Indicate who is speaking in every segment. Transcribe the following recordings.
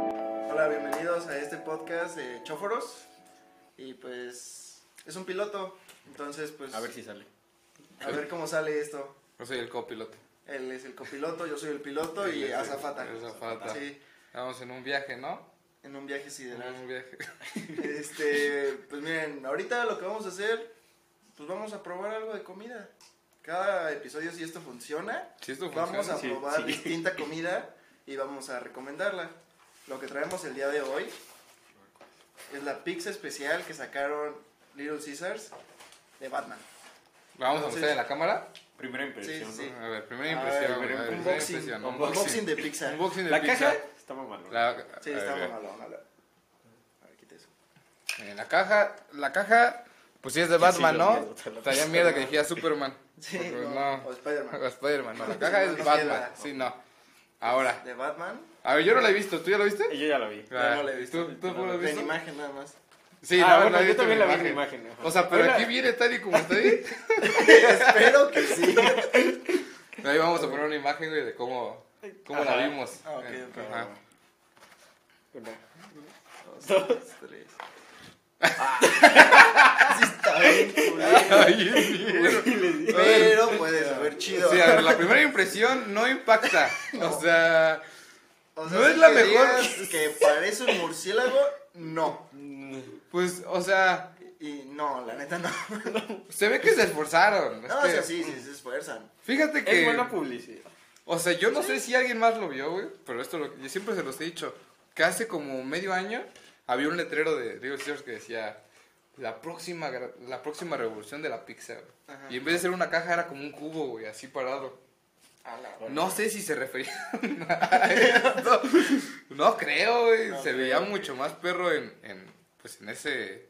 Speaker 1: Hola, bienvenidos a este podcast de Chóforos. Y pues es un piloto, entonces pues
Speaker 2: A ver si sale.
Speaker 1: a ver cómo sale esto.
Speaker 3: Yo soy el copiloto.
Speaker 1: Él es el copiloto, yo soy el piloto y
Speaker 3: Él es el-
Speaker 1: azafata.
Speaker 3: el azafata.
Speaker 1: Sí,
Speaker 3: Vamos en un viaje, ¿no?
Speaker 1: en un viaje
Speaker 3: En
Speaker 1: sideral.
Speaker 3: un viaje.
Speaker 1: Este, pues miren, ahorita lo que vamos a hacer, pues vamos a probar algo de comida. Cada episodio, si esto funciona,
Speaker 3: Si esto
Speaker 1: vamos a
Speaker 3: funciona,
Speaker 2: Sí,
Speaker 1: probar
Speaker 2: sí.
Speaker 1: distinta comida y vamos a recomendarla. Lo que traemos el día de hoy es la pizza especial que sacaron Little Caesars de Batman.
Speaker 3: ¿La vamos a
Speaker 1: Entonces-
Speaker 3: mostrar en la cámara.
Speaker 2: Primera impresión.
Speaker 1: Sí, sí,
Speaker 3: A ver,
Speaker 1: A
Speaker 3: primera impresión.
Speaker 1: ver,
Speaker 3: a ver,
Speaker 2: primera
Speaker 3: primera
Speaker 1: Unboxing,
Speaker 3: impresión.
Speaker 1: unboxing de pizza.
Speaker 3: Unboxing de
Speaker 2: La
Speaker 3: pizza.
Speaker 2: caja está muy mal.
Speaker 3: La,
Speaker 1: Sí,
Speaker 3: a
Speaker 1: está
Speaker 3: ver,
Speaker 1: malo, malo. A ver, quita eso.
Speaker 3: En la caja, la caja, pues sí es de
Speaker 2: Sí,
Speaker 3: Batman,
Speaker 2: sí,
Speaker 3: ¿no?
Speaker 2: lo mierda.
Speaker 3: Estaría mierda que dijera Superman.
Speaker 1: Sí,
Speaker 3: Porque,
Speaker 1: no, o Spider-Man.
Speaker 3: O Spider-Man, no, la caja es
Speaker 1: Sí,
Speaker 3: Batman.
Speaker 1: mierda.
Speaker 3: Sí, no. Ahora,
Speaker 1: De Batman,
Speaker 3: a ver, yo no la he visto, ¿tú ya la viste?
Speaker 2: Yo ya la vi.
Speaker 1: Yo no la he visto.
Speaker 3: ¿Tú, tú
Speaker 2: No,
Speaker 3: la has
Speaker 1: de
Speaker 3: visto?
Speaker 1: imagen nada más.
Speaker 3: Sí,
Speaker 2: Ah,
Speaker 3: no,
Speaker 2: bueno,
Speaker 3: no he
Speaker 2: yo
Speaker 3: visto
Speaker 2: también
Speaker 3: mi
Speaker 2: la vi en imagen, ajá.
Speaker 3: O sea, pero
Speaker 2: Hola.
Speaker 3: aquí viene tal y como está ahí.
Speaker 1: Espero que sí.
Speaker 3: Ahí vamos a poner una imagen, güey, de cómo, cómo la
Speaker 2: Ajá.
Speaker 3: vimos.
Speaker 1: Ah, ok,
Speaker 3: Eh,
Speaker 1: ok.
Speaker 3: ajá.
Speaker 1: Dos, tres. Ah. Sí está bien culero.
Speaker 3: Ay, bien.
Speaker 1: Pero puedes saber chido.
Speaker 3: Sí, a ver, la primera impresión no impacta. O sea,
Speaker 1: O
Speaker 3: no es la
Speaker 1: que
Speaker 3: mejor.
Speaker 1: digas Que parece un murciélago, no.
Speaker 2: Mm,
Speaker 3: pues, o sea,
Speaker 1: Y no, la neta no.
Speaker 3: se ve que se esforzaron. es
Speaker 1: No, o
Speaker 3: que-
Speaker 1: sea, sí, sí, se esfuerzan.
Speaker 3: Fíjate que.
Speaker 2: Es buena publicidad.
Speaker 3: O sea, yo no sé si alguien más lo vio, güey, pero esto lo- yo siempre se los he dicho. Que hace como medio año había un letrero de Rio Caesars que decía la próxima, gra- la próxima revolución de la pizza. güey".
Speaker 1: Ajá.
Speaker 3: Y en vez de ser una caja era como un cubo, güey, así parado.
Speaker 1: A la-
Speaker 3: No sé si se refería a esto. No creo, güey.
Speaker 1: No
Speaker 3: se
Speaker 1: creo,
Speaker 3: veía
Speaker 1: güey.
Speaker 3: mucho más perro en, en, pues en ese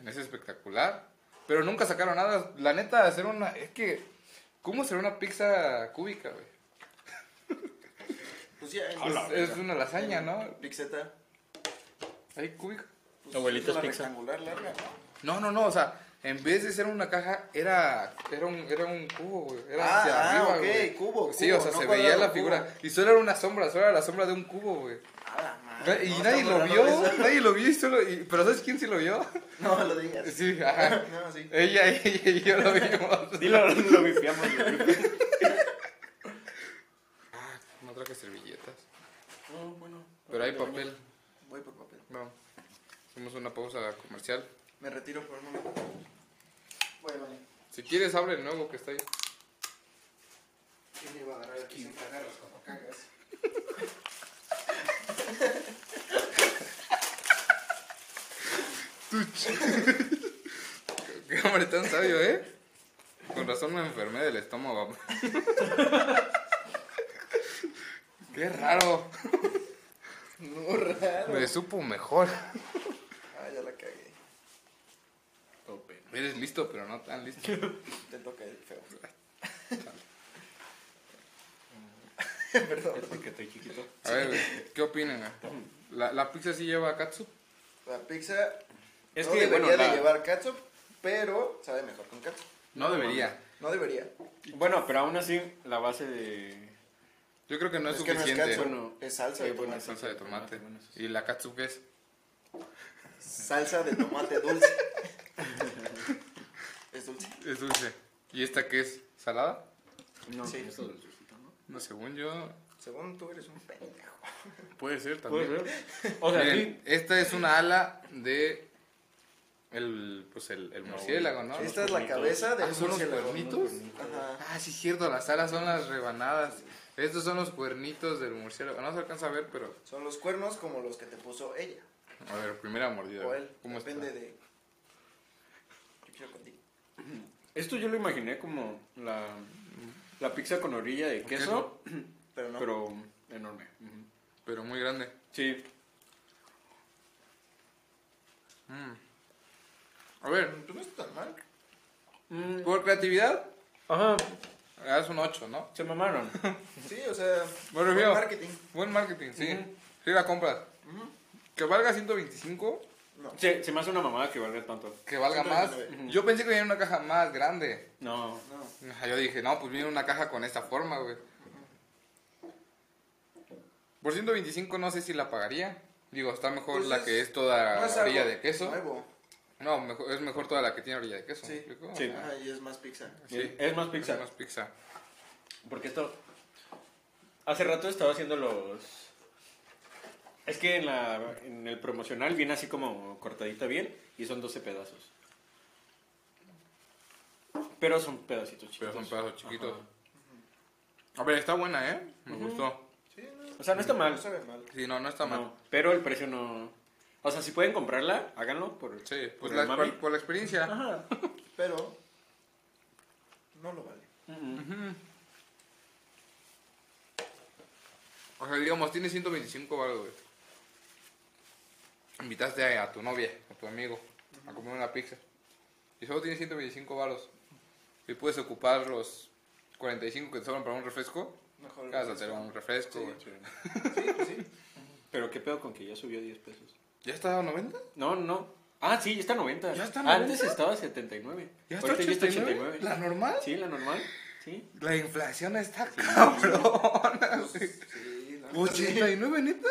Speaker 3: en ese espectacular. Pero nunca sacaron nada. La neta, hacer una. Es que. ¿Cómo será una pizza cúbica, güey?
Speaker 1: Pues ya, es-
Speaker 2: Hola.
Speaker 3: Es, es una lasaña, ¿no?
Speaker 1: Pixeta.
Speaker 3: ¿Hay cúbica?
Speaker 1: Pues,
Speaker 2: Abuelita
Speaker 1: es una
Speaker 2: es pizza.
Speaker 1: rectangular larga, ¿no?
Speaker 3: No, no, no. O sea, en vez de ser una caja, era, era, un, era un cubo, güey. Era
Speaker 1: Ah,
Speaker 3: hacia
Speaker 1: ah,
Speaker 3: arriba,
Speaker 1: ok,
Speaker 3: güey.
Speaker 1: cubo,
Speaker 3: Sí,
Speaker 1: cubo,
Speaker 3: o sea,
Speaker 1: no
Speaker 3: se veía la
Speaker 1: cuadrado,
Speaker 3: figura.
Speaker 1: cubo.
Speaker 3: Y solo era una sombra, solo era la sombra de un cubo, güey.
Speaker 1: A la madre.
Speaker 3: Ve- Y
Speaker 1: no,
Speaker 3: nadie
Speaker 1: estamos
Speaker 3: lo
Speaker 1: hablando
Speaker 3: vio,
Speaker 1: de eso.
Speaker 3: nadie lo vio, y solo- y- pero ¿sabes quién sí lo vio?
Speaker 1: No, lo digas.
Speaker 3: Sí, ajá.
Speaker 1: No, sí.
Speaker 3: Ella, ella y yo lo vimos.
Speaker 2: Dilo, lo bifiamos.
Speaker 3: No traje servilletas,
Speaker 1: No, bueno.
Speaker 3: pero hay papel.
Speaker 1: Voy por papel.
Speaker 3: No. Hacemos una pausa comercial.
Speaker 1: Me retiro por un momento. Voy, vale.
Speaker 3: Si quieres, abre el nuevo que está ahí.
Speaker 1: ¿Quién iba a agarrar aquí sin cagarlas como cagas?
Speaker 3: Qué hombre tan sabio, ¿eh? Con razón me enfermé del estómago. papá. Qué raro.
Speaker 1: No, raro.
Speaker 3: Me supo mejor.
Speaker 1: Ah, ya la cagué.
Speaker 2: Oh,
Speaker 3: Eres listo, pero no tan listo.
Speaker 1: Te toca el feo. Perdón.
Speaker 2: porque estoy este chiquito.
Speaker 3: A ver, güey, ¿qué opinan? eh? ¿La, ¿La pizza sí lleva katsu?
Speaker 1: La pizza
Speaker 2: Es
Speaker 1: no
Speaker 2: que,
Speaker 1: debería
Speaker 2: bueno,
Speaker 1: de
Speaker 2: la-
Speaker 1: llevar ketchup, pero sabe mejor con ketchup.
Speaker 3: No debería.
Speaker 1: No debería.
Speaker 2: Bueno, pero aún así, la base de.
Speaker 3: Yo creo que no es,
Speaker 1: que
Speaker 3: suficiente.
Speaker 1: no es ketchup,
Speaker 2: Bueno,
Speaker 1: es salsa
Speaker 2: eh,
Speaker 1: de
Speaker 2: bueno,
Speaker 1: tomate.
Speaker 3: Salsa de tomate.
Speaker 2: Bueno, eso
Speaker 3: ¿Y la katsu qué es?
Speaker 1: Salsa de tomate dulce. es dulce.
Speaker 3: Es dulce. ¿Y esta qué es? ¿Salada?
Speaker 2: No,
Speaker 1: Sí.
Speaker 2: eso del surfito, ¿no?
Speaker 3: No, según yo.
Speaker 1: Según tú eres un pendejo.
Speaker 3: Puede ser
Speaker 2: Puede ser. O sea,
Speaker 3: Miren,
Speaker 2: sí.
Speaker 3: esta es una ala de. El, pues el, el murciélago, ¿no?
Speaker 2: güey.
Speaker 1: Esta es la
Speaker 2: cuernitos.
Speaker 1: cabeza de
Speaker 3: Ah, son los cuernitos.
Speaker 1: Ajá.
Speaker 3: Ah, sí, cierto, las alas son las rebanadas. Estos son los cuernitos del murciélago. No se alcanza a ver, pero.
Speaker 1: Son los cuernos como los que te puso ella.
Speaker 3: A ver, primera mordida.
Speaker 1: O él.
Speaker 3: ¿Cómo está?
Speaker 1: Depende de. Yo quiero contigo.
Speaker 2: Esto yo lo imaginé como la, la pizza con orilla de queso,
Speaker 3: queso.
Speaker 1: Pero no.
Speaker 2: pero enorme. Ujú.
Speaker 3: Pero muy grande.
Speaker 2: Sí,
Speaker 3: Mm. A ver,
Speaker 1: Tú no estás tan mal.
Speaker 2: Mm,
Speaker 3: por creatividad,
Speaker 2: Ajá,
Speaker 3: es un 8, ¿no?
Speaker 2: se mamaron.
Speaker 1: Sí, o sea.
Speaker 3: Bueno,
Speaker 1: buen
Speaker 3: viejo.
Speaker 1: marketing.
Speaker 3: Buen marketing, sí.
Speaker 2: Ujú.
Speaker 3: Sí, la compras.
Speaker 1: Ujú.
Speaker 3: Que valga 125,
Speaker 1: No.
Speaker 2: Se, se me hace una mamada que valga tanto.
Speaker 3: que valga más.
Speaker 1: 129.
Speaker 3: Yo pensé que venía una caja más grande.
Speaker 2: No.
Speaker 1: No.
Speaker 3: Ajá, Yo dije, no, pues viene una caja con esta forma, güey. Por 125 no sé si la pagaría. Digo, está mejor
Speaker 1: Pues
Speaker 3: la
Speaker 1: es-
Speaker 3: que es toda
Speaker 1: No es algo
Speaker 3: orilla de queso.
Speaker 1: Nuevo.
Speaker 3: No, mejor- es mejor toda la que tiene orilla de queso.
Speaker 1: Sí.
Speaker 3: ¿me explico?
Speaker 2: Sí.
Speaker 3: Ah,
Speaker 1: Ah, y es más pizza.
Speaker 3: Sí.
Speaker 2: Eh, Es más pizza.
Speaker 3: Es más pizza.
Speaker 2: Porque esto. Hace rato estaba haciendo los. Es que en, la, en el promocional viene así como cortadita bien y son 12 pedazos. Pero son pedacitos
Speaker 3: Pero
Speaker 2: chiquitos.
Speaker 3: son pedazos chiquitos.
Speaker 2: Ajá.
Speaker 3: A ver, está buena, ¿eh? Me gustó.
Speaker 1: Sí, no.
Speaker 2: O sea, no está mal.
Speaker 1: No sabe mal.
Speaker 3: Sí, no, no está mal.
Speaker 2: No, pero el precio no. O sea, si pueden comprarla, háganlo por,
Speaker 3: Sí,
Speaker 2: por
Speaker 3: pues
Speaker 2: el
Speaker 3: la-
Speaker 2: mame.
Speaker 3: por, por la experiencia.
Speaker 2: Ajá.
Speaker 1: Pero no lo vale.
Speaker 2: Mm, mm.
Speaker 3: O sea, digamos, tiene 125 baros, güey. Invitaste a, a tu novia, a tu amigo, a comer una pizza. Y solo tiene 125 baros. Y puedes ocupar los 45 que te sobran para un refresco.
Speaker 1: Mejor.
Speaker 3: Cásate con un refresco, güey.
Speaker 1: Sí, sí, pues sí.
Speaker 2: Pero qué pedo con que ya subió 10 pesos.
Speaker 3: ¿Ya está a 90?
Speaker 2: No, no. Ah, sí, ya está 90.
Speaker 3: ¿Ya está
Speaker 2: Antes
Speaker 3: 90?
Speaker 2: estaba 79.
Speaker 3: ¿Ya está
Speaker 2: Ahorita ya está
Speaker 3: 89?
Speaker 2: 89.
Speaker 3: ¿La normal?
Speaker 2: Sí, la normal. Sí.
Speaker 3: La inflación está cabrona, güey.
Speaker 1: pues, Sí, la neta, sí.
Speaker 3: ¿89, neta?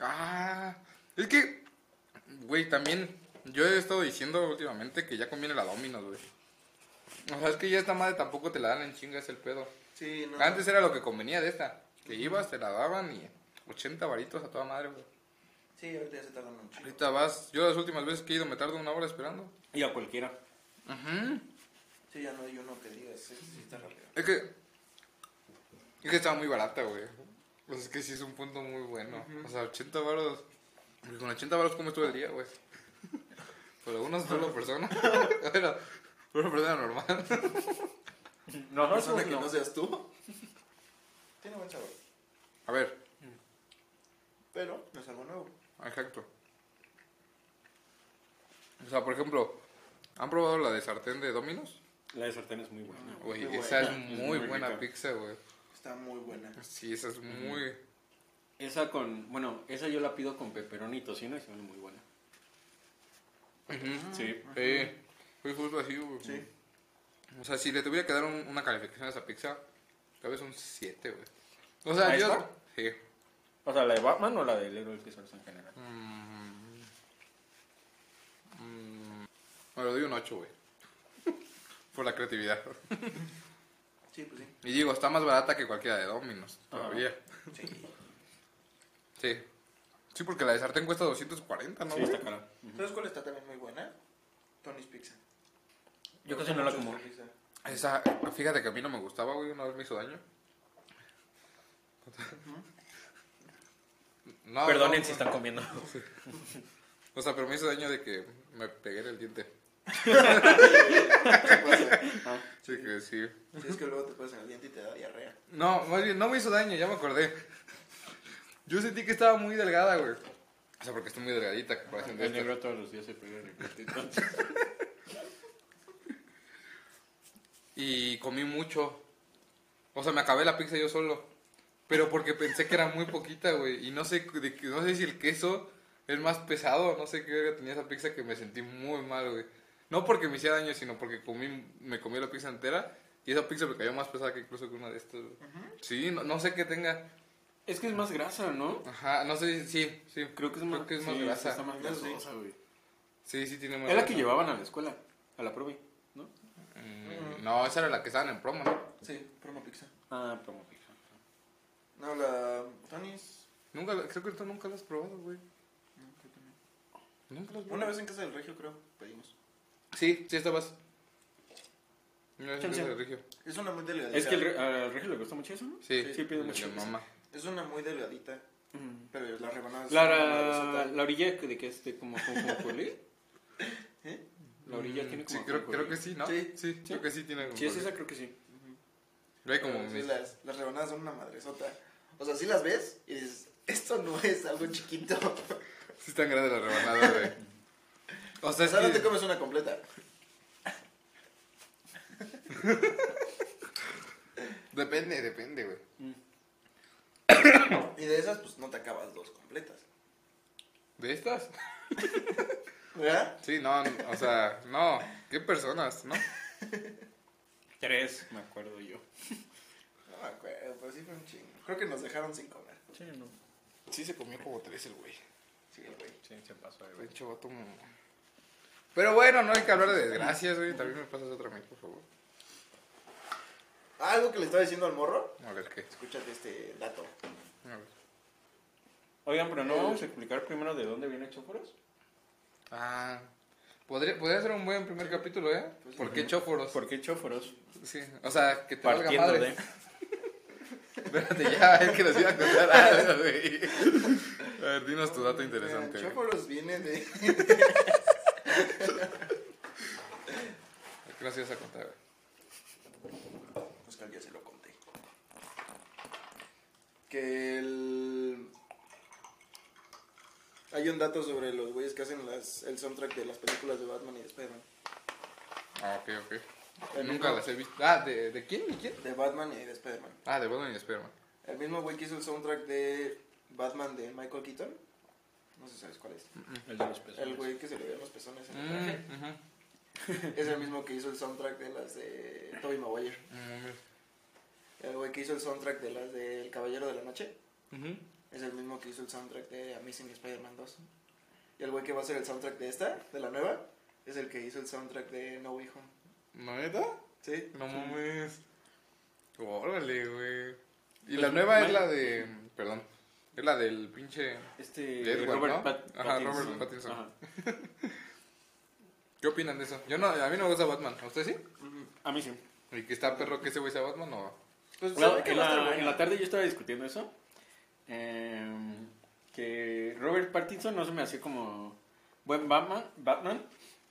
Speaker 3: Ah, es que, güey, también yo he estado diciendo últimamente que ya conviene la Domino's, güey. O sea, es que ya esta madre tampoco te la dan en chingas el pedo.
Speaker 1: Sí, no.
Speaker 3: Antes era lo que convenía de esta. Que ibas, te la daban y 80 varitos a toda madre, güey.
Speaker 1: Sí, ahorita ya se tardan un chico.
Speaker 3: Ahorita vas, yo las últimas veces que he ido me tardo una hora esperando.
Speaker 2: Y a cualquiera.
Speaker 3: Ajá.
Speaker 1: Sí, ya no hay uno que digas. Sí, sí, está rápido.
Speaker 3: Es que, es que estaba muy barata, güey. Pues es que sí es un punto muy bueno. O sea, 80 varos. güey, Con 80 varos, ¿cómo estuvo el día, güey? Pero una sola persona. Era una persona normal.
Speaker 2: No, no,
Speaker 1: persona
Speaker 2: no,
Speaker 1: que no seas tú. Tiene buen sabor.
Speaker 3: A ver,
Speaker 1: Pero no es algo nuevo.
Speaker 3: exacto. O sea, por ejemplo, ¿han probado la de sartén de Dominos?
Speaker 2: La de sartén es muy buena.
Speaker 3: Güey,
Speaker 1: Muy
Speaker 3: esa es
Speaker 1: buena.
Speaker 2: Es
Speaker 3: muy
Speaker 2: muy
Speaker 3: buena
Speaker 2: rica.
Speaker 3: pizza, güey.
Speaker 1: Está muy buena.
Speaker 3: Sí, esa es muy.
Speaker 2: Esa con, bueno, esa yo la pido con peperón y tocino y se ven muy buena.
Speaker 3: Ujú.
Speaker 2: Sí.
Speaker 3: Sí, fue justo así, güey.
Speaker 1: Sí.
Speaker 3: O sea, si le tuviera que dar un- una calificación a esa pizza, tal vez un 7, güey. O sea,
Speaker 2: ¿A
Speaker 3: yo.
Speaker 2: esta?
Speaker 3: Sí.
Speaker 2: O sea, la de Batman o la de Little Caesars en general.
Speaker 3: Mm. Mm. No, le doy un 8, güey. Por la creatividad.
Speaker 1: Sí, pues sí.
Speaker 3: Y digo, está más barata que cualquiera de Domino's todavía.
Speaker 1: Sí.
Speaker 3: Sí. Sí, porque la de sartén cuesta 240, ¿no?
Speaker 2: Sí,
Speaker 3: güey?
Speaker 2: está cara.
Speaker 1: ¿Sabes cuál está también muy buena? Tony's Pizza.
Speaker 2: Yo casi no la
Speaker 1: Mucho
Speaker 2: como.
Speaker 1: Tony's Pizza.
Speaker 3: Esa, fíjate que a mí no me gustaba, güey, una vez me hizo daño. No,
Speaker 2: Ah, Perdonen
Speaker 3: no,
Speaker 2: si están comiendo.
Speaker 3: O sea, pero me hizo daño de que me pegué en el diente.
Speaker 1: ¿Qué pasa?
Speaker 3: Sí, que sí.
Speaker 1: Si es que luego te pones en el diente y te da diarrea.
Speaker 3: No, más bien, no me hizo daño, ya me acordé. Yo sentí que estaba muy delgada, güey. O sea, porque estoy muy delgadita, a comparación de
Speaker 2: El
Speaker 3: esta.
Speaker 2: negro todos los días se pega en el corte, entonces.
Speaker 3: Y comí mucho. O sea, me acabé la pizza yo solo. Pero porque pensé que era muy poquita, güey. Y no sé, de que- no sé si el queso es más pesado. No sé qué verga tenía esa pizza que me sentí muy mal, güey. No porque me hiciera daño, sino porque comí, me comí la pizza entera. Y esa pizza me cayó más pesada que incluso que una de estas. güey. Sí, no, no sé qué tenga.
Speaker 2: Es que es más grasa, ¿no?
Speaker 3: Ajá, no sé si. Sí, sí.
Speaker 2: Creo que es más,
Speaker 3: es más
Speaker 2: sí,
Speaker 3: grasa.
Speaker 2: Está más
Speaker 1: Eso sí.
Speaker 2: grasosa, güey.
Speaker 3: Sí, sí, tiene más.
Speaker 2: Es la
Speaker 3: grasa.
Speaker 2: que llevaban a la escuela, a la probe, ¿no?
Speaker 3: Mm, no, esa era la que estaban en promo, ¿no?
Speaker 1: Sí, promo pizza.
Speaker 2: Ah, promo pizza.
Speaker 1: No, la Tony's.
Speaker 3: Nunca, la- creo que tú nunca la has probado, güey.
Speaker 1: no, creo que no.
Speaker 3: Nunca la has probado.
Speaker 1: Una vez en casa del regio, creo, pedimos.
Speaker 3: Sí, sí estabas. No es
Speaker 2: Chance.
Speaker 3: el regio.
Speaker 1: Es una muy delgadita.
Speaker 2: Es que el re- al regio le gusta mucho eso, ¿no?
Speaker 3: Sí,
Speaker 2: Sí, pide
Speaker 3: el
Speaker 2: mucho.
Speaker 3: de mamá.
Speaker 1: Es una muy delgadita. Pero las rebanadas.
Speaker 2: La,
Speaker 1: son como
Speaker 2: la,
Speaker 1: gruesotas.
Speaker 2: la orilla que- de que este como comojonjolí.
Speaker 1: ¿Eh?
Speaker 2: La orilla
Speaker 3: Mm,
Speaker 2: tiene como
Speaker 3: Sí, creo,
Speaker 2: jonjolí.
Speaker 3: creo que sí, ¿no?
Speaker 1: Sí.
Speaker 3: sí, creo que sí tiene
Speaker 2: Si es
Speaker 3: jonjolí.
Speaker 2: esa creo que sí.
Speaker 3: Ve como
Speaker 1: Sí,
Speaker 3: mis-
Speaker 1: las, las rebanadas son una madresota. O sea, sí las ves y dices, esto no es algo chiquito.
Speaker 3: Sí están grandes las rebanadas, güey. O sea,
Speaker 1: O
Speaker 3: es
Speaker 1: sea, no te
Speaker 3: que...
Speaker 1: comes una completa.
Speaker 3: Depende, depende, güey.
Speaker 1: Y de esas, pues no te acabas dos completas.
Speaker 3: ¿De estas?
Speaker 1: ¿Verdad?
Speaker 3: Sí, no, n- o sea, no. ¿Qué personas, no?
Speaker 2: Tres, me acuerdo yo.
Speaker 1: No me acuerdo, pero sí fue un chingo. Creo que nos dejaron sin comer.
Speaker 2: Sí, no.
Speaker 3: Sí se comió como tres el güey.
Speaker 1: Sí, güey.
Speaker 2: Sí, se pasó, ahí, güey.
Speaker 3: Pinche vato mamón. Pero bueno, no hay que hablar de desgracias, güey. También me pasas otra a mí, por favor.
Speaker 1: Ah, Algo que le estaba diciendo al morro.
Speaker 3: A ver qué.
Speaker 1: Escúchate este dato.
Speaker 3: A ver.
Speaker 2: Oigan, pero
Speaker 3: Eh,
Speaker 2: no vamos a explicar primero de dónde viene Chóforos.
Speaker 3: Ah. Podría, podría ser un buen primer capítulo, ¿eh?
Speaker 1: Pues sí.
Speaker 3: ¿Por qué chóforos?
Speaker 2: ¿Por qué Chóforos?
Speaker 3: Sí, o sea, que te valga
Speaker 2: Partiendo
Speaker 3: madre.
Speaker 2: de.
Speaker 3: Espérate, ya, es que nos iba a contar algo, güey. A ver, dinos tu dato interesante.
Speaker 1: Eh,
Speaker 3: güey.
Speaker 1: Chóforos viene de.
Speaker 3: ¿Qué nos ibas a contar, güey?
Speaker 1: Oscar ya se lo conté. Que el. Hay un dato sobre los güeyes que hacen las, el soundtrack de las películas de Batman y de Spider-Man.
Speaker 3: Ah, ok, ok.
Speaker 1: El
Speaker 3: Nunca
Speaker 1: mismo-
Speaker 3: las he visto. Ah, ¿de, de quién? ¿De quién?
Speaker 1: De Batman y de Spider-Man.
Speaker 3: Ah, de Batman y Spider-Man.
Speaker 1: El mismo güey que hizo el soundtrack de Batman de Michael Keaton. No sé si sabes cuál es.
Speaker 2: El de los pesos.
Speaker 1: El güey que se le veían los pezones en el traje.
Speaker 3: Mm, ujú.
Speaker 1: Es el mismo que hizo el soundtrack de las de Tobey Maguire.
Speaker 3: Mm, hombre.
Speaker 1: El güey que hizo el soundtrack de las de El Caballero de la Noche.
Speaker 3: Ujú.
Speaker 1: Es el mismo que hizo el soundtrack de Amazing Spider-Man 2. Y el güey que va a hacer el soundtrack de esta, de la nueva, es el que hizo el soundtrack de No Way Home.
Speaker 3: ¿No neta?
Speaker 1: ¿Sí?
Speaker 3: No mames. Órale, güey. Pues, Y la nueva es la de. Perdón. Es la del pinche.
Speaker 2: Este.
Speaker 3: De Edward,
Speaker 2: Robert
Speaker 3: ¿no?
Speaker 2: Pat-
Speaker 3: Ajá,
Speaker 2: Pattinson.
Speaker 3: Robert Pattinson.
Speaker 2: Ajá.
Speaker 3: ¿Qué opinan de eso? Yo no, a mí no me gusta Batman. ¿A usted sí?
Speaker 2: A mí sí.
Speaker 3: ¿Y que está perro que ese güey sea Batman o.?
Speaker 1: Pues se
Speaker 2: Bueno,
Speaker 1: ve que
Speaker 2: en,
Speaker 1: va a estar
Speaker 2: la,
Speaker 1: buena.
Speaker 2: en la tarde yo estaba discutiendo eso. eh, que Robert Pattinson no se me hacía como buen Batman. Batman.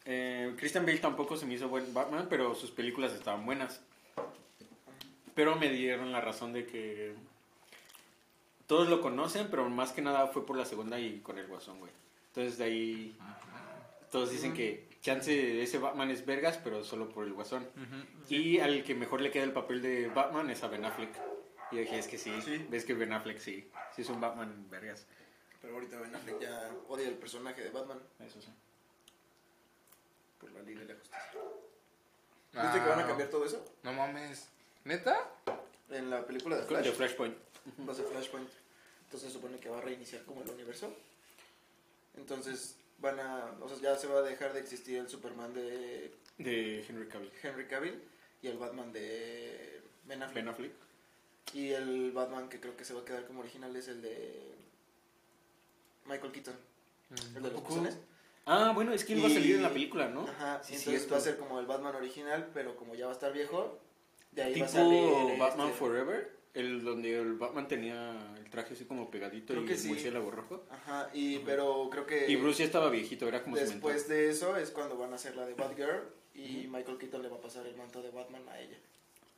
Speaker 2: Eh, Christian Bale tampoco se me hizo buen Batman, pero sus películas estaban buenas. Pero me dieron la razón de que todos lo conocen, pero más que nada fue por la segunda y con el guasón, güey. Entonces de ahí todos dicen que chance de ese Batman es vergas, pero solo por el guasón. Y al que mejor le queda el papel de Batman es a Ben Affleck. Y yo dije, es que sí,
Speaker 1: Sí.
Speaker 2: ves que Ben Affleck sí, sí es un Batman vergas.
Speaker 1: Pero ahorita Ben Affleck ya odia el personaje de Batman
Speaker 2: Eso sí.
Speaker 1: por la ley de la justicia. ¿Viste
Speaker 2: Ah.
Speaker 1: que van a cambiar todo eso?
Speaker 3: Ah, No mames. ¿Neta?
Speaker 1: En la película de
Speaker 2: De
Speaker 1: Flash.
Speaker 2: Flashpoint.
Speaker 1: va a ser Flashpoint. Entonces se supone que va a reiniciar como el universo. Entonces van a... O sea, ya se va a dejar de existir el Superman de
Speaker 2: De Henry Cavill.
Speaker 1: Henry Cavill y el Batman de Ben Affleck.
Speaker 2: Ben Affleck.
Speaker 1: Y el Batman que creo que se va a quedar como original es el de Michael Keaton, el de los
Speaker 2: ¿Poco?
Speaker 1: pezones.
Speaker 2: Ah, bueno, es que él va a
Speaker 1: Y-
Speaker 2: salir en la película, ¿no?
Speaker 1: Ajá,
Speaker 2: sí,
Speaker 1: entonces
Speaker 2: cierto.
Speaker 1: va a ser como el Batman original, pero como ya va a estar viejo, de ahí va a
Speaker 2: Tipo
Speaker 1: salir
Speaker 2: Batman
Speaker 1: este-
Speaker 2: Forever, el donde el Batman tenía el traje así como pegadito
Speaker 1: Creo
Speaker 2: y
Speaker 1: que
Speaker 2: el
Speaker 1: sí.
Speaker 2: murciélago rojo.
Speaker 1: Ajá, y pero creo que
Speaker 2: Y Bruce ya estaba viejito, era como su mentor.
Speaker 1: después de eso es cuando van a hacer la de Batgirl y Michael Keaton le va a pasar el manto de Batman a ella.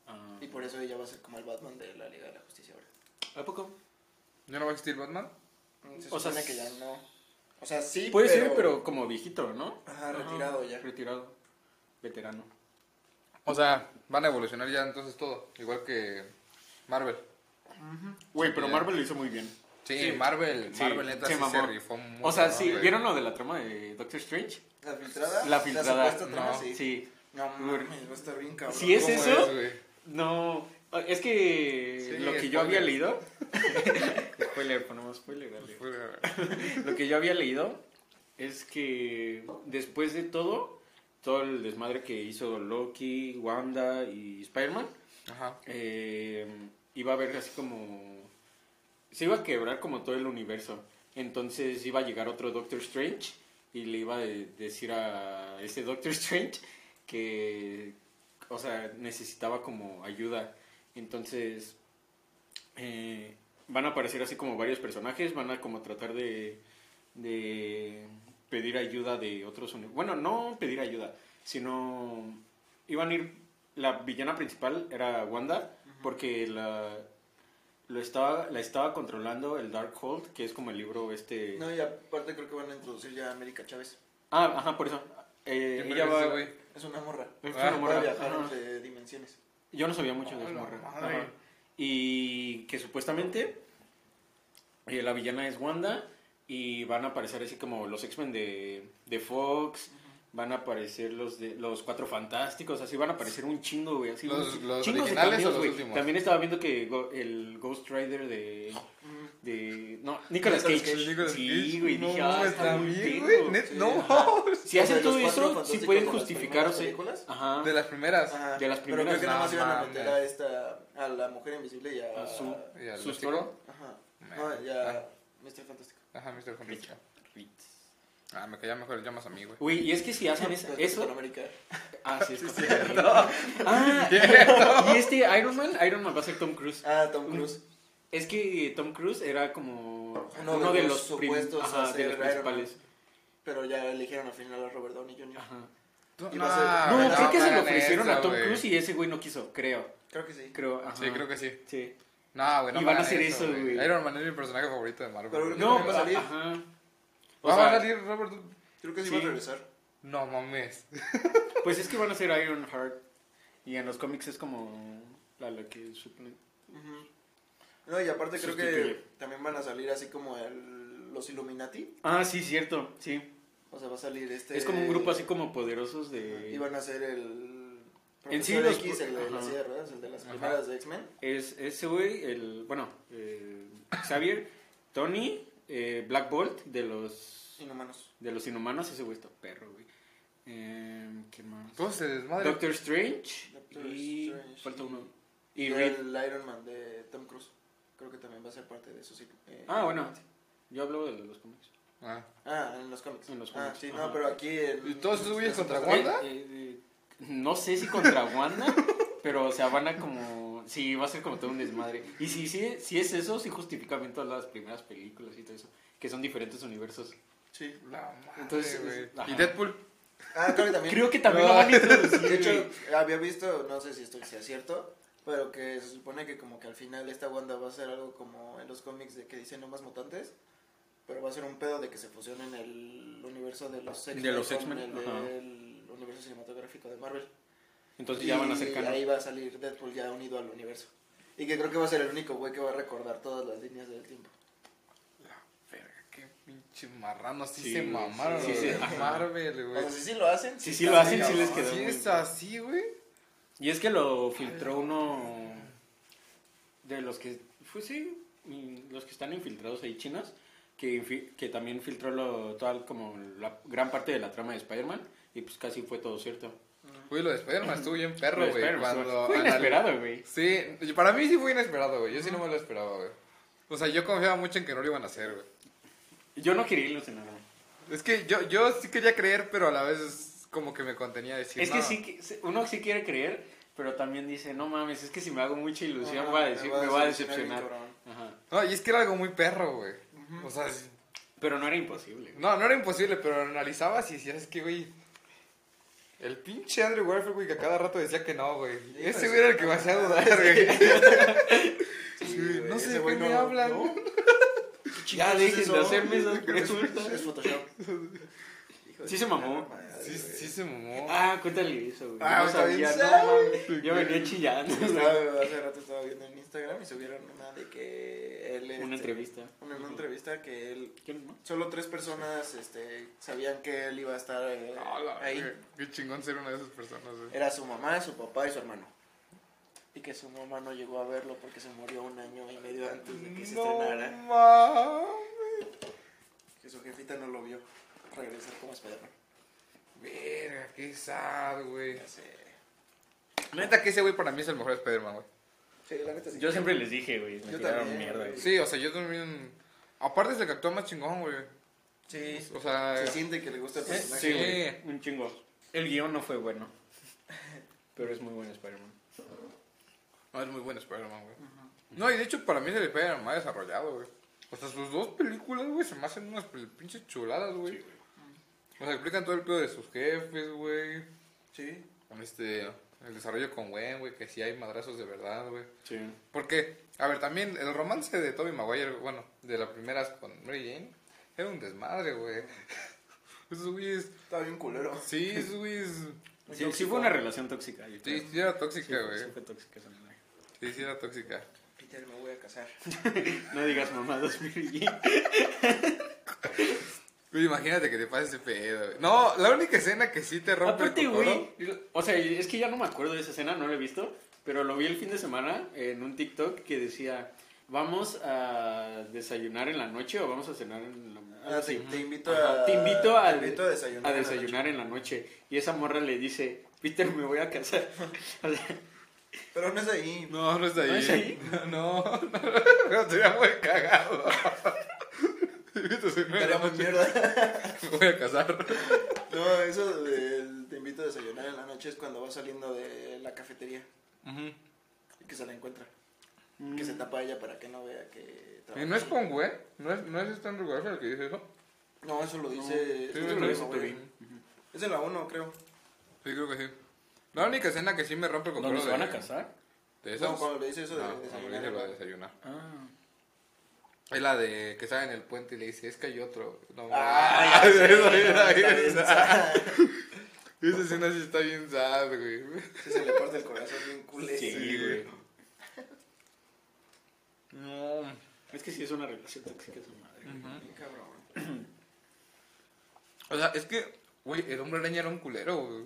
Speaker 2: Ah.
Speaker 1: Y por eso ella va a ser como el Batman de la Liga de la Justicia ahora.
Speaker 2: ¿A poco?
Speaker 3: ¿Ya no va a existir Batman?
Speaker 1: Se
Speaker 2: O sea,
Speaker 1: supone que ya no. O sea, sí,
Speaker 2: Puede ser, pero como viejito, ¿no?
Speaker 1: Ajá, retirado ya.
Speaker 2: Retirado. Veterano.
Speaker 3: O sea, van a evolucionar ya entonces todo. Igual que Marvel.
Speaker 2: Güey, pero
Speaker 3: Ya.
Speaker 2: Marvel lo hizo muy bien.
Speaker 3: Sí,
Speaker 2: Sí.
Speaker 3: Marvel.
Speaker 2: Sí,
Speaker 3: Marvel neta
Speaker 2: se
Speaker 3: sí se,
Speaker 2: mamó.
Speaker 3: rifó mucho,
Speaker 2: O sea,
Speaker 3: ¿no,
Speaker 2: sí,
Speaker 3: güey?
Speaker 2: ¿vieron lo de la trama de Doctor Strange?
Speaker 1: ¿La filtrada?
Speaker 2: La filtrada.
Speaker 1: supuesta trama,
Speaker 3: No,
Speaker 1: sí.
Speaker 2: Sí.
Speaker 1: No mames, va a estar bien cabrón.
Speaker 2: Si es
Speaker 3: ¿Cómo
Speaker 2: eso?
Speaker 3: es, güey?
Speaker 2: No, es que
Speaker 3: Sí,
Speaker 2: lo que yo había
Speaker 3: spoiler.
Speaker 2: leído... spoiler, ponemos spoiler, dale.
Speaker 3: Fue-
Speaker 2: Lo que yo había leído es que después de todo, todo el desmadre que hizo Loki, Wanda y Spider-Man,
Speaker 3: Ajá.
Speaker 2: eh, iba a haber así como... Se iba a quebrar como todo el universo. Entonces iba a llegar otro Doctor Strange y le iba a de- decir a ese Doctor Strange que, o sea, necesitaba como ayuda. Entonces eh, van a aparecer así como varios personajes, van a como tratar de, de pedir ayuda de otros... uni- Bueno, no pedir ayuda, sino iban a ir la villana principal era Wanda porque la lo estaba la estaba controlando el Darkhold que es como el libro este
Speaker 1: No, y aparte creo que van a introducir ya a América Chávez.
Speaker 2: ah ajá por eso Eh,
Speaker 3: ¿Quién
Speaker 2: ella
Speaker 3: verga es
Speaker 2: va
Speaker 3: ese güey?
Speaker 1: Es una morra.
Speaker 2: es
Speaker 3: Ah,
Speaker 2: una morra,
Speaker 1: Va a viajar
Speaker 2: ajá.
Speaker 1: entre dimensiones.
Speaker 2: yo no sabía mucho de esa
Speaker 3: Hola,
Speaker 2: morra
Speaker 3: madre.
Speaker 2: ajá. y que supuestamente eh, la villana es Wanda y van a aparecer así como los X-Men de, de Fox van a aparecer los de los cuatro fantásticos así van a aparecer un chingo güey así
Speaker 3: ¿Los-
Speaker 2: un-
Speaker 3: los
Speaker 2: chingos de
Speaker 3: originales o
Speaker 2: cameos,
Speaker 3: los
Speaker 2: güey.
Speaker 3: últimos?
Speaker 2: también estaba viendo que go- el Ghost Rider de de. No, Nicolas Cage.
Speaker 1: Nicolas
Speaker 3: El Nicolas
Speaker 2: Sí,
Speaker 3: Cage,
Speaker 2: güey,
Speaker 3: no,
Speaker 2: dije, ah,
Speaker 3: mames,
Speaker 2: está muy
Speaker 3: también,
Speaker 2: pendejo.
Speaker 3: güey, net-
Speaker 1: sí,
Speaker 3: no,
Speaker 1: ajá.
Speaker 2: Si
Speaker 1: O sea,
Speaker 2: hacen
Speaker 1: los
Speaker 2: todo
Speaker 1: cuatro
Speaker 2: eso, sí
Speaker 1: fantásticos de
Speaker 2: pueden
Speaker 1: las primeras
Speaker 2: justificarse.
Speaker 1: películas.
Speaker 2: Ajá.
Speaker 3: de las primeras.
Speaker 1: Ajá.
Speaker 2: De las
Speaker 1: Pero creo
Speaker 2: primeras,
Speaker 1: que nada más
Speaker 3: no,
Speaker 1: iban a
Speaker 3: mames.
Speaker 1: meter a esta, a la mujer invisible y a.
Speaker 2: A su-
Speaker 3: Y al
Speaker 2: ¿Sus
Speaker 3: Mystico.
Speaker 2: toro?
Speaker 1: Ajá. No,
Speaker 3: Ah.
Speaker 1: ya. Mr. Fantástico.
Speaker 3: Ajá, Mr. Fantástico.
Speaker 2: Richard. Ritz.
Speaker 3: Ah, me caía mejor, llamas a mí, güey.
Speaker 2: Güey, y es que si hacen es- eso.
Speaker 1: América.
Speaker 2: Ah, sí, es Capitán América. Ah, y este Iron Man, Iron Man va a ser Tom Cruise.
Speaker 1: Ah, Tom Cruise.
Speaker 2: Es que Tom Cruise era como
Speaker 1: Uno
Speaker 2: uno,
Speaker 1: de
Speaker 2: de
Speaker 1: los
Speaker 2: los, prim-
Speaker 1: supuestos a
Speaker 2: ajá, de
Speaker 1: ser Iron
Speaker 2: los
Speaker 1: Man.
Speaker 2: principales.
Speaker 1: Pero ya eligieron al final a Robert Downey Jr.
Speaker 2: Ajá.
Speaker 3: No,
Speaker 1: Iba a ser-
Speaker 2: No,
Speaker 1: Ah,
Speaker 2: creo que se
Speaker 3: hagan
Speaker 2: lo ofrecieron
Speaker 3: eso,
Speaker 2: a Tom
Speaker 3: güey.
Speaker 2: Cruise y ese güey no quiso, creo.
Speaker 1: Creo que sí.
Speaker 2: Creo, ajá.
Speaker 3: Sí, creo que sí.
Speaker 2: Sí.
Speaker 3: No, güey, no
Speaker 2: Y van a
Speaker 3: hagan
Speaker 2: hacer eso, güey.
Speaker 3: Iron Man es mi personaje favorito de Marvel.
Speaker 1: Pero
Speaker 3: güey.
Speaker 1: creo
Speaker 2: No,
Speaker 1: que
Speaker 2: pero,
Speaker 1: va a salir.
Speaker 2: ajá. O
Speaker 3: ¿Va
Speaker 2: sea,
Speaker 3: a salir Robert? Du-
Speaker 1: Creo que sí,
Speaker 2: Sí.
Speaker 1: va a regresar.
Speaker 3: No mames.
Speaker 2: Pues es que van a ser Iron Heart. Y en los cómics es como la, la que suple.
Speaker 1: Ujú. No, y aparte creo que
Speaker 2: Sustituye.
Speaker 1: también van a salir así como el- los Illuminati.
Speaker 2: Ah, sí, cierto, sí.
Speaker 1: O sea, va a salir este.
Speaker 2: Es como un grupo así como poderosos
Speaker 1: Y
Speaker 2: de...
Speaker 1: van a ser el.
Speaker 2: En sí,
Speaker 1: Profesor
Speaker 2: los-
Speaker 1: X, el de las
Speaker 2: ajá.
Speaker 1: sillas de ruedas, el de las
Speaker 3: Ajá.
Speaker 1: primeras de X-Men.
Speaker 2: Es ese güey, el... Bueno, eh, Xavier, Tony, eh, Black Bolt de los...
Speaker 1: Inhumanos.
Speaker 2: De los inhumanos, ese güey está perro, güey. Eh, ¿Qué más?
Speaker 3: Todo se desmadre.
Speaker 2: Doctor Strange.
Speaker 1: Doctor
Speaker 2: y...
Speaker 1: Strange
Speaker 2: Falta uno.
Speaker 1: Y,
Speaker 2: Y Reed.
Speaker 1: el Iron Man de Tom Cruise. Creo que también va a ser parte de eso. Sí. Eh,
Speaker 2: Ah, bueno. Yo hablo de los cómics.
Speaker 3: Ah.
Speaker 1: Ah, en los cómics.
Speaker 2: En los
Speaker 1: Ah,
Speaker 2: cómics,
Speaker 1: sí,
Speaker 2: ajá.
Speaker 1: no, pero aquí. En,
Speaker 3: ¿Y todos esos güeyes
Speaker 1: en-
Speaker 3: contra
Speaker 1: en-
Speaker 3: ¿Wanda?
Speaker 2: Eh, eh, no sé si contra Wanda, pero o sea, van a como. Sí, va a ser como todo un desmadre. Y si, sí, sí es eso, sí justifica bien todas las primeras películas y todo eso, que son diferentes universos.
Speaker 1: Sí.
Speaker 3: La madre,
Speaker 2: Entonces,
Speaker 3: güey.
Speaker 2: ajá.
Speaker 3: ¿Y Deadpool?
Speaker 1: Ah, creo que también.
Speaker 2: Creo que también lo van a introducir.
Speaker 1: De hecho,
Speaker 2: güey.
Speaker 1: había visto, no sé si esto sea cierto, pero que se supone que como que al final esta Wanda va a ser algo como en los cómics de que dicen no más mutantes, pero va a ser un pedo de que se fusionen el universo de los X-Men
Speaker 2: De los
Speaker 1: con
Speaker 2: X-Men,
Speaker 1: el
Speaker 2: ajá.
Speaker 1: del universo cinematográfico de Marvel.
Speaker 2: entonces ya van a ser
Speaker 1: Y
Speaker 2: canon.
Speaker 1: ahí va a salir Deadpool ya unido al universo. Y que creo que va a ser el único güey que va a recordar todas las líneas del tiempo.
Speaker 3: Verga, qué pinche marrano. Sí,
Speaker 2: Sí,
Speaker 3: se
Speaker 2: güey,
Speaker 3: mamaron.
Speaker 2: sí, sí,
Speaker 3: güey.
Speaker 2: ajá.
Speaker 3: Marvel,
Speaker 1: O
Speaker 3: güey.
Speaker 1: sea, si sí lo hacen.
Speaker 2: Si sí
Speaker 1: está
Speaker 2: lo hacen,
Speaker 1: muy
Speaker 2: sí les
Speaker 1: cabrón.
Speaker 2: queda.
Speaker 3: Sí,
Speaker 2: muy
Speaker 3: es
Speaker 2: bien.
Speaker 3: así, güey.
Speaker 2: Y es que lo filtró uno de los que. Pues sí, mm, los que están infiltrados ahí chinos. Que, infi- que también filtró lo, toda como la gran parte de la trama de Spider-Man. Y pues casi fue todo cierto.
Speaker 3: Güey, lo de Spider-Man estuvo bien perro,
Speaker 2: Lo de
Speaker 3: güey.
Speaker 2: Spider-Man,
Speaker 3: Cuando
Speaker 2: pues, Fue
Speaker 3: anal-
Speaker 2: inesperado, güey.
Speaker 3: Sí, y para mí sí fue inesperado, güey. Yo sí no me lo esperaba, güey. O sea, yo confiaba mucho en que no lo iban a hacer, güey.
Speaker 2: Yo no quería ilusionarme.
Speaker 3: Es que yo, yo sí quería creer, pero a la vez es como que me contenía a decir
Speaker 2: es que
Speaker 3: no.
Speaker 2: sí, que- se- uno sí quiere creer, pero también dice, no mames, es que si me hago mucha ilusión
Speaker 1: Ajá,
Speaker 2: voy a decir, me voy a decepcionar.
Speaker 1: bien cabrón.
Speaker 2: Ajá.
Speaker 3: No, y es que era algo muy perro, güey. O sea, sí-
Speaker 2: Pero no era imposible. güey.
Speaker 3: no, no era imposible, pero lo analizabas y decías que, güey... El pinche Andrew Garfield, güey, que a cada rato decía que no, güey.
Speaker 1: Sí,
Speaker 3: Ese
Speaker 1: pues,
Speaker 3: güey era el que me hacía dudar, güey.
Speaker 1: Sí,
Speaker 3: Sí,
Speaker 1: güey,
Speaker 3: no
Speaker 1: ese
Speaker 3: sé de
Speaker 1: güey
Speaker 3: qué me hablan.
Speaker 1: no.
Speaker 2: Ya dejen de hacerme esas
Speaker 1: Es
Speaker 2: preguntas.
Speaker 1: Photoshop.
Speaker 2: Sí se mamó.
Speaker 3: Sí, sí se mamó.
Speaker 2: Ah, cuéntale eso, güey.
Speaker 1: Ah,
Speaker 2: no
Speaker 1: está bien,
Speaker 2: sabía, no
Speaker 1: ¿sabes?
Speaker 2: mames. Yo venía chillando. güey.
Speaker 1: Estaba- Hace rato estaba viendo en Instagram y subieron una de que él. este,
Speaker 2: Una entrevista.
Speaker 1: Una, una entrevista que él.
Speaker 2: ¿Quién no?
Speaker 1: Solo tres personas este, sabían que él iba a estar eh,
Speaker 3: Ah, la
Speaker 1: ahí.
Speaker 3: verga. Qué chingón ser una de esas personas, güey.
Speaker 1: Era su mamá, su papá y su hermano. Y que su mamá no llegó a verlo porque se murió un año y medio antes de que se estrenara.
Speaker 3: mames.
Speaker 1: Que su jefita no lo vio regresar como Spider-Man.
Speaker 3: Verga, qué sad, güey.
Speaker 1: Ya sé.
Speaker 3: Neta que ese güey para mí es el mejor Spider-Man, güey.
Speaker 1: Sí, la neta sí.
Speaker 2: Yo siempre les dije, güey. Me
Speaker 1: Yo
Speaker 2: tiraron
Speaker 1: también,
Speaker 2: mierda,
Speaker 1: güey.
Speaker 2: güey.
Speaker 3: Sí, o sea, yo también... Aparte es el que actúa más chingón, güey.
Speaker 1: Sí,
Speaker 3: O sea...
Speaker 1: se siente que le gusta el personaje.
Speaker 2: Eh, Sí,
Speaker 3: Sí.
Speaker 2: güey, un chingo. El guión no fue bueno. Pero es muy bueno Spider-Man.
Speaker 3: No, Ah, es muy buen Spider-Man, güey. No, y de hecho para mí es el Spider-Man más desarrollado, güey. O sea, sus dos películas, güey, se me hacen unas pel- pinches chuladas, güey. o sea, explican todo el pedo de sus jefes, güey.
Speaker 1: Sí.
Speaker 3: Este, el desarrollo con Gwen, güey, que sí hay madrazos de verdad, güey.
Speaker 2: Sí.
Speaker 3: Porque, a ver, también el romance de Toby Maguire, bueno, de las primeras con Mary Jane, era un desmadre, güey. Esos güeyes,
Speaker 1: Está bien culero.
Speaker 3: sí, esos güeyes,
Speaker 2: Sí, sí fue una relación tóxica. yo creo.
Speaker 3: sí, sí era
Speaker 2: Sí,
Speaker 3: tóxica,
Speaker 2: fue-
Speaker 3: güey.
Speaker 2: sí fue tóxica esa madre.
Speaker 3: Sí, sí era tóxica.
Speaker 1: Peter, me voy a casar.
Speaker 2: No digas mamadas, Mary Jane.
Speaker 3: Güey, imagínate que te pase ese pedo, güey. No, la única escena que sí te rompe
Speaker 2: Aparte,
Speaker 3: el cocoro...
Speaker 2: güey. O sea, es que ya no me acuerdo de esa escena, no la he visto. Pero lo vi el fin de semana en un TikTok que decía: vamos a desayunar en la noche o vamos a cenar en la noche.
Speaker 1: Ah, te, te invito
Speaker 2: Ajá,
Speaker 1: a.
Speaker 2: te invito a,
Speaker 1: te invito a desayunar.
Speaker 2: a desayunar en la noche. Y esa morra le dice, Peter, me voy a casar. O sea,
Speaker 1: Pero no es ahí.
Speaker 3: No, no está ahí.
Speaker 2: ¿No es ahí?
Speaker 3: No, no, pero sería muy cagado.
Speaker 1: Estaría muy mierda.
Speaker 3: Me voy a casar.
Speaker 1: No, eso del te invito a desayunar en la noche es cuando va saliendo de la cafetería y que se la encuentra. Que
Speaker 2: Mm.
Speaker 1: se tapa ella para que no vea que
Speaker 3: ¿Y Eh, no es
Speaker 1: ahí.
Speaker 3: con güey? ¿No es, no es Stan Rugazo el que dice eso?
Speaker 1: No, eso lo dice.
Speaker 3: Sí,
Speaker 1: eso
Speaker 3: eso
Speaker 1: lo dice
Speaker 3: lo dice
Speaker 1: Toby.
Speaker 2: Toby.
Speaker 1: Es en la 1, creo.
Speaker 3: Sí, creo que sí. La única escena que sí me rompe el
Speaker 2: ¿Dónde se
Speaker 3: corazón.
Speaker 2: van a casar?
Speaker 3: ¿De esas?
Speaker 1: No, cuando le dice eso de
Speaker 3: No, cuando le
Speaker 1: desayunar.
Speaker 3: dice
Speaker 1: en
Speaker 3: lo
Speaker 1: la-
Speaker 3: de desayunar.
Speaker 2: Ah.
Speaker 3: Es la de que sale en el puente y le dice, es que hay otro. No,
Speaker 1: Ah,
Speaker 3: mames.
Speaker 1: ya sé,
Speaker 3: Esa
Speaker 1: está
Speaker 3: escena
Speaker 1: bien,
Speaker 3: sí
Speaker 1: está bien.
Speaker 3: está bien sad. Esa escena sí está bien sad, güey.
Speaker 1: Sí, se le parte el corazón bien culé.
Speaker 2: Sí, güey.
Speaker 3: No.
Speaker 2: Es que sí es una relación tóxica su madre.
Speaker 1: Bien cabrón.
Speaker 3: O sea, es que, güey, el hombre araña era un culero, güey.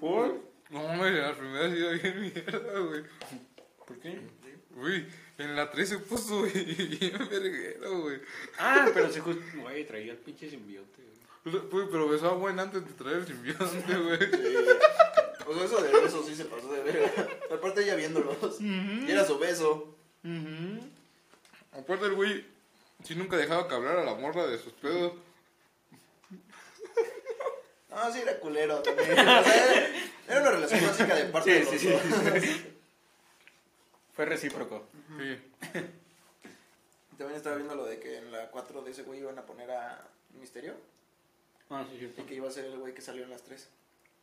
Speaker 2: ¿Por?
Speaker 3: No, mames, en la primera sí era bien mierda, güey.
Speaker 2: ¿Por qué?
Speaker 3: Uy, en la 3 se puso güey, bien verguero, güey.
Speaker 2: Ah, pero se justo... Güey, traía el pinche simbiote. güey.
Speaker 3: Uy, pero besó a buen antes de traer el simbionte, güey.
Speaker 1: O sea, eso de besos sí se pasó de verga. Aparte ella viéndolos. Y era su beso.
Speaker 3: Aparte el güey, sí nunca dejaba que hablar a la morra de sus pedos.
Speaker 1: No, Ah, sí era culero también. O sea, era, era una relación básica de parte de los
Speaker 2: Sí, sí,
Speaker 1: dos.
Speaker 2: Fue recíproco.
Speaker 3: Sí.
Speaker 1: También estaba viendo lo de que en la 4 de ese güey iban a poner a Misterio.
Speaker 2: Ah, sí,
Speaker 1: Y
Speaker 2: cierto.
Speaker 1: que iba a ser el güey que salió en las 3.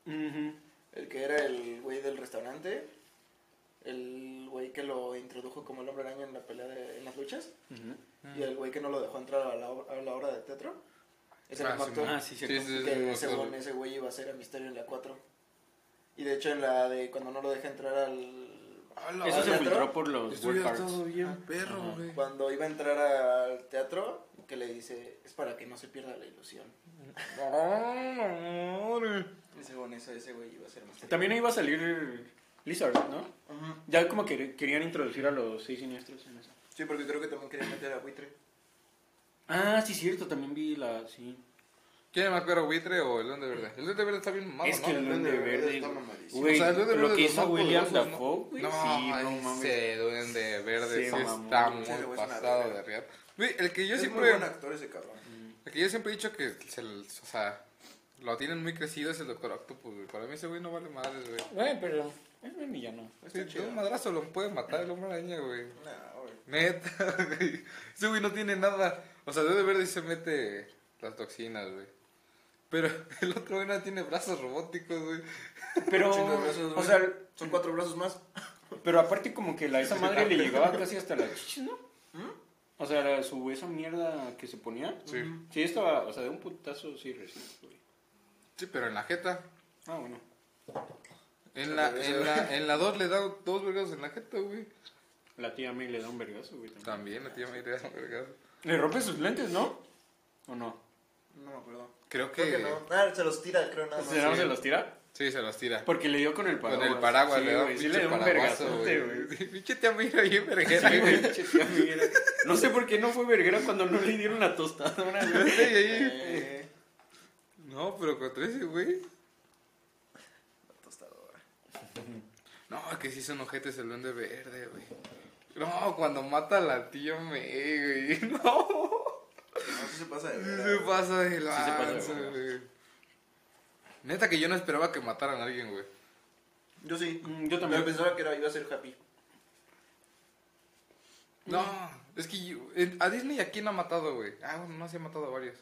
Speaker 2: Ujú.
Speaker 1: El que era el güey del restaurante. El güey que lo introdujo como el hombre araña en la pelea de, en las luchas.
Speaker 2: Ujú.
Speaker 1: Y el güey que no lo dejó entrar a la, ob- a la obra de teatro. Es el
Speaker 3: Ah,
Speaker 1: mismo
Speaker 3: sí,
Speaker 1: actor.
Speaker 2: Ah, sí,
Speaker 3: Sí, sí,
Speaker 2: cierto.
Speaker 3: sí,
Speaker 1: que
Speaker 3: sí, me
Speaker 1: según
Speaker 3: acuerdo.
Speaker 1: ese güey iba a ser a Misterio en la 4. Y de hecho en la de cuando no lo deja entrar al...
Speaker 3: Ala,
Speaker 2: Eso se
Speaker 1: ¿Teatro?
Speaker 2: filtró por los Ah.
Speaker 3: Esto ya
Speaker 2: wordcards.
Speaker 3: todo bien perro,
Speaker 2: Ajá.
Speaker 3: güey.
Speaker 1: Cuando iba a entrar al teatro, que le dice, es para que no se pierda la ilusión.
Speaker 3: No, no, no.
Speaker 1: Y según eso, ese güey iba a ser Misterio.
Speaker 2: También iba a salir Lizard, ¿no?
Speaker 1: Ajá.
Speaker 2: Ya como que querían introducir a los seis siniestros en eso.
Speaker 1: Sí, porque creo que también quería meter a Buitre.
Speaker 2: Ah, sí, cierto, también vi la. Sí.
Speaker 3: ¿Quién es más perro, buitre o el duende verde? El duende verde está bien mamado,
Speaker 2: es que
Speaker 3: ¿no?
Speaker 2: el
Speaker 1: el Duende
Speaker 2: duende
Speaker 1: Verde
Speaker 2: verde.
Speaker 1: está
Speaker 2: güey.
Speaker 1: mamadísimo.
Speaker 2: Güey,
Speaker 3: O sea, el Duende
Speaker 2: pero
Speaker 3: Verde
Speaker 2: que
Speaker 3: los
Speaker 2: hizo
Speaker 3: más
Speaker 2: William
Speaker 3: poderosos, ¿no?
Speaker 2: Dafoe, güey.
Speaker 3: No,
Speaker 2: sí, no
Speaker 3: ese
Speaker 2: mames.
Speaker 3: duende verde
Speaker 2: Sí,
Speaker 3: sí,
Speaker 2: mamón.
Speaker 3: está
Speaker 2: Ese
Speaker 1: güey es
Speaker 3: muy
Speaker 1: una
Speaker 3: pasado
Speaker 1: verga.
Speaker 3: de real. Güey, el que yo
Speaker 1: es
Speaker 3: siempre...
Speaker 1: muy buen actor ese cabrón.
Speaker 3: El que yo siempre he dicho que se, l- o sea, lo tienen muy crecido es el Doctor Octopus, güey. Para mí ese güey no vale madres, güey.
Speaker 2: Güey, pero. eh, Es buen villano.
Speaker 1: Está
Speaker 3: Sí, de
Speaker 1: chido.
Speaker 3: un madrazo lo puede matar el hombre araña, güey.
Speaker 1: Nah, güey.
Speaker 3: Neta, güey. Ese güey no tiene nada. O sea, de verde sí se mete las toxinas, güey. Pero el otro güey no tiene brazos robóticos, güey.
Speaker 2: Pero.
Speaker 1: Chingo de brazos,
Speaker 2: O
Speaker 1: güey.
Speaker 2: sea,
Speaker 1: son cuatro brazos más.
Speaker 2: pero aparte, como que la esa madre le llegaba casi hasta la chichis, ¿no? O sea, la- su esa mierda que se ponía.
Speaker 3: Sí.
Speaker 2: Sí, estaba. O sea, de un putazo sí recién, güey.
Speaker 3: Sí, pero en la jeta.
Speaker 2: Ah, bueno.
Speaker 3: En la, en la, en la 2 le da dos vergados en la jeta, güey.
Speaker 2: La tía May le da un vergazo, güey. También.
Speaker 3: También la tía me iría a vergados.
Speaker 2: Le rompe sus lentes, ¿no? ¿O no?
Speaker 1: No me acuerdo.
Speaker 3: Creo que...
Speaker 1: Creo que no. Ah, se los tira, creo nada más.
Speaker 2: ¿Se, se los tira?
Speaker 3: Sí, se los tira.
Speaker 2: Porque le dio con el
Speaker 3: Con
Speaker 2: paraguas.
Speaker 3: el paraguas
Speaker 2: sí,
Speaker 3: le da
Speaker 2: güey,
Speaker 3: un
Speaker 2: sí le dio un
Speaker 3: paraguazo,
Speaker 2: vergazote,
Speaker 3: güey.
Speaker 2: güey.
Speaker 3: Sí, Pinche te mira bien verguera,
Speaker 2: Sí,
Speaker 3: güey.
Speaker 2: güey, che, tía, mira. No sé por qué no fue verguera cuando no le dieron la tostadora, güey.
Speaker 3: Sí, ahí.
Speaker 1: Eh,
Speaker 3: No, pero contra ese güey.
Speaker 1: la tostadora.
Speaker 3: No, que sí son ojetes el duende verde, güey. No, cuando mata a la tía May, güey. No.
Speaker 1: No, sí se pasa de
Speaker 3: Sí
Speaker 1: verga,
Speaker 3: se
Speaker 1: güey.
Speaker 3: pasa
Speaker 2: pasa
Speaker 3: de
Speaker 2: de
Speaker 3: lanza,
Speaker 2: verga.
Speaker 3: güey. Neta que yo no esperaba que mataran a alguien, güey.
Speaker 1: Yo sí.
Speaker 2: Mm, Yo
Speaker 1: Pero
Speaker 2: también.
Speaker 1: pensaba que era, iba a ser Happy.
Speaker 3: No, es que yo- en- a Disney a quién ha matado, güey. Ah, bueno, no se ha matado a varios.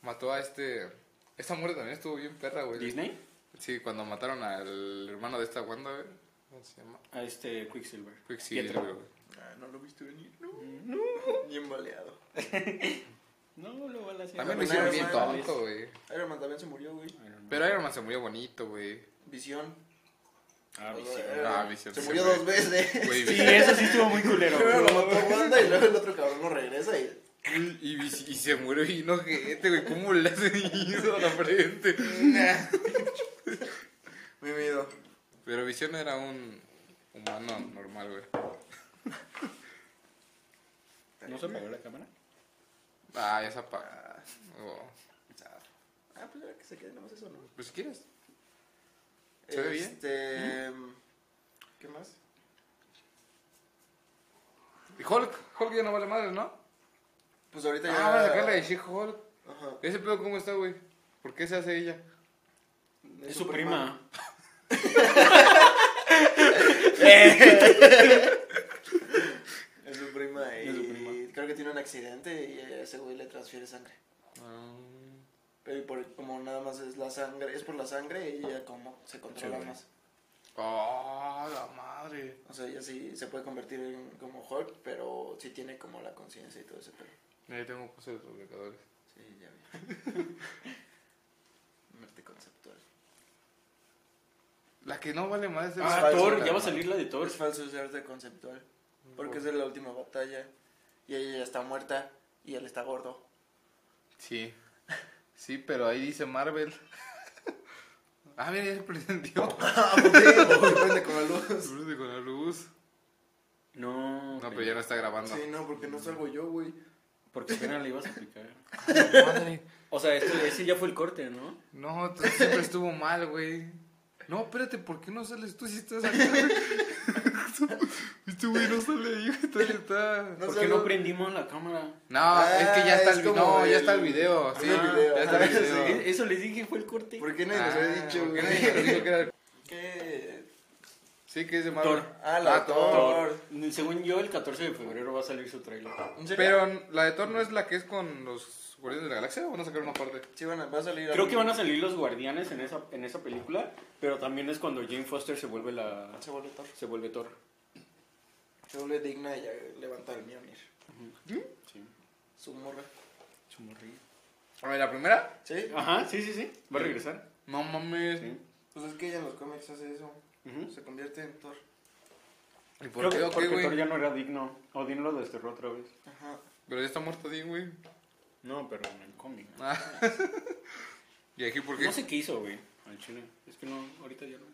Speaker 3: Mató a este. Esta muerte también estuvo bien perra, güey.
Speaker 2: ¿Disney?
Speaker 3: Sí, cuando mataron al hermano de esta Wanda, güey. ¿Cómo se llama?
Speaker 2: A este Quicksilver.
Speaker 3: Quicksilver,
Speaker 2: Pietro.
Speaker 3: güey.
Speaker 1: Ah, no lo viste venir. No. Bien baleado.
Speaker 2: Mm, No, lo va a hacer.
Speaker 3: También
Speaker 1: Pero
Speaker 3: lo hicieron
Speaker 1: Iron
Speaker 3: bien
Speaker 1: Man,
Speaker 3: tonto, güey.
Speaker 1: Iron Man también se murió, güey.
Speaker 3: Pero Iron Man se murió bonito, güey.
Speaker 1: Visión.
Speaker 2: Ah,
Speaker 1: Todo
Speaker 2: sí.
Speaker 1: era-
Speaker 3: Ah, Visión
Speaker 1: Se
Speaker 3: se
Speaker 1: murió
Speaker 3: murió.
Speaker 1: dos veces.
Speaker 3: Güey,
Speaker 2: Sí, eso sí estuvo muy culero.
Speaker 1: Primero
Speaker 2: güey.
Speaker 1: lo mató Wanda y luego el otro cabrón lo regresa y...
Speaker 3: Uy, Y, y- y se murió bien ojete, güey. ¿Cómo le hacen hizo a la frente?
Speaker 1: Mi miedo.
Speaker 3: Pero Visión era un humano normal, güey.
Speaker 2: ¿No se apagó la cámara?
Speaker 3: Ah, ya se apaga. Oh.
Speaker 1: Ah, pues era que se quede nomás eso, ¿no?
Speaker 3: Pues si quieres. ¿Se ve bien?
Speaker 1: Este. ¿Qué más?
Speaker 3: Y Hulk, Hulk ya no vale madre, ¿no?
Speaker 1: Pues ahorita
Speaker 3: Ah,
Speaker 1: ya.
Speaker 3: van a sacar la de She-Hulk.
Speaker 1: Ajá.
Speaker 3: ¿Ese pedo cómo está, güey? ¿Por qué se hace ella?
Speaker 2: Es su prima. Eh,
Speaker 1: Es su prima y
Speaker 2: Es su prima.
Speaker 1: creo que tiene un accidente y a ese güey le transfiere sangre.
Speaker 3: Ah.
Speaker 1: Pero por- como nada más es la sangre, es por la sangre y ella como se controla
Speaker 2: güey.
Speaker 1: más.
Speaker 3: Oh, la madre.
Speaker 1: O sea, ella sí se puede convertir en como Hulk, pero sí tiene como la conciencia y todo ese pedo.
Speaker 3: Mira, yo tengo cosas de los Vengadores.
Speaker 1: Sí, ya vi. Muerte conceptual.
Speaker 3: La que no vale madre es el
Speaker 2: Ah,
Speaker 3: Spider-Man.
Speaker 2: Thor, ya va a salir la de Thor.
Speaker 1: Es falso es arte conceptual. Porque es de la última batalla. Y ella ya está muerta y él está gordo.
Speaker 3: Sí. Sí, pero ahí dice Marvel. ah, mira, ya se prendió.
Speaker 1: Depende con la luz.
Speaker 3: Prende con la luz.
Speaker 2: No,
Speaker 3: No, pero ya no está grabando.
Speaker 1: Sí, no, porque no salgo yo, güey.
Speaker 2: porque apenas le ibas a aplicar.
Speaker 3: Madre.
Speaker 2: O sea, esto- ese ya fue el corte, ¿no?
Speaker 3: No, t- siempre estuvo mal, güey. No, espérate, ¿por qué no sales tú si estás acá, güey? Este güey no sale ahí, güey, todavía está.
Speaker 1: No
Speaker 2: ¿Por
Speaker 1: sé,
Speaker 2: qué no
Speaker 1: no-
Speaker 2: prendimos la cámara?
Speaker 3: No,
Speaker 1: Ah,
Speaker 3: es que ya está
Speaker 1: es
Speaker 3: el, vi-
Speaker 1: como
Speaker 3: no, ya
Speaker 1: el-
Speaker 3: está el video. Sí,
Speaker 1: el video,
Speaker 3: ya está el
Speaker 1: ajá,
Speaker 3: video.
Speaker 1: sí.
Speaker 2: Eh, Eso les dije, fue el corte.
Speaker 1: ¿Por qué nadie nos había dicho,
Speaker 3: Ah, ¿por qué
Speaker 1: güey?
Speaker 3: nadie nos dijo que era el-
Speaker 1: ¿Qué?
Speaker 3: Sí, que es de Marvel.
Speaker 2: Thor.
Speaker 1: Ah, la
Speaker 3: Ah,
Speaker 1: Thor.
Speaker 2: Thor. Según yo, el 14 de febrero va a salir su trailer.
Speaker 1: ¿En serio?
Speaker 3: Pero la de Thor no es la que es con los Guardianes de la Galaxia o van a sacar una parte.
Speaker 1: Sí, bueno, va a salir.
Speaker 2: Creo que van a salir los guardianes en esa, en esa película, pero también es cuando Jane Foster se vuelve la
Speaker 1: Se vuelve Thor.
Speaker 2: se vuelve Thor.
Speaker 1: Se vuelve digna y ya levanta el Mjolnir.
Speaker 2: Sí.
Speaker 1: Su morra.
Speaker 2: Su morrillo.
Speaker 3: A ver, la primera.
Speaker 1: ¿Sí?
Speaker 2: Ajá, sí, sí, sí. Va a regresar.
Speaker 3: No mames.
Speaker 2: Sí.
Speaker 1: Pues es que ella en los cómics hace eso.
Speaker 2: Ujú.
Speaker 1: Se convierte en Thor.
Speaker 3: ¿Y
Speaker 2: Creo
Speaker 3: por
Speaker 2: que
Speaker 3: qué o qué,
Speaker 2: porque Thor
Speaker 3: güey?
Speaker 2: ya no era digno. Odín lo desterró otra vez.
Speaker 1: Ajá.
Speaker 3: Pero ya está muerto Dean, güey.
Speaker 2: No, pero en el cómic.
Speaker 3: Ah. ¿Y aquí por qué?
Speaker 2: No sé qué hizo, güey. Al chile. Es que no, ahorita ya no.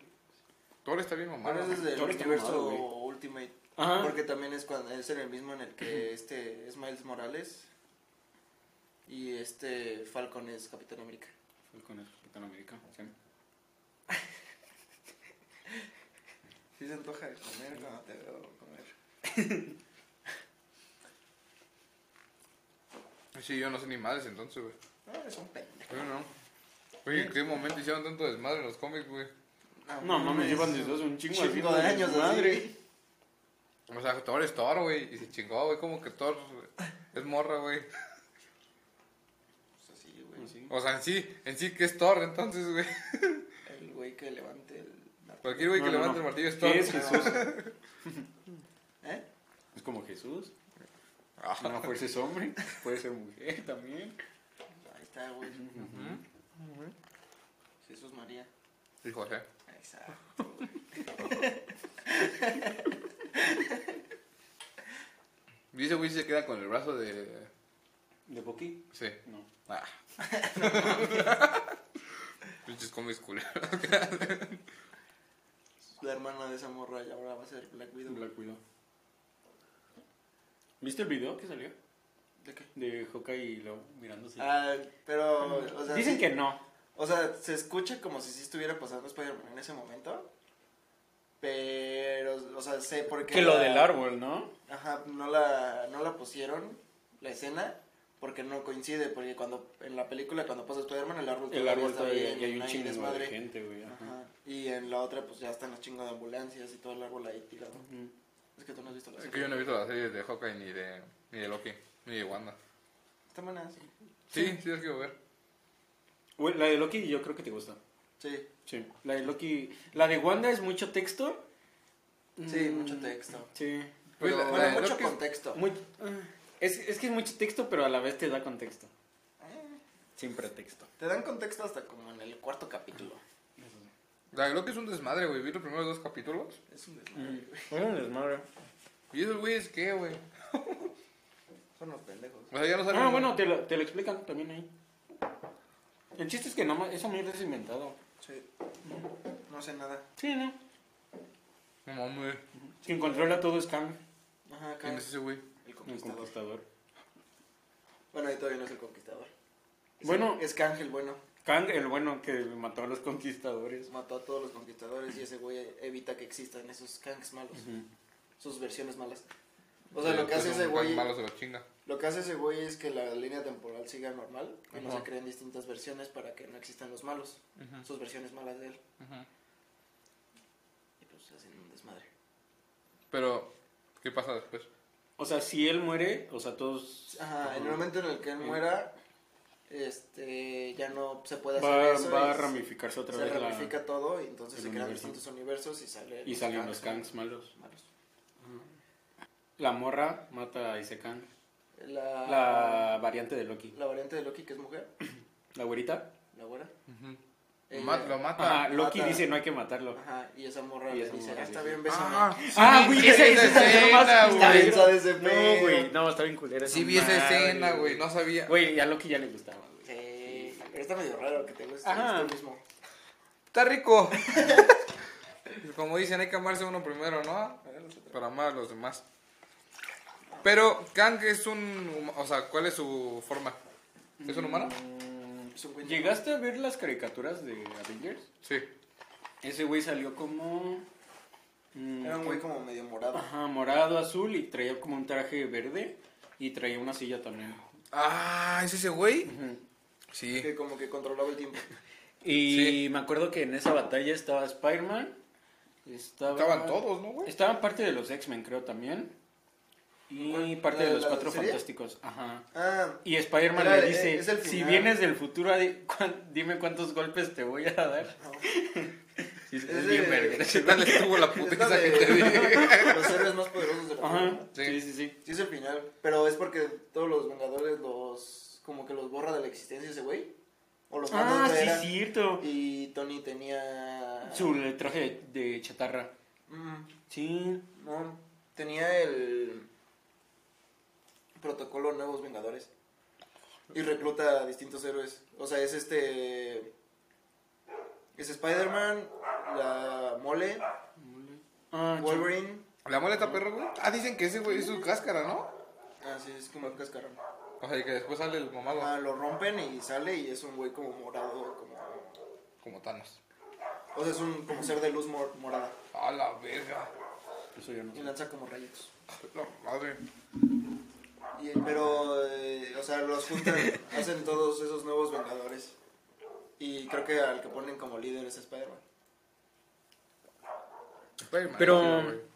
Speaker 3: Thor está bien
Speaker 1: Ahora
Speaker 3: mamado.
Speaker 1: es desde el
Speaker 2: Thor está
Speaker 1: universo
Speaker 2: mamado, güey.
Speaker 1: Ultimate.
Speaker 2: Ajá.
Speaker 1: Porque también es cuando es en el mismo en el que este es Miles Morales y este Falcon es Capitán América.
Speaker 2: Fue con el Capitán América. Sí.
Speaker 1: Sí se antoja de comer cuando te veo comer.
Speaker 3: Sí, yo no sé ni madres entonces, güey.
Speaker 1: No, eres un pendejo.
Speaker 3: Yo no. Oye, ¿en qué momento hicieron tanto desmadre en los cómics, güey?
Speaker 1: Ah,
Speaker 2: No mames, llevan desde hace un
Speaker 1: un
Speaker 2: chingo,
Speaker 1: chingo
Speaker 2: haciendo
Speaker 1: de años
Speaker 2: desmadre.
Speaker 1: madre.
Speaker 3: O sea, Thor es Thor, güey. Y se chingó, güey. Como que Thor es morra, güey.
Speaker 1: Pues así, güey.
Speaker 2: Sí.
Speaker 3: O sea, en sí, en sí que es Thor, entonces, güey.
Speaker 1: El güey que levante el
Speaker 3: Cualquier güey que
Speaker 2: No, no,
Speaker 3: levante
Speaker 2: no.
Speaker 3: el martillo es Thor.
Speaker 2: ¿Qué es Jesús?
Speaker 1: ¿Eh?
Speaker 2: Es como Jesús.
Speaker 3: Ah.
Speaker 2: No, pues es hombre. Puede ser mujer también.
Speaker 1: Ahí está, güey.
Speaker 3: ¿Mm?
Speaker 1: Jesús María.
Speaker 3: Y José.
Speaker 1: Exacto.
Speaker 3: Y ese güey se queda con el brazo de...
Speaker 2: ¿De Pocky?
Speaker 3: Sí.
Speaker 2: No.
Speaker 3: Ah. Pinches cómics culeros.
Speaker 1: La hermana de esa morra y ahora va a ser Black Widow.
Speaker 2: La cuidó. ¿Viste el video que salió?
Speaker 1: ¿De qué?
Speaker 2: De Hawkeye y Leo mirándose.
Speaker 1: Ah, pero, o sea,
Speaker 2: Dicen
Speaker 1: sí-
Speaker 2: que no.
Speaker 1: O sea, se escucha como si sí estuviera pasando Spider-Man en ese momento. Pero, o sea, sé por qué.
Speaker 2: Que lo
Speaker 1: la-
Speaker 2: del árbol, ¿no?
Speaker 1: Ajá, no la, no la pusieron, la escena, porque no coincide. Porque cuando en la película, cuando pasa Spider-Man, el árbol
Speaker 2: El árbol todavía
Speaker 1: bien
Speaker 2: y hay un
Speaker 1: ahí
Speaker 2: chingo de
Speaker 1: desmadre.
Speaker 2: gente, güey. ajá.
Speaker 1: Ajá. Y en la otra, pues ya están los chingos de ambulancias y todo el árbol ahí tirado.
Speaker 2: Ujú.
Speaker 1: Es que tú no has visto la
Speaker 3: Es
Speaker 1: serie.
Speaker 3: que yo no he visto las series de Hawkeye ni de, ni de Loki, ni de Wanda.
Speaker 1: Están buenas.
Speaker 3: Sí, sí, las quiero ver.
Speaker 2: Güey, La de Loki yo creo que te gusta.
Speaker 1: Sí,
Speaker 2: Sí. La de Loki... La de Wanda es mucho texto.
Speaker 1: sí,
Speaker 2: Mm,
Speaker 1: mucho texto.
Speaker 2: Sí.
Speaker 3: Güey,
Speaker 2: Pero-
Speaker 3: Pues la- la-
Speaker 1: Bueno,
Speaker 3: de
Speaker 1: mucho
Speaker 3: Loki es-
Speaker 1: contexto.
Speaker 2: Muy- ah, es, es que es mucho texto, pero a la vez te da contexto.
Speaker 1: Eh,
Speaker 2: Sin pretexto.
Speaker 1: Te dan contexto hasta como en el cuarto capítulo.
Speaker 3: La de Loki es un desmadre, güey. Vi los primeros dos capítulos.
Speaker 1: Es un desmadre.
Speaker 2: Mm. Bueno, desmadre.
Speaker 3: ¿Y esos güeyes qué, güey?
Speaker 1: Son los pendejos.
Speaker 3: O sea, ya no saben.
Speaker 2: Ah, bueno, te lo, te lo explican también ahí. El chiste es que nada más, esa mierda es inventado.
Speaker 1: Sí. No sé nada.
Speaker 2: Sí, ¿no?
Speaker 3: No mames.
Speaker 2: Quien controla todo es Kang.
Speaker 1: Ajá, acá.
Speaker 3: ¿Quién es ese güey?
Speaker 1: El
Speaker 2: El
Speaker 1: conquistador.
Speaker 2: conquistador.
Speaker 1: Bueno, ahí todavía no es el conquistador. Es-
Speaker 2: Bueno.
Speaker 1: Es Cángel, bueno.
Speaker 2: Kang, el bueno que mató a los conquistadores.
Speaker 1: Mató a todos los conquistadores y ese güey evita que existan esos Kangs malos. Sus versiones malas. O sea, lo
Speaker 3: Pues
Speaker 1: que hace ese güey.
Speaker 3: Malos de la chinga.
Speaker 1: Lo que hace ese güey es que la línea temporal siga normal, que no
Speaker 3: Ajá.
Speaker 1: se creen distintas versiones para que no existan los malos, sus versiones malas de él. Y pues hacen un desmadre.
Speaker 3: Pero, ¿qué pasa después?
Speaker 2: O sea, si él muere, o sea, todos.
Speaker 1: Ajá, en el momento en el que él
Speaker 2: Sí.
Speaker 1: muera, este, ya no se puede hacer
Speaker 2: Va,
Speaker 1: eso.
Speaker 2: va a
Speaker 1: y
Speaker 2: ramificarse otra
Speaker 1: se
Speaker 2: vez la-
Speaker 1: ramifica todo y entonces
Speaker 2: el
Speaker 1: se crean
Speaker 2: universo.
Speaker 1: distintos universos y sale
Speaker 2: y salen los Kangs malos.
Speaker 1: malos.
Speaker 2: La morra mata a ese Kang.
Speaker 1: La, la...
Speaker 2: La variante de Loki.
Speaker 1: variante de Loki que es mujer,
Speaker 2: La güerita.
Speaker 1: la güera.
Speaker 3: Lo
Speaker 1: Ella-
Speaker 3: mat- Lo mata.
Speaker 2: Ajá, Loki
Speaker 1: mata-
Speaker 2: dice no hay que matarlo.
Speaker 1: Ajá, y esa morra
Speaker 2: Y
Speaker 1: le
Speaker 2: esa
Speaker 1: dice,
Speaker 2: morra
Speaker 1: "Ah, está
Speaker 2: dice,
Speaker 1: bien, bésame.
Speaker 3: Ah,
Speaker 2: Ah, güey, esa
Speaker 3: esa
Speaker 2: esa escena más
Speaker 3: escena,
Speaker 2: culera.
Speaker 3: güey.
Speaker 1: Está bien, sabe ese
Speaker 2: No,
Speaker 1: pedo.
Speaker 2: güey, no, está bien culera.
Speaker 3: Sí
Speaker 2: esa
Speaker 3: vi esa
Speaker 2: madre,
Speaker 3: escena, güey, no sabía.
Speaker 2: Güey, a Loki ya le gustaba, güey.
Speaker 1: Sí, pero está medio raro que te guste
Speaker 2: Ajá.
Speaker 1: esto mismo.
Speaker 3: Está rico. Como dicen, hay que amarse uno primero, ¿no? Para amar a los demás. Pero Kang es un... hum- O sea, ¿cuál es su forma? ¿Es
Speaker 1: Mm.
Speaker 3: un humano?
Speaker 2: Mm,
Speaker 1: Es un güey
Speaker 2: ¿Llegaste a ver las caricaturas de Avengers?
Speaker 3: Sí.
Speaker 2: Ese güey salió como... mm,
Speaker 1: Era un güey como medio morado.
Speaker 2: Ajá, morado, azul y traía como un traje verde y traía una silla también.
Speaker 3: Ah, ¿es ese güey?
Speaker 2: Ujú.
Speaker 3: Sí.
Speaker 1: Que como que controlaba el tiempo.
Speaker 2: Y me acuerdo que en esa batalla estaba Spider-Man. Estaba...
Speaker 3: Estaban todos, ¿no, güey?
Speaker 2: Estaban parte de los X-Men, creo, también. Y
Speaker 1: ¿Cuál?
Speaker 2: parte
Speaker 1: ¿La-
Speaker 2: de los
Speaker 1: la
Speaker 2: Cuatro
Speaker 1: serie?
Speaker 2: Fantásticos. Ajá.
Speaker 1: Ah,
Speaker 2: Y Spider-Man
Speaker 1: Era-
Speaker 2: le
Speaker 1: es el
Speaker 2: dice, si
Speaker 1: final".
Speaker 2: vienes del futuro, di- cuán- dime cuántos golpes te voy a dar.
Speaker 1: no.
Speaker 2: Sí, es
Speaker 1: Ese-
Speaker 2: bien verga.
Speaker 3: ¿Qué tal estuvo la
Speaker 1: Es la
Speaker 3: putiza
Speaker 1: de-
Speaker 3: que te di?
Speaker 1: Los héroes más poderosos de la
Speaker 2: Ajá,
Speaker 1: Tierra.
Speaker 2: sí,
Speaker 3: Sí.
Speaker 2: sí, sí.
Speaker 1: Sí, es el final. Pero es porque todos los Vengadores los. Como que los borra de la existencia ese güey. O los manda a
Speaker 2: Ah,
Speaker 1: otra era.
Speaker 2: sí, cierto.
Speaker 1: Y Tony tenía.
Speaker 2: Su le- traje de de chatarra.
Speaker 1: Mm,
Speaker 2: Sí.
Speaker 1: no. Tenía el. Protocolo Nuevos Vengadores. Y recluta a distintos héroes. O sea, es este. Es Spider-Man, la Mole,
Speaker 2: Ah, sí.
Speaker 1: Wolverine.
Speaker 3: ¿La moleta perro, güey? Ah, dicen que ese güey es su cáscara, ¿no?
Speaker 1: Ah, sí, es como un cascarón.
Speaker 3: O sea, y que después sale el mamado
Speaker 1: Ah, lo rompen y sale y es un güey como morado, como...
Speaker 3: como Thanos.
Speaker 1: O sea, es un como ser de luz mor- morada.
Speaker 3: A la verga.
Speaker 2: Eso yo no
Speaker 1: Y
Speaker 2: sé.
Speaker 1: lanza como rayitos.
Speaker 3: La madre.
Speaker 1: Y- pero, eh, o sea, los juntan, hacen todos esos nuevos Vengadores. Y creo que al que ponen como líder es Spider-Man.
Speaker 3: Spider-Man,
Speaker 2: Pero-
Speaker 3: sí, güey.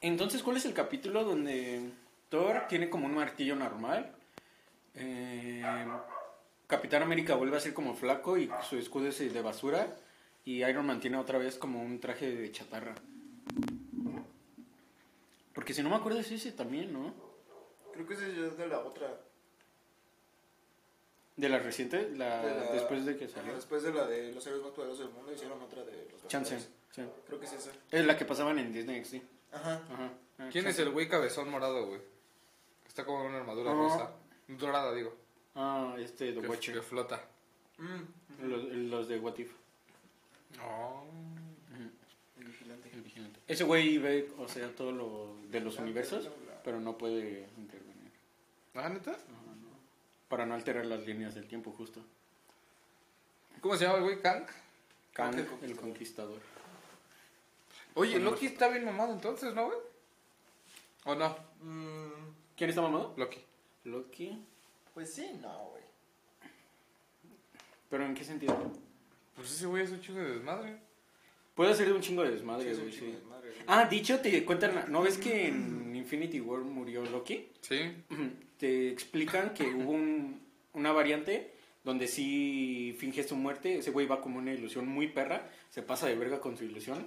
Speaker 2: Entonces, ¿cuál es el capítulo donde Thor tiene como un martillo normal? Eh, Capitán América vuelve a ser como flaco y su escudo es de basura. Y Iron Man tiene otra vez como un traje de chatarra. Porque si no me acuerdo es ese también, ¿no?
Speaker 1: Creo que ese es de la otra.
Speaker 2: De las recientes, la,
Speaker 1: de la-
Speaker 2: Ah, después de que salió.
Speaker 1: Ajá, Después de la de los héroes más poderosos del mundo hicieron otra de los
Speaker 2: Chance,
Speaker 1: Vengadores.
Speaker 2: sí.
Speaker 1: Creo que es esa.
Speaker 2: Es la que pasaban en Disney XD.
Speaker 1: Ajá.
Speaker 2: Ajá. Ah,
Speaker 3: ¿Quién es
Speaker 2: Chance.
Speaker 3: el güey cabezón morado, güey? Que Está como en una armadura
Speaker 2: Ajá.
Speaker 3: rosa. Dorada, digo.
Speaker 2: Ah, este, The
Speaker 3: Que, que
Speaker 2: Watcher.
Speaker 3: flota.
Speaker 1: Mm,
Speaker 2: Los, los de What If.
Speaker 3: No.
Speaker 1: el vigilante.
Speaker 2: El vigilante. Ese güey ve, o sea, todo lo de los universos, pero no puede intervenir.
Speaker 3: ¿Ah, neta?
Speaker 2: Para no alterar las líneas del tiempo, justo.
Speaker 3: ¿Cómo se llama el güey? ¿Kang?
Speaker 2: Kang,
Speaker 1: Kang el
Speaker 2: el conquistador.
Speaker 3: Oye, Loki está bien mamado entonces, ¿no, güey? ¿O no?
Speaker 1: Mm,
Speaker 2: ¿Quién está mamado?
Speaker 3: Loki.
Speaker 2: Loki.
Speaker 1: pues sí, no, güey.
Speaker 2: ¿Pero en qué sentido?
Speaker 3: Pues ese güey es un chingo de desmadre.
Speaker 2: Puede hacer un chingo de
Speaker 1: Sí,
Speaker 2: desmadre,
Speaker 1: es un
Speaker 2: güey,
Speaker 1: chingo
Speaker 2: sí.
Speaker 1: de madre, güey.
Speaker 2: Ah, dicho, te cuentan, ¿no ves que en Infinity War murió Loki?
Speaker 3: Sí.
Speaker 2: Te explican que hubo un- una variante donde sí finge su muerte, ese güey va como una ilusión muy perra, se pasa de verga con su ilusión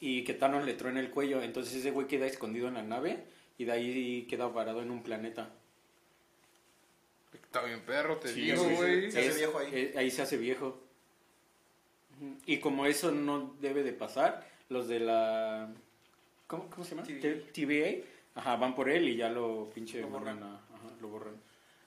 Speaker 2: y que Thanos le truena el cuello, entonces ese güey queda escondido en la nave y de ahí queda varado en un planeta.
Speaker 3: Está bien perro, te
Speaker 2: Sí,
Speaker 3: digo,
Speaker 2: sí, sí.
Speaker 3: güey.
Speaker 1: Se hace
Speaker 2: Es-
Speaker 1: viejo ahí.
Speaker 2: eh, ahí se hace viejo. Ujú. Y como eso no debe de pasar, los de la... ¿Cómo, cómo se llama?
Speaker 1: TVA.
Speaker 2: TVA. Ajá, van por él y ya lo pinche
Speaker 1: Lo borran.
Speaker 2: borran a- ajá, lo borran.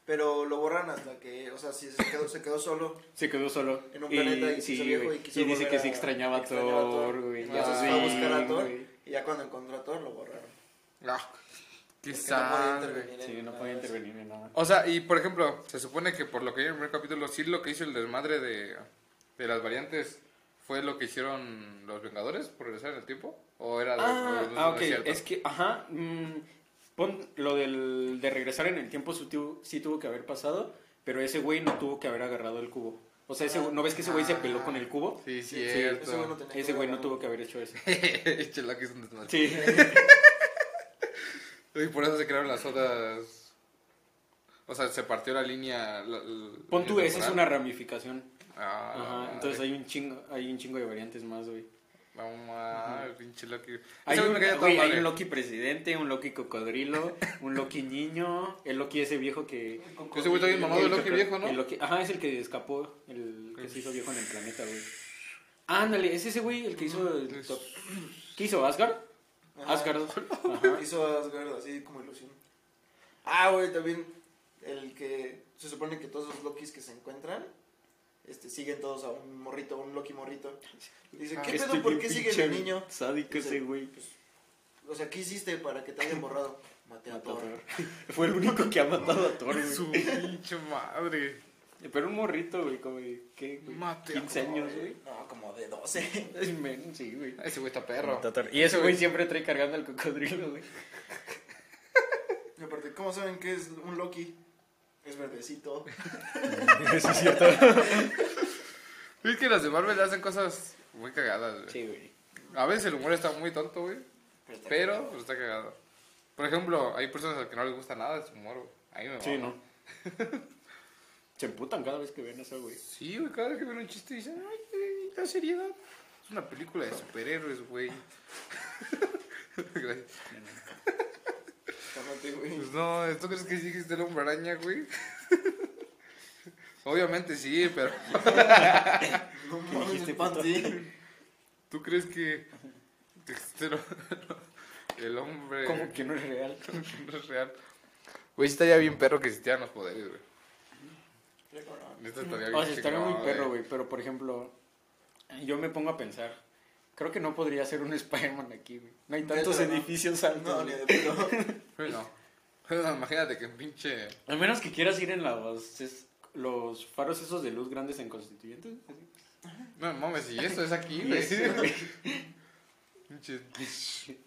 Speaker 1: Pero lo borran hasta que, o sea, si se quedó, se quedó solo.
Speaker 2: Se quedó solo.
Speaker 1: En un planeta y se
Speaker 2: sí,
Speaker 1: hizo viejo
Speaker 2: güey.
Speaker 1: y quiso
Speaker 2: dice
Speaker 1: volver
Speaker 2: que
Speaker 1: a-
Speaker 2: se extrañaba a
Speaker 1: extrañaba a
Speaker 2: Thor,
Speaker 1: Thor.
Speaker 2: güey.
Speaker 1: Y entonces fue a buscar a
Speaker 2: sí,
Speaker 1: Thor.
Speaker 2: güey.
Speaker 1: Y ya cuando encontró a Thor, lo borraron.
Speaker 3: Ah,
Speaker 1: Porque no podía
Speaker 3: Quizá. güey.
Speaker 1: intervenir. en
Speaker 2: Sí, no
Speaker 1: nada
Speaker 2: podía
Speaker 1: de eso.
Speaker 2: intervenir en nada.
Speaker 3: O sea, y por ejemplo, se supone que por lo que vi en el primer capítulo, sí lo que hizo el desmadre de, de las variantes fue lo que hicieron los Vengadores por regresar en el tiempo. ¿O era lo-
Speaker 2: Ah,
Speaker 3: lo- lo-
Speaker 2: ah,
Speaker 3: lo
Speaker 2: ok.
Speaker 3: cierto?
Speaker 2: Es que, ajá. mm, pon lo del, de regresar en el tiempo sí tuvo, sí tuvo que haber pasado, pero ese güey no tuvo que haber agarrado el cubo. O sea, ese, güey- ¿no ves que ese güey se peló con el cubo?
Speaker 3: Sí,
Speaker 2: Sí,
Speaker 1: Ese güey Ah. no
Speaker 3: cierto.
Speaker 1: tenía que
Speaker 2: Ese güey
Speaker 1: ver,
Speaker 2: no tuvo que haber hecho eso.
Speaker 3: Chela, que es un desmadre.
Speaker 2: Sí.
Speaker 3: Y por eso se crearon las otras. O sea, se partió la línea. la- la-
Speaker 2: Pon tú,
Speaker 3: línea
Speaker 2: esa es una
Speaker 3: temporal.
Speaker 2: ramificación.
Speaker 3: Ah,
Speaker 2: Ajá. Entonces hay un chingo, hay un chingo de variantes más, güey.
Speaker 3: Vamos a. Pinche Loki.
Speaker 2: Hay
Speaker 3: Ese güey
Speaker 2: un,
Speaker 3: me caía toda
Speaker 2: güey, hay
Speaker 3: madre.
Speaker 2: un Loki presidente, un Loki cocodrilo, un Loki niño, el Loki ese viejo que...
Speaker 3: Ese güey está bien mamado, el Loki
Speaker 2: que-
Speaker 3: viejo, ¿no?
Speaker 2: el Loki- ajá, es el que escapó, el que se hizo viejo en el planeta, güey. Ándale, es ese güey el que hizo... el top- ¿Qué hizo? ¿Asgard?
Speaker 1: Ajá.
Speaker 2: Asgard. Ajá.
Speaker 1: Hizo Asgard así como ilusión. Ah, güey, también el que se supone que todos los Lokis que se encuentran este, siguen todos a un morrito, a un Loki morrito. Dice, ¿qué
Speaker 2: Este
Speaker 1: pedo? ¿Por
Speaker 2: bien
Speaker 1: qué siguen
Speaker 2: pinche
Speaker 1: al niño?
Speaker 2: Sádico ese
Speaker 1: Dice,
Speaker 2: güey.
Speaker 1: pues, O sea, ¿qué hiciste para que te hayan borrado? Maté a
Speaker 2: Mató a
Speaker 1: Thor.
Speaker 2: Thor. Fue el único que ha matado a Thor, güey.
Speaker 3: Su pinche madre.
Speaker 2: Pero un morrito, güey, como de... ¿Qué? güey?
Speaker 3: Mate a
Speaker 2: 15 años, güey.
Speaker 1: No, como de 12.
Speaker 2: Ay, men, Sí, güey.
Speaker 3: Ese güey está perro.
Speaker 2: Y ese güey siempre trae cargando al cocodrilo, güey.
Speaker 1: Y aparte, ¿cómo saben que es un Loki? Es verdecito.
Speaker 2: Eso es cierto.
Speaker 3: Es que las de Marvel hacen cosas muy cagadas, güey.
Speaker 2: Sí, güey.
Speaker 3: A veces el humor está muy tonto, güey.
Speaker 1: está
Speaker 3: Pero pues, está cagado. Por ejemplo, hay personas a las que no les gusta nada su humor, güey. A mí me
Speaker 2: Sí,
Speaker 3: mama.
Speaker 2: ¿no? Se emputan cada vez que ven eso, güey.
Speaker 3: Sí, güey, cada vez que ven un chiste dicen, ay, güey, la seriedad. Es una película de superhéroes, güey. Gracias.
Speaker 1: Cálmate, güey.
Speaker 3: pues no, ¿tú crees que sí que es el hombre araña, güey? Obviamente sí, pero
Speaker 1: No
Speaker 2: ¿Qué
Speaker 1: mames,
Speaker 2: dijiste,
Speaker 1: mi pan,
Speaker 2: puto?
Speaker 1: sí.
Speaker 3: ¿tú crees que que existe el, el hombre
Speaker 2: Como que no es real.
Speaker 3: no es real? Güey, sí estaría bien perro que existieran los poderes, güey. Neta, estaría bien
Speaker 2: O sea, estaría muy
Speaker 3: chingón,
Speaker 2: perro, güey. Pero, por ejemplo, yo me pongo a pensar. Creo que no podría ser un Spider-man aquí, güey. No hay tantos
Speaker 1: Neta, ¿no?
Speaker 2: edificios altos.
Speaker 1: No, ni
Speaker 2: güey.
Speaker 1: de pedo.
Speaker 3: Sí, no. Imagínate que un pinche.
Speaker 2: Al menos que quieras ir en las, es- los faros esos de luz grandes en Constituyentes. así.
Speaker 3: No mames, y eso es aquí,
Speaker 2: Y
Speaker 3: güey.
Speaker 2: eso, güey.
Speaker 3: Pinche-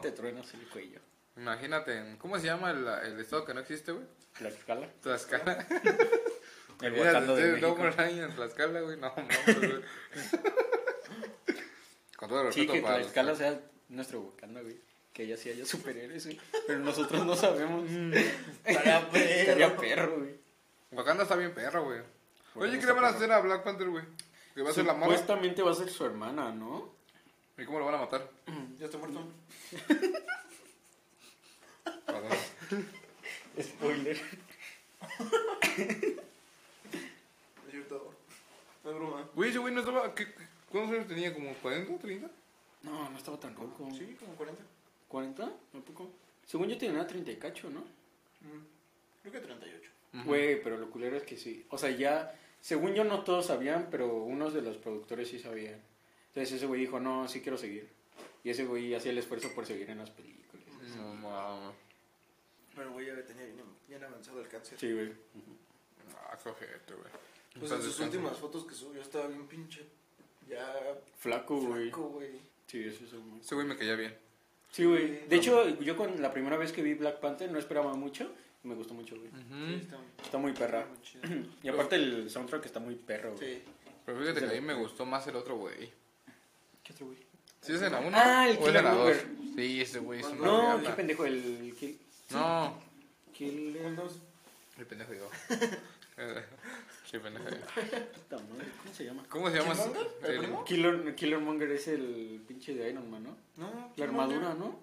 Speaker 2: Te truenas el cuello.
Speaker 3: imagínate, en- ¿cómo se llama el, el estado que no existe, güey?
Speaker 2: Tlaxcala.
Speaker 3: Tlaxcala.
Speaker 2: El
Speaker 3: Imagínate,
Speaker 2: Wakanda de
Speaker 3: ustedes, no,
Speaker 2: México.
Speaker 3: por ahí en Tlaxcala, güey. No mames, güey. Con todo el
Speaker 2: Sí,
Speaker 3: respeto
Speaker 2: que
Speaker 3: para los-
Speaker 2: Tlaxcala sea nuestro Wakanda, güey. Que ella sí haya superhéroes, güey. Pero nosotros no sabemos.
Speaker 3: Mm.
Speaker 1: Estaría perro.
Speaker 2: Estaría perro, güey.
Speaker 3: Wakanda está bien perro, güey.
Speaker 2: Por
Speaker 3: Oye,
Speaker 2: eso,
Speaker 3: ¿qué le van a
Speaker 2: perro.
Speaker 3: hacer a Black Panther, güey? ¿Que va a ser la mala?
Speaker 2: Supuestamente va a ser su hermana, ¿no?
Speaker 3: ¿Y cómo lo van a matar?
Speaker 1: Ya está muerto.
Speaker 3: Perdón.
Speaker 2: Spoiler.
Speaker 1: Es cierto. No es broma.
Speaker 3: Güey, ese güey no estaba. ¿qué- qué- ¿Cuántos años tenía? ¿Como 40, 30?
Speaker 2: No, no estaba tan loco.
Speaker 1: Sí, como 40.
Speaker 2: ¿40? ¿Un poco? Según yo tenía 30 y cacho, ¿no?
Speaker 1: Mm. Creo que 38.
Speaker 2: Güey, pero lo culero es que sí. O sea, ya, según yo no todos sabían, pero unos de los productores sí sabían. Entonces ese güey dijo, no, sí quiero seguir. Y ese güey hacía el esfuerzo por seguir en las películas.
Speaker 3: No mames.
Speaker 1: Pero güey, ya tenía bien, bien avanzado el cáncer.
Speaker 2: Sí, güey.
Speaker 3: Ah, cojete, güey.
Speaker 1: Pues en sus últimas fotos que subió estaba bien pinche. Ya
Speaker 2: Flaco, güey.
Speaker 1: flaco, güey.
Speaker 2: Sí, eso es un...
Speaker 3: Ese güey me caía bien.
Speaker 2: Sí, güey.
Speaker 1: Sí,
Speaker 2: De
Speaker 1: no.
Speaker 2: hecho, yo con la primera vez que vi Black Panther no esperaba mucho y me gustó mucho, güey.
Speaker 1: Sí, está
Speaker 2: Está muy Mm. perra.
Speaker 1: muy chido.
Speaker 2: Y aparte el soundtrack está muy perro, güey.
Speaker 1: Sí.
Speaker 3: Pero fíjate que a mí me gustó más el otro güey.
Speaker 2: ¿Qué otro güey?
Speaker 3: ¿Sí es en la 1?
Speaker 2: Ah, el
Speaker 3: ¿O es en la
Speaker 2: Killer
Speaker 3: 2?
Speaker 2: Mover.
Speaker 3: Sí, ese güey es una
Speaker 2: No,
Speaker 3: no,
Speaker 2: qué pendejo, el Kill...
Speaker 3: No,
Speaker 2: Killer...
Speaker 3: el pendejo yo. Qué pendejo yo.
Speaker 2: Puta madre, ¿Cómo se llama?
Speaker 3: ¿Cómo se llama?
Speaker 1: ¿Quién manda? ¿El primo?
Speaker 2: Killer, Killer Monger es el pinche de Iron Man, ¿no?
Speaker 1: No,
Speaker 2: La armadura, ¿no?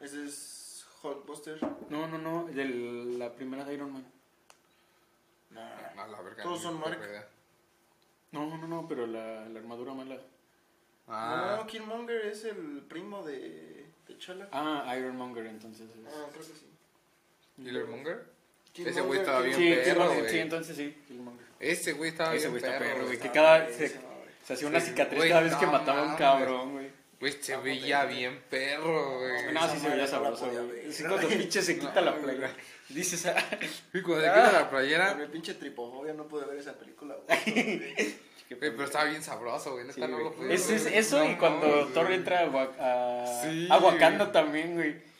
Speaker 1: Ese es Hulkbuster.
Speaker 2: No, no, no, de la primera de Iron Man.
Speaker 1: Nah.
Speaker 3: Ah, la verga,
Speaker 1: Todos
Speaker 3: no
Speaker 1: son
Speaker 3: me
Speaker 1: Mark.
Speaker 3: acuerdo.
Speaker 2: No, no, no, pero la, la armadura mala.
Speaker 3: Ah,
Speaker 1: No, Killmonger es el primo de, de Chala. Ah,
Speaker 2: Ah, Iron Monger, entonces. es-
Speaker 1: creo que sí.
Speaker 3: Killer Monger.
Speaker 1: Killmonger,
Speaker 3: Ese güey estaba
Speaker 2: Sí,
Speaker 3: bien
Speaker 2: Killmonger,
Speaker 3: perro, güey.
Speaker 2: sí, entonces sí, Killmonger.
Speaker 3: Ese güey estaba
Speaker 2: Ese
Speaker 3: bien
Speaker 2: güey está perro,
Speaker 3: güey.
Speaker 2: güey.
Speaker 1: Killmonger.
Speaker 2: que cada-
Speaker 1: Ese,
Speaker 2: se hacía una
Speaker 3: Sí,
Speaker 2: cicatriz
Speaker 3: güey,
Speaker 2: cada vez que
Speaker 3: no
Speaker 2: mataba a un
Speaker 3: mames.
Speaker 2: cabrón, güey.
Speaker 3: Güey, se
Speaker 1: La
Speaker 3: veía
Speaker 1: botella.
Speaker 3: bien perro, güey.
Speaker 2: No, sí
Speaker 1: Esa
Speaker 2: se veía
Speaker 1: madre no la
Speaker 2: sabroso,
Speaker 1: podía
Speaker 2: güey.
Speaker 1: ver.
Speaker 2: Sí, cuando pinche se quita la playera. Dices, ah,
Speaker 3: Y cuando se
Speaker 1: Ah.
Speaker 3: quita la playera, eh,
Speaker 1: Por mi pinche tripofobia no pude ver esa película. güey.
Speaker 2: qué
Speaker 3: güey, pero estaba bien sabroso, güey.
Speaker 2: Sí,
Speaker 3: Neta, no
Speaker 2: güey.
Speaker 3: lo pude
Speaker 2: Eso es-
Speaker 3: ver.
Speaker 2: eso
Speaker 3: No
Speaker 2: y cuando
Speaker 3: mames,
Speaker 2: Thor
Speaker 3: güey.
Speaker 2: entra a, Wa- a-
Speaker 3: Sí,
Speaker 2: a Wakanda
Speaker 3: güey.
Speaker 2: también, güey.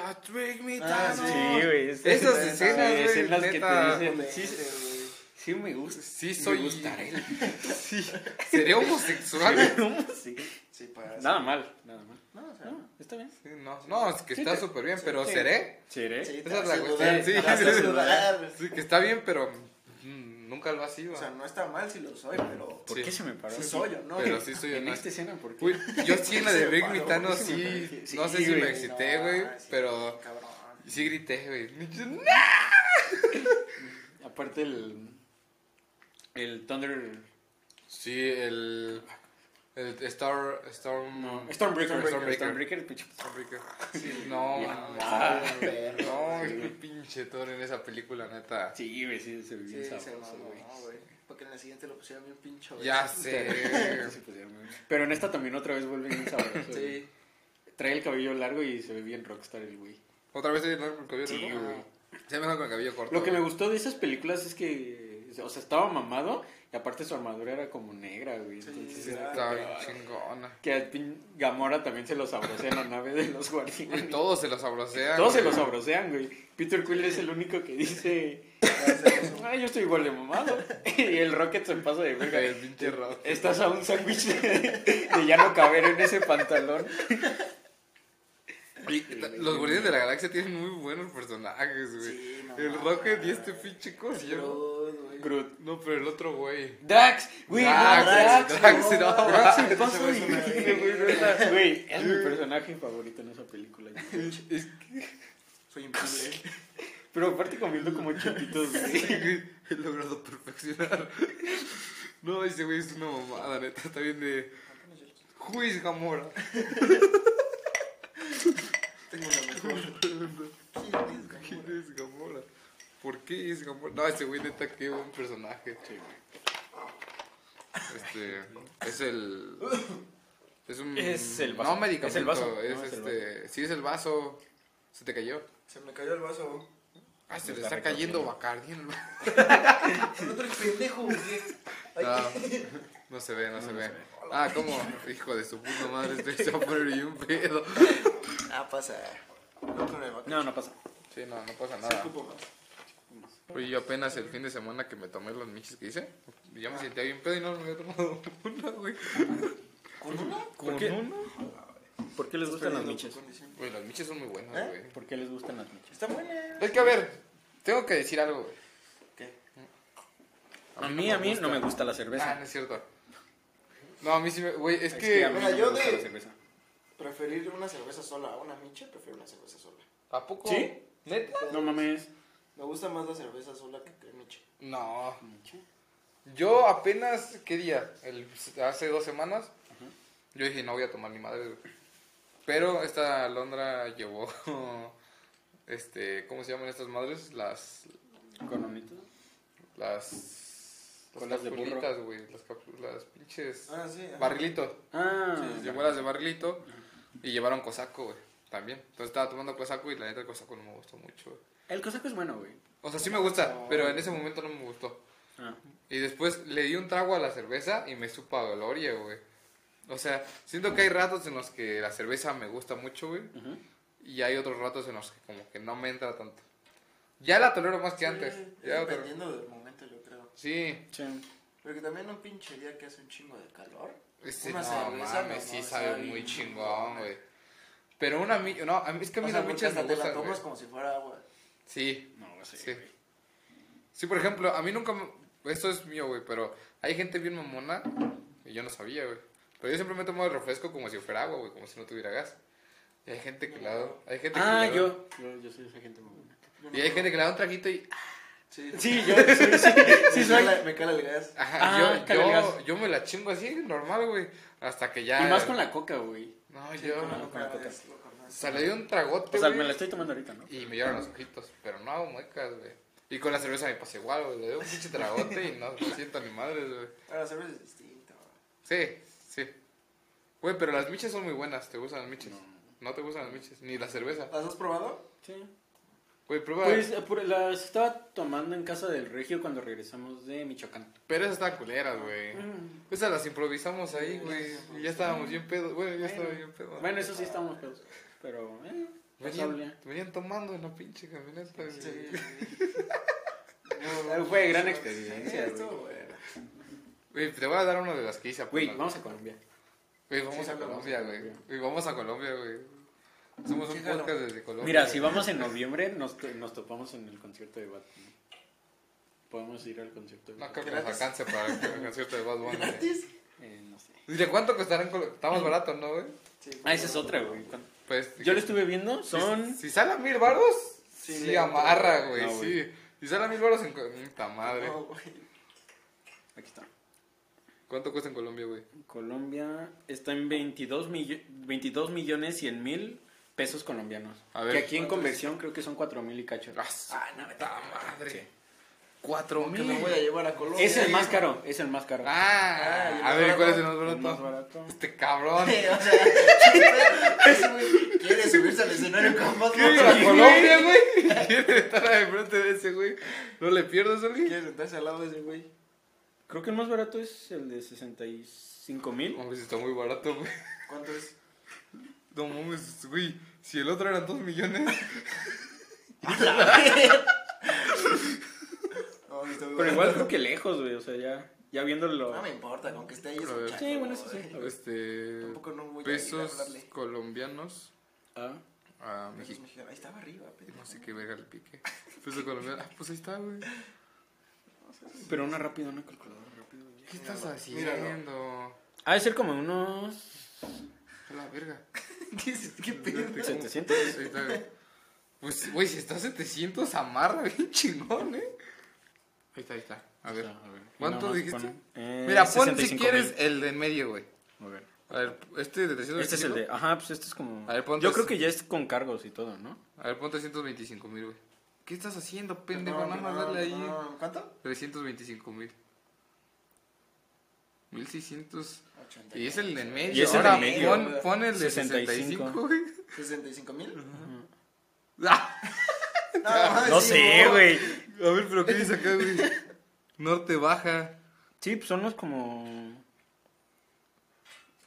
Speaker 3: Ah, trick me,
Speaker 1: Ah,
Speaker 3: Thanos.
Speaker 2: Sí, güey. esas-
Speaker 3: Esas
Speaker 2: sí,
Speaker 3: escenas, güey,
Speaker 2: escenas que
Speaker 3: neta.
Speaker 2: te dicen. Sí,
Speaker 1: Ese,
Speaker 2: sí,
Speaker 1: güey.
Speaker 2: sí me gusta.
Speaker 3: Sí, soy.
Speaker 2: Me gustaré.
Speaker 3: Sí. Sería homosexual.
Speaker 2: Sí.
Speaker 1: Sí, para
Speaker 2: Nada mal, nada mal.
Speaker 1: No,
Speaker 3: Ah.
Speaker 1: o sea,
Speaker 2: No, está bien.
Speaker 3: Sí, No, no, es que
Speaker 2: Sí,
Speaker 3: está
Speaker 2: te-
Speaker 3: súper bien,
Speaker 1: sí,
Speaker 3: pero
Speaker 1: sí.
Speaker 3: seré.
Speaker 2: ¿Seré?
Speaker 1: sí, te
Speaker 3: Esa es la
Speaker 1: hace
Speaker 3: cuestión,
Speaker 1: dudar,
Speaker 3: sí,
Speaker 1: te
Speaker 3: sí,
Speaker 1: hace
Speaker 3: sí.
Speaker 1: dudar.
Speaker 3: Sí, que está bien, pero mm, nunca lo ha sido.
Speaker 1: O sea, no está mal si lo soy, pero
Speaker 2: ¿Por
Speaker 3: Sí.
Speaker 2: qué se me paró?
Speaker 1: sí
Speaker 2: así?
Speaker 1: soy yo, ¿no?
Speaker 3: Pero sí soy
Speaker 2: en este
Speaker 3: honesto.
Speaker 2: esta escena, ¿por qué?
Speaker 3: Güey, yo sí en la de Rick gritando
Speaker 1: güey, sí me
Speaker 3: sí,
Speaker 2: pareció.
Speaker 3: no sé
Speaker 2: Sí,
Speaker 3: si me
Speaker 2: güey.
Speaker 3: excité,
Speaker 1: No,
Speaker 3: güey,
Speaker 1: sí,
Speaker 3: pero
Speaker 1: Cabrón.
Speaker 3: sí grité, güey. ¡No!
Speaker 2: Aparte el. El Thunder.
Speaker 3: Sí, el, el Star, Storm,
Speaker 2: No, Stormbreaker.
Speaker 3: Stormbreaker.
Speaker 2: Stormbreaker, pinche.
Speaker 3: Stormbreaker. No,
Speaker 2: Ya.
Speaker 3: mames. no,
Speaker 1: No,
Speaker 3: güey, pinche Thor en esa película, neta.
Speaker 2: Sí, güey, sí, se ve bien
Speaker 1: Sí, se
Speaker 2: sabroso,
Speaker 1: mamó,
Speaker 2: güey.
Speaker 1: güey. Porque en la siguiente lo pusieron bien pincho.
Speaker 3: Ya sé.
Speaker 2: Sí, pues, ya, güey. Pero en esta también otra vez vuelve bien sabroso. güey.
Speaker 1: Sí.
Speaker 2: Trae el cabello largo y se ve bien rockstar el güey.
Speaker 3: ¿Otra vez el con el cabello
Speaker 2: Sí,
Speaker 3: largo?
Speaker 2: güey.
Speaker 3: Se me con el cabello corto.
Speaker 2: Lo que me
Speaker 3: güey.
Speaker 2: gustó de esas películas es que, o sea, estaba mamado y aparte su armadura era como negra, güey.
Speaker 1: Sí,
Speaker 2: Entonces
Speaker 1: sí,
Speaker 2: era
Speaker 1: claro.
Speaker 3: Estaba
Speaker 2: como que,
Speaker 3: bien
Speaker 2: ah,
Speaker 3: chingona.
Speaker 2: que al pin Gamora también se los sabrosea en la nave de los
Speaker 3: Güey,
Speaker 2: guardianes.
Speaker 3: Todos se los abrocean.
Speaker 2: Todos se los sabrosean, güey. Peter Quill es el único que dice, ah, yo estoy igual de mamado. y el Rocket se pasa de verga.
Speaker 3: El pinche rojo.
Speaker 2: Estás a un sándwich de, de ya no caber en ese pantalón.
Speaker 3: Y ta- Los Guardianes de la Galaxia tienen muy buenos personajes, güey.
Speaker 1: Sí, no
Speaker 3: el
Speaker 1: mames.
Speaker 3: Rocket y este pinche coso. yo no-
Speaker 2: Groot.
Speaker 3: No, pero el otro güey.
Speaker 2: Dax, güey, no,
Speaker 3: Dax,
Speaker 2: Dax,
Speaker 3: Dax, no,
Speaker 2: Dax
Speaker 3: Dax.
Speaker 2: se pasa
Speaker 1: Ese güey
Speaker 2: de
Speaker 1: es una
Speaker 2: verga, güey, no está- Güey, es mi personaje favorito en esa película. güey.
Speaker 3: Es
Speaker 1: Soy imposible.
Speaker 2: Pero aparte comiendo como chiquitos,
Speaker 3: que,
Speaker 2: güey.
Speaker 3: güey, he logrado perfeccionar. No, ese güey es una mamada, neta. Está bien de. Juiz Gamora.
Speaker 1: Tengo la mejor.
Speaker 3: ¿Quién es Gamora? ¿Por qué es Gamora? No, ese güey neta, qué buen personaje. Este. Es el. Es un.
Speaker 2: Es el vaso.
Speaker 3: No, medicamento.
Speaker 2: Es el vaso.
Speaker 3: es
Speaker 2: No, es el
Speaker 3: este. Sí, es el vaso. Se te cayó.
Speaker 1: Se me cayó el vaso.
Speaker 3: Ah, se
Speaker 2: Me
Speaker 3: le
Speaker 2: está
Speaker 3: está cayendo Bacardi en el vaso.
Speaker 1: El otro es pendejo, güey. Ay,
Speaker 3: No, Ah, no se ve, no, se, ve. Ah, ¿cómo? Hijo de su puta madre, estoy se va a poner bien un pedo.
Speaker 1: Ah, pasa. No con el vaca.
Speaker 2: No, no pasa.
Speaker 3: Sí, no, no pasa
Speaker 1: Se
Speaker 3: nada.
Speaker 1: ocupo más.
Speaker 3: Oye, yo apenas el fin de semana que me tomé los michis que hice, ya me sentía bien pedo y no me había tomado una, güey.
Speaker 1: ¿Con una?
Speaker 2: ¿Por qué, ¿Por qué les gustan las miches?
Speaker 3: Güey, los michis son muy buenos,
Speaker 1: ¿Eh?
Speaker 3: güey.
Speaker 2: ¿Por qué les gustan las miches?
Speaker 1: Está buena.
Speaker 3: Es que, a ver, tengo que decir algo, güey.
Speaker 1: ¿Qué?
Speaker 2: A mí, a mí no me gusta la
Speaker 3: Ah,
Speaker 2: cerveza.
Speaker 3: no es cierto. No, a mí sí me... Güey, es
Speaker 2: Es que a mí
Speaker 3: que...
Speaker 1: mira,
Speaker 2: no me
Speaker 1: yo
Speaker 2: gusta
Speaker 1: de-
Speaker 2: la cerveza.
Speaker 1: Preferir una cerveza sola a una micha, prefiero una cerveza sola.
Speaker 3: ¿A poco?
Speaker 2: ¿Sí?
Speaker 3: ¿Neta?
Speaker 2: No mames.
Speaker 1: Me gusta más la cerveza sola que que micha.
Speaker 3: No. Yo apenas, ¿qué día? El, hace dos semanas, yo dije, no voy a tomar ni madre. güey. Pero esta Londra llevó, este, ¿cómo se llaman estas madres? Las,
Speaker 2: Economito.
Speaker 3: las, las
Speaker 2: Colas de burro.
Speaker 3: capsulitas, güey, las, capu- las pinches
Speaker 1: Ah, sí. ajá.
Speaker 3: barrilitos.
Speaker 2: Ah,
Speaker 3: Llevó las de barrilito y llevaron cosaco, güey, también. Entonces estaba tomando cosaco y la neta el cosaco no me gustó mucho, güey.
Speaker 2: el cosaco es bueno, güey.
Speaker 3: O sea, sí me gusta, pero en ese momento no me gustó.
Speaker 2: Ah.
Speaker 3: Y después le di un trago a la cerveza y me supo a gloria, güey. O sea, siento que hay ratos en los que la cerveza me gusta mucho, güey.
Speaker 2: ujú.
Speaker 3: Y hay otros ratos en los que como que no me entra tanto. Ya la tolero más que antes.
Speaker 1: Sí, es
Speaker 3: Ya la tolero.
Speaker 1: dependiendo del momento, yo creo.
Speaker 3: Sí.
Speaker 2: Sí.
Speaker 1: Porque también un pinche día que hace un chingo de calor.
Speaker 3: Este,
Speaker 1: Una
Speaker 3: no,
Speaker 1: cerveza,
Speaker 3: mames,
Speaker 1: no,
Speaker 3: sí
Speaker 1: no,
Speaker 3: sabe
Speaker 1: sabe
Speaker 3: muy
Speaker 1: bien
Speaker 3: chingón,
Speaker 1: chingón.
Speaker 3: güey. Pero una mi... No, a mí es que a
Speaker 1: O
Speaker 3: mí
Speaker 1: sea,
Speaker 3: las
Speaker 1: porque
Speaker 3: michas me
Speaker 1: hasta te la
Speaker 3: gustan,
Speaker 1: tomas
Speaker 3: güey.
Speaker 1: como si fuera agua.
Speaker 3: Sí.
Speaker 2: No, sí.
Speaker 3: Sí.
Speaker 2: güey.
Speaker 3: Sí, por ejemplo, a mí nunca. me- Esto es mío, güey, pero hay gente bien mamona y yo no sabía, güey. Pero yo siempre me he tomado el refresco como si fuera agua, güey, como si no tuviera gas. Y hay gente que la. Hay gente que
Speaker 2: Ah,
Speaker 3: le da-
Speaker 2: yo. Yo, yo soy esa gente muy buena.
Speaker 1: Yo no
Speaker 3: Y hay
Speaker 1: puedo.
Speaker 3: gente que le da un traguito y.
Speaker 1: Sí,
Speaker 2: Sí, yo soy, sí, sí
Speaker 1: me,
Speaker 2: soy.
Speaker 1: cala, me cala el gas.
Speaker 3: Ajá,
Speaker 2: Ah,
Speaker 3: yo,
Speaker 2: que le
Speaker 3: yo,
Speaker 2: digas.
Speaker 3: yo me la chingo así, normal, güey. Hasta que ya.
Speaker 2: Y más con la coca, güey.
Speaker 3: No,
Speaker 1: Sí,
Speaker 3: yo.
Speaker 1: con la
Speaker 2: con la
Speaker 1: coca
Speaker 2: coca.
Speaker 1: es loco, ¿no?
Speaker 3: O sea, le di un tragote.
Speaker 2: O sea,
Speaker 3: güey,
Speaker 2: Pues me la estoy tomando ahorita, ¿no?
Speaker 3: Y me lloran los ojitos, pero no hago muecas, güey. Y con la cerveza me pasa igual, güey. Le doy un pinche tragote y no, no siento ni madres, güey.
Speaker 1: Ahora, la cerveza es distinto.
Speaker 3: Sí, sí. Güey, pero las miches son muy buenas. ¿Te gustan las miches? No, te gustan las miches. Ni la cerveza.
Speaker 1: ¿Las has probado?
Speaker 2: Sí.
Speaker 3: Güey, prueba.
Speaker 2: Pues eh, por- las estaba tomando en casa del regio cuando regresamos de Michoacán.
Speaker 3: Pero esas están culeras, güey. Esas las improvisamos ahí, güey. Y ya estábamos bien pedos. Bueno, yo estaba bien pedo.
Speaker 2: Bueno, eso sí estábamos pedos. Pero, eh, pasable.
Speaker 3: venían, venían tomando en la pinche camioneta. güey.
Speaker 1: Pues
Speaker 2: Eh, Fue gran experiencia,
Speaker 1: Esto,
Speaker 2: güey.
Speaker 1: güey.
Speaker 3: Güey, te voy a dar una de las que hice.
Speaker 2: Güey,
Speaker 3: apenas,
Speaker 2: vamos a Colombia.
Speaker 3: Güey, vamos
Speaker 2: Sí,
Speaker 3: a
Speaker 2: vamos a
Speaker 3: Colombia, güey.
Speaker 2: Colombia.
Speaker 3: Güey, vamos a Colombia, güey. Somos un
Speaker 1: Chécalo.
Speaker 3: podcast desde Colombia.
Speaker 2: Mira,
Speaker 3: güey.
Speaker 2: si vamos en noviembre, nos, to- nos topamos en el concierto de Batman. Podemos ir al concierto de
Speaker 3: No
Speaker 2: Batman.
Speaker 3: creo que nos
Speaker 1: ¿Gratis?
Speaker 3: alcance para el concierto de Bad Bunny. güey.
Speaker 1: ¿Gratis?
Speaker 2: Eh, no sé.
Speaker 3: Dile, ¿cuánto costarán? Colo- Estamos baratos, ¿no, güey?
Speaker 1: Sí.
Speaker 2: Ah, esa es otra, güey.
Speaker 3: Pues,
Speaker 2: Yo lo estuve viendo, son...
Speaker 3: Si, si sale a mil varos, sí,
Speaker 1: Sí, le entro.
Speaker 3: amarra, güey,
Speaker 2: No,
Speaker 3: sí. Si sale a mil varos, en... co- puta madre.
Speaker 1: No, güey.
Speaker 2: Aquí está.
Speaker 3: ¿Cuánto cuesta en Colombia, güey?
Speaker 2: Colombia está en 22, millo- 22 millones 100 mil pesos colombianos.
Speaker 3: A ver,
Speaker 2: que aquí en
Speaker 3: ¿cuánto
Speaker 2: conversión creo que son 4 mil y cacho.
Speaker 3: Ah, no, puta madre. Cuatro
Speaker 1: Que
Speaker 3: mil.
Speaker 1: me voy a llevar a Colombia.
Speaker 2: Es el más caro, es el más caro.
Speaker 3: Ah,
Speaker 1: Ah, y el
Speaker 3: a
Speaker 1: más
Speaker 3: ver, ¿cuál es el más
Speaker 1: barato?
Speaker 2: El más
Speaker 3: barato?
Speaker 2: barato.
Speaker 3: Este cabrón.
Speaker 1: Sí, o sea, ese güey quiere subirse al escenario con más
Speaker 3: ¿Quiere ir a Colombia, güey? ¿Quiere estar ahí enfrente de ese, güey? ¿No le pierdas, Oli?
Speaker 1: Quiere sentarse al lado de ese güey.
Speaker 2: Creo que el más barato es el de 65 mil.
Speaker 3: Hombre, si pues está muy barato, güey.
Speaker 1: ¿Cuánto es?
Speaker 3: No mames, güey. Si el otro eran dos millones.
Speaker 1: No, está muy
Speaker 2: Pero
Speaker 1: barato.
Speaker 2: igual creo que lejos, güey. O sea, ya, ya viéndolo.
Speaker 1: No me importa, con que esté ahí es
Speaker 3: A ver.
Speaker 1: un chaco,
Speaker 2: Sí, bueno, eso sí.
Speaker 1: güey.
Speaker 3: Este.
Speaker 1: Tampoco no voy a ir a
Speaker 3: pesos
Speaker 1: hablarle.
Speaker 3: colombianos
Speaker 2: Ah,
Speaker 3: a
Speaker 1: Pesos
Speaker 3: México.
Speaker 1: mexicanos. Ahí estaba arriba, pendejo.
Speaker 3: No sé qué verga le pique. Pesos colombianos. Ah, pues ahí está, güey.
Speaker 2: pero una rápida, una calculadora rápida.
Speaker 3: ¿Qué estás
Speaker 1: Míralo.
Speaker 3: haciendo?
Speaker 2: Ha de ser como unos
Speaker 3: A la verga.
Speaker 1: ¿Qué, es- qué pedo?
Speaker 2: 700.
Speaker 3: Ahí está, güey. Pues, güey, si está a 700, amarra bien chingón, ¿eh? Ahí está, ahí está. A ver. ¿Cuánto dijiste?
Speaker 2: eh,
Speaker 3: Mira, pon si quieres el de en medio, güey.
Speaker 2: A ver.
Speaker 3: A ver, este de 325.
Speaker 2: Este es el de. Ajá, pues este es como.
Speaker 3: A ver, ponte
Speaker 2: Yo
Speaker 3: ese.
Speaker 2: creo que ya es con cargos y todo, ¿no?
Speaker 3: A ver, pon 325 mil, güey. ¿Qué estás haciendo, pendejo?
Speaker 1: No,
Speaker 3: Nada más
Speaker 1: no,
Speaker 3: dale ahí.
Speaker 1: no. ¿Cuánto?
Speaker 3: 325 mil. 1600.
Speaker 1: 80.
Speaker 3: Y es el de en medio.
Speaker 2: Y es el
Speaker 3: Ahora
Speaker 2: en medio,
Speaker 3: pon,
Speaker 1: güey.
Speaker 3: pon el de
Speaker 2: 65.
Speaker 3: 65, güey.
Speaker 1: 65 mil. Ah,
Speaker 3: Ah,
Speaker 1: No,
Speaker 2: No
Speaker 1: sí,
Speaker 2: sé, güey.
Speaker 3: a ver, pero ¿qué dice acá, güey? Norte baja.
Speaker 2: Sí, pues son los como.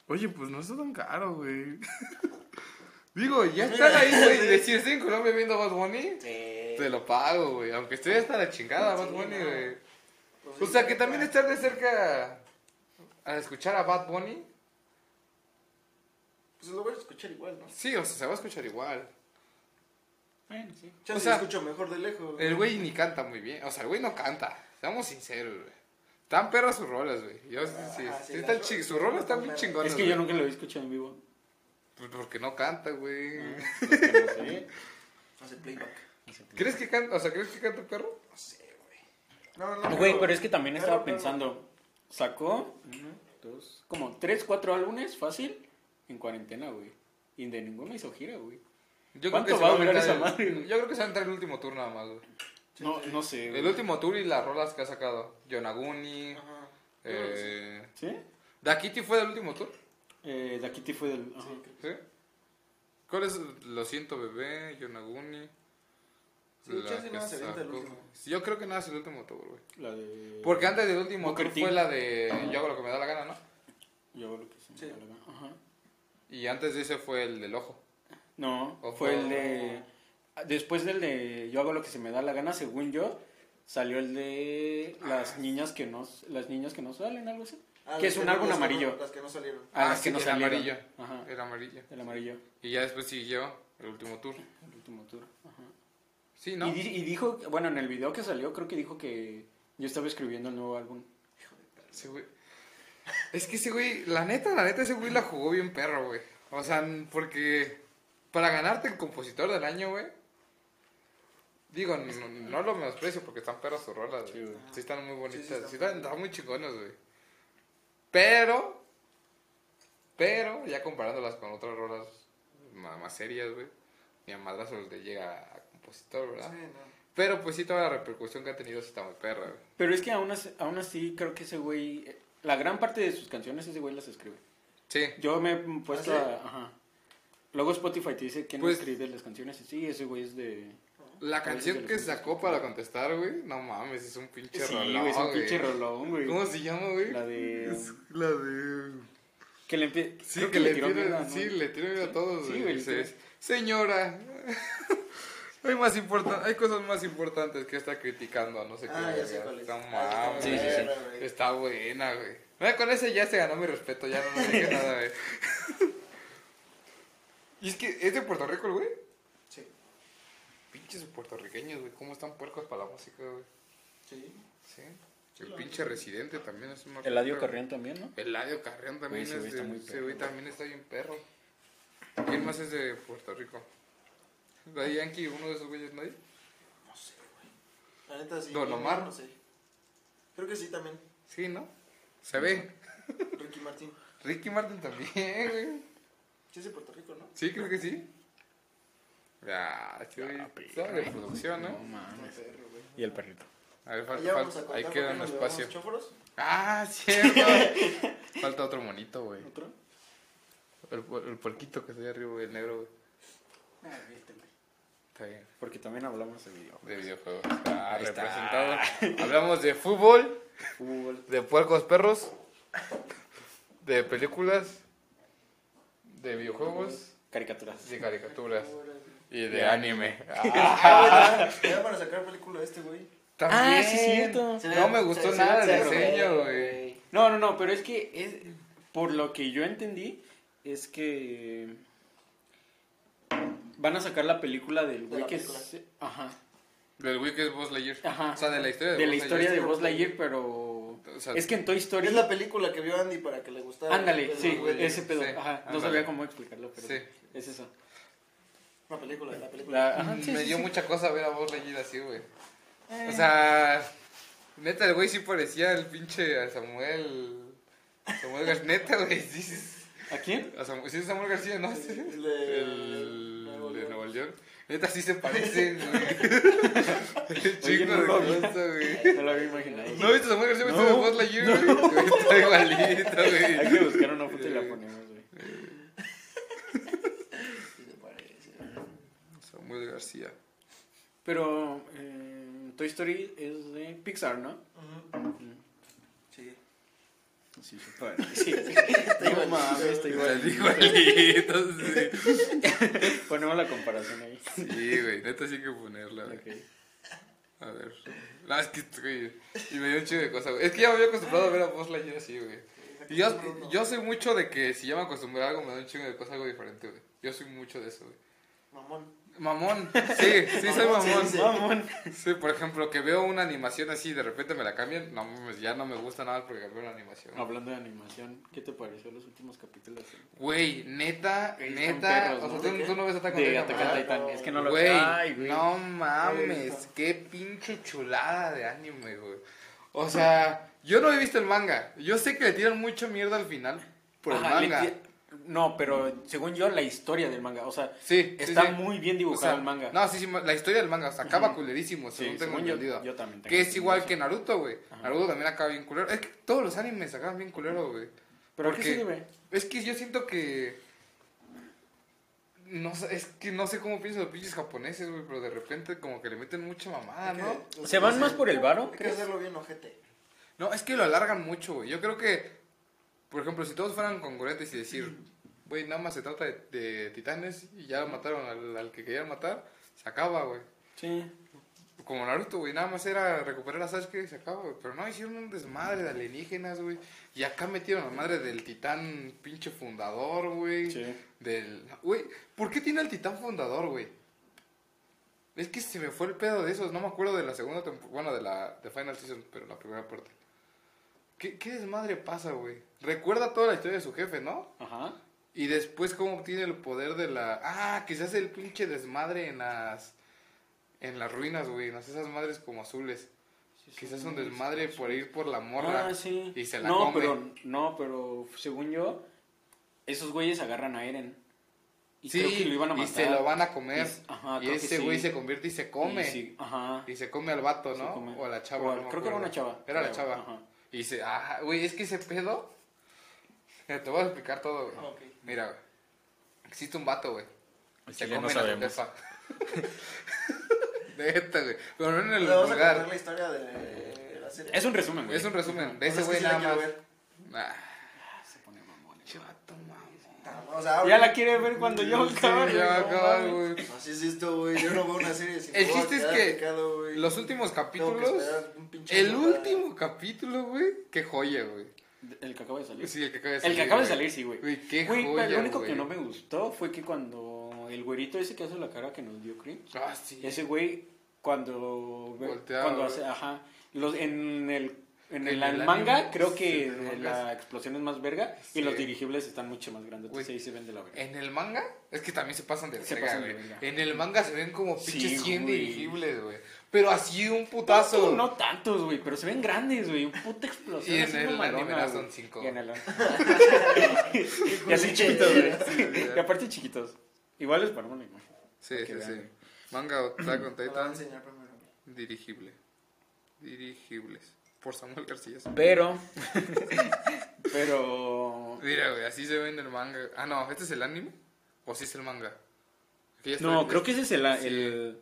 Speaker 3: Oye, pues no está tan caro, güey. Digo, ya
Speaker 1: Pues
Speaker 3: están ahí, güey. Si estoy en Colombia viendo Bad Bunny,
Speaker 1: Sí.
Speaker 3: te lo pago, güey. Aunque estoy hasta la chingada, Bad
Speaker 1: Sí,
Speaker 3: Bunny,
Speaker 1: no. Pues
Speaker 3: güey. O sea, que también estar de cerca a escuchar a Bad Bunny.
Speaker 1: Pues lo voy a escuchar igual, ¿no?
Speaker 3: Sí, o sea, se va a escuchar igual.
Speaker 2: Bueno, sí.
Speaker 1: Yo
Speaker 3: O sea, eh,
Speaker 1: escucho mejor de lejos.
Speaker 3: El güey ni canta muy bien. O sea, el güey no canta. Seamos sinceros, güey. Están perras sus rolas, güey. Yo sí, sí,
Speaker 1: Ah, sí,
Speaker 3: sí
Speaker 1: las
Speaker 3: están
Speaker 1: rolas
Speaker 3: chi- sus
Speaker 1: son
Speaker 3: rolas están
Speaker 1: muy
Speaker 3: bien
Speaker 1: perras.
Speaker 3: chingonas.
Speaker 2: es que yo
Speaker 3: güey.
Speaker 2: nunca lo había escuchado en vivo.
Speaker 3: Pues Porque no canta, güey.
Speaker 1: Mm.
Speaker 2: Porque no sé.
Speaker 1: Hace playback.
Speaker 3: ¿Crees que canta? O sea, ¿crees que canta el perro?
Speaker 1: No sé, güey. No, no, no.
Speaker 2: Güey, pero es que también
Speaker 1: Claro,
Speaker 2: estaba
Speaker 1: claro.
Speaker 2: pensando. Sacó. Uno, dos. Como tres, cuatro álbumes fácil. En cuarentena, güey. Y de ninguno hizo gira, güey.
Speaker 3: Yo
Speaker 2: ¿Cuánto
Speaker 3: se
Speaker 2: va a
Speaker 3: aventar
Speaker 2: durar esa
Speaker 3: el-
Speaker 2: madre, güey?
Speaker 3: Yo creo que se va a entrar el último tour nada más, güey.
Speaker 2: No, no sé,
Speaker 3: El
Speaker 2: güey.
Speaker 3: último tour y las rolas que ha sacado. Yonaguni.
Speaker 1: Ajá.
Speaker 3: Eh...
Speaker 2: ¿Sí?
Speaker 3: ¿Dakiti fue del último tour?
Speaker 2: Eh, Dakiti fue del. ajá.
Speaker 3: ¿Sí? ¿Cuál es? Lo siento, bebé. Yonaguni.
Speaker 1: Sí, chance nada se
Speaker 3: sacó-
Speaker 1: avienta el último.
Speaker 3: Sí, Yo creo que nada es el último tour, güey.
Speaker 2: La de.
Speaker 3: Porque antes del último
Speaker 2: Booker
Speaker 3: tour
Speaker 2: T.
Speaker 3: fue la de Yo hago lo que me da la gana, ¿no?
Speaker 2: Yo hago lo que se me
Speaker 1: Sí.
Speaker 2: da la gana. Ajá.
Speaker 3: Y antes de ese fue el del ojo.
Speaker 2: No,
Speaker 3: ¿O
Speaker 2: fue
Speaker 3: fue-
Speaker 2: el de. Después del de Yo hago lo que se me da la gana, según yo, salió el de Las niñas que no, las niñas que no salen, algo así.
Speaker 1: Ah,
Speaker 2: que
Speaker 1: las
Speaker 2: es un
Speaker 1: no-
Speaker 2: álbum
Speaker 1: las que no-
Speaker 2: amarillo.
Speaker 1: las que no salieron.
Speaker 2: Ah, las
Speaker 3: sí,
Speaker 2: que no
Speaker 3: el
Speaker 2: salieron.
Speaker 3: amarillo.
Speaker 2: Ajá,
Speaker 3: El amarillo.
Speaker 2: el amarillo,
Speaker 3: Y ya después siguió el último tour.
Speaker 2: el último tour. Ajá.
Speaker 3: Sí, ¿no?
Speaker 2: Y, di- y dijo, bueno, en el video que salió, creo que dijo que yo estaba escribiendo el nuevo álbum.
Speaker 3: Ese güey. Es que ese güey, la neta, la neta, ese güey la jugó bien perro, güey. O sea, n- porque para ganarte el compositor del año, güey. Digo, n- no, lo menosprecio porque están perras sus rolas, güey.
Speaker 2: Sí,
Speaker 3: Sí,
Speaker 2: güey.
Speaker 3: están muy bonitas.
Speaker 1: Sí,
Speaker 3: Sí,
Speaker 1: sí, están
Speaker 3: están, están muy chingonas, güey. Pero, pero, ya comparándolas con otras rolas ma- más, serias, güey. Ni a madrazos le llega a compositor, ¿verdad?
Speaker 1: Sí, no.
Speaker 3: Pero pues sí, toda la repercusión que ha tenido sí está muy perra, güey.
Speaker 2: Pero es que aún así, aún así creo que ese güey, eh, la gran parte de sus canciones ese güey las escribe.
Speaker 3: Sí.
Speaker 2: Yo me he puesto
Speaker 1: ¿Ah, sí?
Speaker 2: a... Ajá. Luego Spotify te dice quién
Speaker 3: Pues-
Speaker 2: escribe las canciones. y Sí, ese güey es de...
Speaker 3: La
Speaker 2: de
Speaker 3: canción
Speaker 2: los
Speaker 3: que
Speaker 2: Beatles.
Speaker 3: sacó para contestar, güey. No mames, es un pinche
Speaker 2: sí,
Speaker 3: rolón,
Speaker 2: güey, es un
Speaker 3: güey.
Speaker 2: pinche rolón, güey.
Speaker 3: ¿Cómo se llama, güey?
Speaker 2: La de...
Speaker 3: Es la de...
Speaker 2: Que le empie-
Speaker 3: Sí,
Speaker 2: creo
Speaker 3: que, le
Speaker 2: tiró
Speaker 3: tiran,
Speaker 2: mierda, ¿no?
Speaker 3: sí, le tiran miedo a todos,
Speaker 2: Sí,
Speaker 3: güey.
Speaker 2: güey, le
Speaker 3: Dice,
Speaker 2: tiran-
Speaker 3: Señora, hay más importan- hay cosas más importantes que está criticando, no sé
Speaker 1: Ah,
Speaker 3: qué.
Speaker 1: ya sé
Speaker 3: verga.
Speaker 1: cuál es.
Speaker 3: No
Speaker 1: Ah,
Speaker 2: está
Speaker 3: mames.
Speaker 2: Sí, sí, sí.
Speaker 1: buena, güey.
Speaker 3: Está buena, güey. Mira, con ese ya se ganó mi respeto, ya no me dije nada, güey. y es que es de Puerto Rico, el güey.
Speaker 1: Sí,
Speaker 3: Pinches puertorriqueños, güey, cómo están puercos para la música, güey.
Speaker 1: sí.
Speaker 3: Sí. El pinche residente también es una.
Speaker 2: Eladio
Speaker 3: perra, güey.
Speaker 2: Carrión también, ¿no?
Speaker 3: Eladio Carrión
Speaker 2: Güey,
Speaker 3: también
Speaker 2: ese güey
Speaker 3: es
Speaker 2: está
Speaker 3: de-
Speaker 2: muy
Speaker 3: ese
Speaker 2: perro,
Speaker 3: güey
Speaker 2: güey.
Speaker 3: también está bien perro. ¿Quién más es de Puerto Rico? ¿De Yankee, uno de esos güeyes, nadie?
Speaker 1: No sé, güey. La neta sí.
Speaker 3: Don Omar.
Speaker 1: No sé. Creo que sí también.
Speaker 3: Sí, ¿no? Se ve.
Speaker 1: Ricky Martín.
Speaker 3: Ricky Martin también, güey.
Speaker 1: Sí es de Puerto Rico, ¿no?
Speaker 3: Sí, creo que sí. Ya, este güey sabe de producción,
Speaker 2: No
Speaker 3: Ah, ¿no?
Speaker 1: No
Speaker 2: mames.
Speaker 1: sé, güey.
Speaker 2: Y el perrito.
Speaker 3: Ah, A ver,
Speaker 1: Allá
Speaker 3: falta,
Speaker 1: vamos a
Speaker 3: falta,
Speaker 1: contar
Speaker 3: ahí
Speaker 1: por qué
Speaker 3: queda un
Speaker 1: nos
Speaker 3: espacio.
Speaker 1: llamamos Chóforos.
Speaker 3: Ah, cierto. falta otro monito, güey.
Speaker 2: ¿Otro?
Speaker 3: El, puer- el puerquito que está ahí arriba, güey, el negro, güey.
Speaker 1: Ah, vete, güey.
Speaker 3: Está bien.
Speaker 2: Porque también hablamos de video.
Speaker 3: De videojuegos. Ah,
Speaker 2: Ahí está.
Speaker 3: representado. Hablamos de fútbol.
Speaker 2: Fútbol.
Speaker 3: De puercos perros. De películas. De videojuegos.
Speaker 2: Caricaturas.
Speaker 3: De caricaturas.
Speaker 1: Ahora, güey.
Speaker 3: Y de anime. Ah,
Speaker 1: Ah, bueno, ya para sacar película de este, güey.
Speaker 2: Ah, sí,
Speaker 3: también.
Speaker 2: cierto.
Speaker 1: Se ve-
Speaker 3: No me
Speaker 1: se-
Speaker 3: gustó
Speaker 1: se-
Speaker 3: nada el
Speaker 1: se- se-
Speaker 3: diseño, güey.
Speaker 2: No, no, no, pero es que es, por lo que yo entendí es que van a sacar la película del
Speaker 1: De
Speaker 2: güey
Speaker 1: la
Speaker 2: que
Speaker 1: película.
Speaker 2: es... Ajá.
Speaker 3: Del güey que es Buzz Lightyear.
Speaker 2: Ajá.
Speaker 3: O sea, de la historia de
Speaker 2: De la
Speaker 3: Buzz
Speaker 2: historia de
Speaker 3: Lightyear.
Speaker 2: Buzz Lightyear, pero...
Speaker 3: O sea,
Speaker 2: es que en Toy Story...
Speaker 1: Es la película que vio Andy para que le gustara.
Speaker 2: Ándale,
Speaker 1: Es
Speaker 2: sí,
Speaker 1: güey.
Speaker 2: ese pedo.
Speaker 3: Sí,
Speaker 2: Ajá, no
Speaker 3: ándale.
Speaker 2: sabía cómo explicarlo, pero
Speaker 3: Sí.
Speaker 2: es eso.
Speaker 1: Una película, la película.
Speaker 2: La- ajá, sí,
Speaker 3: me
Speaker 2: sí,
Speaker 3: dio
Speaker 2: sí. Eh.
Speaker 3: mucha cosa ver a Buzz Lightyear así, güey. O sea, neta, el güey sí parecía el pinche a Samuel. Samuel García. Neta, güey. Sí, sí,
Speaker 2: ¿A quién?
Speaker 3: a Samuel, sí es Samuel García, ¿no?
Speaker 1: Sí,
Speaker 3: el
Speaker 1: el
Speaker 3: de
Speaker 1: de-
Speaker 3: Nuevo
Speaker 1: Nuevo
Speaker 3: León.
Speaker 1: León.
Speaker 3: Neta, sí se parecen, güey.
Speaker 2: Oye,
Speaker 3: Chingo
Speaker 2: no
Speaker 3: de
Speaker 2: lo vi.
Speaker 3: cosa, güey.
Speaker 2: No lo había imaginado.
Speaker 3: ¿No viste a Samuel García? ¿Viste a
Speaker 2: No.
Speaker 3: Buzz Lightyear, güey? Güey, Está igualito,
Speaker 2: Hay
Speaker 3: güey.
Speaker 2: que buscar una foto y la ponemos, güey.
Speaker 1: Sí, te parece.
Speaker 3: Samuel García.
Speaker 2: Pero eh, Toy Story es de Pixar, ¿no?
Speaker 1: Ujú. Sí.
Speaker 2: Sí, sí.
Speaker 1: Está
Speaker 2: No
Speaker 1: igualito.
Speaker 2: mames, está igual.
Speaker 3: Está igualito, sí.
Speaker 2: Ponemos la comparación ahí.
Speaker 3: Sí, güey, neta sí hay que ponerla, güey.
Speaker 2: Ok.
Speaker 3: A ver. No, es que, güey, y me dio un chingo de cosas, güey. Es que ya me había acostumbrado a ver a Buzz Lightyear así, güey. Y yo, yo soy mucho de que si ya me acostumbré a algo, me da un chingo de cosas, algo diferente, güey. Yo soy mucho de eso, güey.
Speaker 1: Mamón.
Speaker 3: Mamón. Sí, sí, soy
Speaker 1: Mamón, sí,
Speaker 3: mamón.
Speaker 1: sí.
Speaker 2: Mamón.
Speaker 3: Sí, por ejemplo, que veo una animación así y de repente me la cambian. No, mames, ya no me gusta nada porque cambió la animación.
Speaker 2: Hablando de animación, ¿qué te pareció los últimos capítulos? eh?
Speaker 3: Güey, neta,
Speaker 2: Güey, están
Speaker 3: neta.
Speaker 2: perros,
Speaker 3: O
Speaker 2: ¿no?
Speaker 3: sea,
Speaker 1: ¿De
Speaker 3: tú,
Speaker 1: qué?
Speaker 3: tú no ves Attack on
Speaker 2: De
Speaker 3: Titan,
Speaker 2: Attack
Speaker 3: ¿verdad?
Speaker 2: on Titan. Es que no lo
Speaker 3: Güey,
Speaker 2: Ay, güey.
Speaker 3: no mames,
Speaker 1: Güey.
Speaker 3: qué pinche chulada de anime, güey. O sea, yo no he visto el manga. Yo sé que le tiran mucha mierda al final por el
Speaker 2: Ajá, le
Speaker 3: manga.
Speaker 2: tie- No, pero según yo, la historia del manga. O sea,
Speaker 3: Sí, sí,
Speaker 2: está
Speaker 3: sí.
Speaker 2: muy bien
Speaker 3: O sea,
Speaker 2: dibujado el manga.
Speaker 3: No, sí, sí, la historia del manga, o sea, acaba culerísimo,
Speaker 2: Sí,
Speaker 3: según tengo
Speaker 2: según yo,
Speaker 3: entendido.
Speaker 2: yo también tengo
Speaker 3: que es
Speaker 2: entendido
Speaker 3: igual
Speaker 2: eso.
Speaker 3: que Naruto, güey.
Speaker 2: Ajá.
Speaker 3: Naruto también acaba bien culero. Es que todos los animes acaban bien culero, güey.
Speaker 2: ¿Pero a qué
Speaker 3: Porque-
Speaker 2: se debe?
Speaker 3: Es que yo siento que. No, sé- es que no sé cómo piensan los pinches japoneses, güey, pero de repente como que le meten mucha mamada,
Speaker 1: Hay
Speaker 3: ¿no?
Speaker 1: que-
Speaker 2: ¿Se van más por el varo?
Speaker 1: Hay que hacerlo bien, ojete.
Speaker 3: No, es que lo alargan mucho, güey. Yo creo que, por ejemplo, si todos fueran congruentes y decir, güey, nada más se trata de, de titanes y ya mataron al, al que querían matar, se acaba, güey.
Speaker 2: Sí.
Speaker 3: Como Naruto, güey, nada más era recuperar a Sasuke y se acaba, güey. Pero no, hicieron un desmadre de alienígenas, güey. Y acá metieron a madre del titán pinche fundador, güey.
Speaker 2: Sí.
Speaker 3: Del. Güey, ¿por qué tiene al titán fundador, güey? Es que se me fue el pedo de esos. No me acuerdo de la segunda temporada. Bueno, de la de Final Season, pero la primera parte. ¿Qué, qué desmadre pasa, güey? Recuerda toda la historia de su jefe, ¿no?
Speaker 2: Ajá.
Speaker 3: Y después, ¿cómo obtiene el poder de la. Ah, que se hace el pinche desmadre en las. En las ruinas, güey. En las esas madres como azules. Quizás un desmadre por ir por la morra.
Speaker 2: Ah, sí.
Speaker 3: Y se la
Speaker 2: no,
Speaker 3: come.
Speaker 2: pero no, pero según yo, esos güeyes agarran a Eren. Y
Speaker 3: sí,
Speaker 2: creo que lo iban a
Speaker 3: y
Speaker 2: matar.
Speaker 3: se lo van a comer.
Speaker 2: Y- ajá,
Speaker 3: y
Speaker 2: creo que
Speaker 3: ese
Speaker 2: sí.
Speaker 3: güey se convierte y se come.
Speaker 2: Y sí, ajá.
Speaker 3: Y se come al vato,
Speaker 2: Se
Speaker 3: ¿no?
Speaker 2: come.
Speaker 3: O a la
Speaker 2: O
Speaker 3: chava.
Speaker 2: al-
Speaker 3: no me
Speaker 2: creo que era
Speaker 3: acuerdo.
Speaker 2: una chava.
Speaker 3: Era la
Speaker 2: Creo,
Speaker 3: chava.
Speaker 2: ajá.
Speaker 3: Y se, ah, güey, es que ese pedo. Mira, te voy a explicar todo, güey.
Speaker 1: Ah, Ok.
Speaker 3: Mira, güey. Existe un vato, güey.
Speaker 2: Al
Speaker 3: Se
Speaker 2: chile no
Speaker 3: come a su
Speaker 2: sabemos.
Speaker 3: jefa. Neta, güey. Pero no en el
Speaker 1: Le vamos a contar
Speaker 3: lugar.
Speaker 1: la historia de la serie.
Speaker 2: Es un resumen, güey.
Speaker 3: Es un resumen. De
Speaker 1: No,
Speaker 3: ese
Speaker 1: es que
Speaker 3: güey
Speaker 1: sí la
Speaker 3: nada
Speaker 1: quiero
Speaker 3: más.
Speaker 1: ver.
Speaker 3: Ah,
Speaker 2: Se pone mamón.
Speaker 3: che vato, mamón.
Speaker 1: O sea,
Speaker 2: Ya
Speaker 1: ahora-
Speaker 2: la quiere ver cuando yo acabe.
Speaker 3: Ya va a acabar, güey.
Speaker 1: Así es esto, güey. Yo no veo una serie sin
Speaker 3: El
Speaker 1: me voy a
Speaker 3: chiste es
Speaker 1: quedar
Speaker 3: que
Speaker 1: picado, güey.
Speaker 3: Los últimos
Speaker 1: Tengo que
Speaker 3: capítulos.
Speaker 1: esperar un pinche
Speaker 3: El
Speaker 1: año para-
Speaker 3: último capítulo, güey. Qué joya, güey.
Speaker 2: El que acaba de salir.
Speaker 3: Sí, el que acaba de
Speaker 2: El
Speaker 3: salir.
Speaker 2: que acaba de
Speaker 3: güey.
Speaker 2: salir, sí, güey.
Speaker 3: Güey, qué
Speaker 2: Güey,
Speaker 3: joya.
Speaker 2: lo único
Speaker 3: güey.
Speaker 2: que no me gustó fue que cuando el güerito ese que hace la cara que nos dio cringe,
Speaker 3: Ah, sí.
Speaker 2: ese güey cuando
Speaker 3: Volteaba,
Speaker 2: cuando
Speaker 3: güey.
Speaker 2: hace, ajá, los en el en
Speaker 3: En
Speaker 2: el,
Speaker 3: el
Speaker 2: manga
Speaker 3: anime,
Speaker 2: creo
Speaker 3: sí,
Speaker 2: que
Speaker 3: en el
Speaker 2: de
Speaker 3: manga.
Speaker 2: la explosión es más verga
Speaker 3: Sí.
Speaker 2: y los dirigibles están mucho más grandes, entonces
Speaker 3: Güey. Eh,
Speaker 2: ahí se ven de la verga.
Speaker 3: En el manga, es que también se pasan de
Speaker 2: Se
Speaker 3: verga,
Speaker 2: pasan de
Speaker 3: güey.
Speaker 2: verga.
Speaker 3: En el manga se ven como
Speaker 2: Sí,
Speaker 3: pinches 100
Speaker 2: güey.
Speaker 3: dirigibles, güey. Pero así de un putazo.
Speaker 2: Tú no tantos, güey, pero se ven grandes, güey, puta explosión.
Speaker 3: Y en
Speaker 2: así
Speaker 3: el
Speaker 2: mamalona,
Speaker 3: anime
Speaker 2: güey.
Speaker 3: son cinco.
Speaker 2: Y en el Y así chiquitos, güey. Y aparte chiquitos. Igual les ponemos la imagen.
Speaker 3: Sí,
Speaker 2: que
Speaker 3: sí,
Speaker 2: vean.
Speaker 3: sí. Manga Attack on
Speaker 1: Te la voy a
Speaker 3: Titan,
Speaker 1: enseñar primero.
Speaker 3: dirigible. Dirigibles. Por Samuel García.
Speaker 2: Pero. pero.
Speaker 3: Mira, güey, así se ve en el manga. Ah, no, ¿este es el anime? ¿O sí es el manga? Que ya está
Speaker 2: No,
Speaker 3: en-
Speaker 2: creo que ese es el.
Speaker 3: Sí.
Speaker 2: el-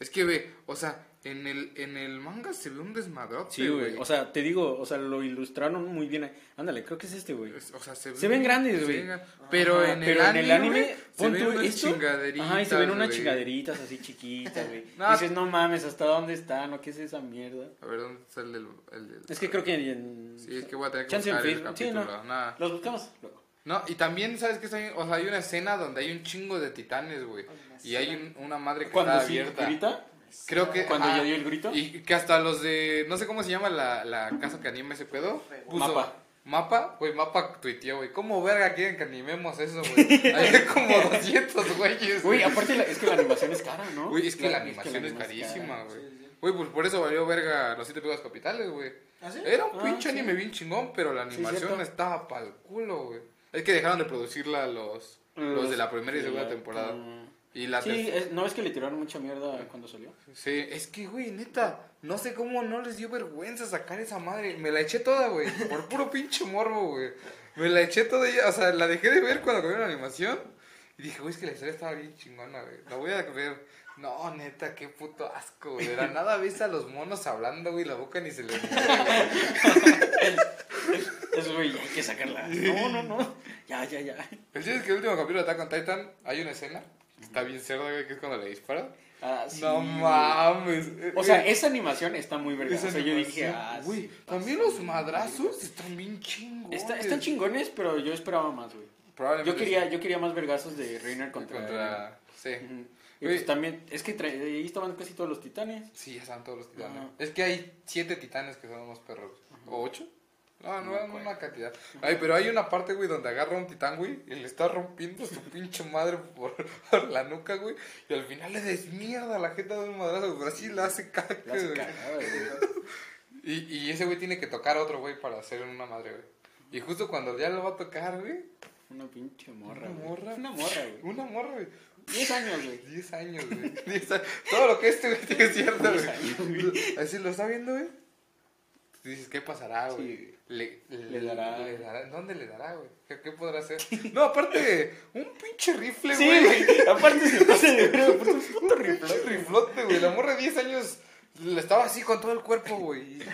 Speaker 3: Es que ve, o sea, en el, en el manga se ve un desmadrote,
Speaker 2: sí, güey. O sea, te digo, o sea, lo ilustraron muy bien. Ándale, creo que es este, güey.
Speaker 3: Es- O sea, se,
Speaker 2: Se ven grandes,
Speaker 3: se
Speaker 2: güey.
Speaker 3: ven gran- Pero,
Speaker 2: Ajá,
Speaker 3: en,
Speaker 2: pero
Speaker 3: el anime, güey,
Speaker 2: pon
Speaker 3: se
Speaker 2: tú
Speaker 3: ven unas
Speaker 2: esto,
Speaker 3: chingaderitas.
Speaker 2: Ajá, y se ven unas
Speaker 3: güey.
Speaker 2: chingaderitas así chiquitas, güey.
Speaker 3: No.
Speaker 2: Dices, no mames, ¿hasta dónde están? ¿O qué es esa mierda?
Speaker 3: A ver, ¿dónde está el del, el del-
Speaker 2: Es que creo que en.
Speaker 3: Sí, es que voy a tener que
Speaker 2: Chance en
Speaker 3: buscar el
Speaker 2: Facebook. Sí,
Speaker 3: capítulo.
Speaker 2: no.
Speaker 3: nada.
Speaker 2: Los buscamos luego.
Speaker 3: No, y también, ¿sabes qué? Está bien? O sea, hay una escena donde hay un chingo de titanes, güey. Y hay un- una madre que
Speaker 2: Cuando
Speaker 3: está
Speaker 2: sí
Speaker 3: abierta.
Speaker 2: grita,
Speaker 3: Creo que...
Speaker 2: cuando
Speaker 3: ah,
Speaker 2: ya dio el grito.
Speaker 3: Y que hasta los de... No sé cómo se llama la, la casa que anima ese pedo.
Speaker 2: Mapa.
Speaker 3: Mapa, güey, mapa tuiteó, güey. ¿Cómo verga quieren que animemos eso, güey? Hay como 200 güeyes.
Speaker 2: Güey, aparte la- es que la animación es cara, ¿no?
Speaker 3: Güey, es que la,
Speaker 2: es que
Speaker 3: animación es carísima,
Speaker 2: cara.
Speaker 3: güey.
Speaker 1: Sí, sí.
Speaker 3: Güey, pues por eso valió verga los siete pegados capitales, güey.
Speaker 1: ¿Ah, sí?
Speaker 3: Era un
Speaker 2: Ah,
Speaker 3: pinche
Speaker 2: sí.
Speaker 3: anime bien chingón, pero la
Speaker 2: Sí,
Speaker 3: animación
Speaker 2: cierto.
Speaker 3: estaba pa'l culo, güey. Es que dejaron de producirla los, los, de la primera y
Speaker 2: sí,
Speaker 3: segunda
Speaker 2: la-
Speaker 3: temporada.
Speaker 2: mm.
Speaker 3: Y la
Speaker 2: Sí,
Speaker 3: ter-
Speaker 2: es- no es que le tiraron mucha mierda cuando salió.
Speaker 3: sí, es que, güey, neta, no sé cómo no les dio vergüenza sacar esa madre. Me la eché toda, güey, por puro pinche morbo, güey. Me la eché toda ella, o sea, la dejé de ver cuando comieron la animación. Y dije, güey, es que la historia estaba bien chingona, güey. La voy a ver. No, neta, qué puto asco, güey. De la nada ves a los monos hablando, güey, la boca ni se les mueve.
Speaker 2: Eso, güey, hay que sacarla. No, no, no. Ya, ya, ya.
Speaker 3: El chiste es que el último capítulo de Attack on Titan hay una escena que está bien cerda, güey, que es cuando le dispara.
Speaker 2: Ah, sí,
Speaker 3: no
Speaker 2: güey.
Speaker 3: mames. eh,
Speaker 2: O sea, esa animación está muy verga.
Speaker 3: Esa
Speaker 2: o sea, yo dije,
Speaker 3: animación,
Speaker 2: ah,
Speaker 3: güey,
Speaker 2: sí,
Speaker 3: también
Speaker 2: pasa.
Speaker 3: los madrazos están bien chingones.
Speaker 2: Está- están chingones, pero yo esperaba más, güey.
Speaker 3: Probablemente
Speaker 2: Yo quería,
Speaker 3: sí.
Speaker 2: yo quería más vergazos de Reiner contra.
Speaker 3: contra sí.
Speaker 2: Ujú. Y
Speaker 3: Güey.
Speaker 2: pues también, es que tra- ahí estaban casi todos los titanes.
Speaker 3: Sí, ya están todos los titanes.
Speaker 2: Ajá.
Speaker 3: Es que hay siete titanes que son unos perros. ¿O ocho?
Speaker 2: No
Speaker 3: No, no,
Speaker 2: me
Speaker 3: no
Speaker 2: acuerdo.
Speaker 3: una cantidad. Ay, pero hay una parte, güey, donde agarra un titán, güey, y le está rompiendo su pinche madre por, por la nuca, güey. Y al final le desmierda la jeta de un madrazo, güey. Así la hace caca,
Speaker 2: La hace
Speaker 3: güey.
Speaker 2: cagada, güey.
Speaker 3: Y, y ese güey tiene que tocar a otro güey para hacer una madre, güey. Y justo cuando ya lo va a tocar, güey,
Speaker 2: Una pinche morra.
Speaker 3: Una
Speaker 2: güey.
Speaker 3: morra.
Speaker 2: Una morra, güey.
Speaker 3: una morra, güey.
Speaker 2: 10 años, güey.
Speaker 3: 10 años, güey. 10 años. Todo lo que este güey tiene es cierto,
Speaker 2: 10 años,
Speaker 3: güey. Así lo está viendo, güey. Tú dices, ¿qué pasará,
Speaker 2: Sí,
Speaker 3: Ah, güey?
Speaker 2: güey.
Speaker 3: Le,
Speaker 2: Le dará,
Speaker 3: le
Speaker 2: güey.
Speaker 3: ¿Dónde le dará, güey? ¿Qué, qué podrá hacer? No, aparte, un pinche rifle,
Speaker 2: Sí,
Speaker 3: güey.
Speaker 2: güey. Aparte se pasa de verga. por su puto
Speaker 3: Un
Speaker 2: rifle.
Speaker 3: pinche riflote, güey. La morra de 10 años le estaba así con todo el cuerpo, güey. Y-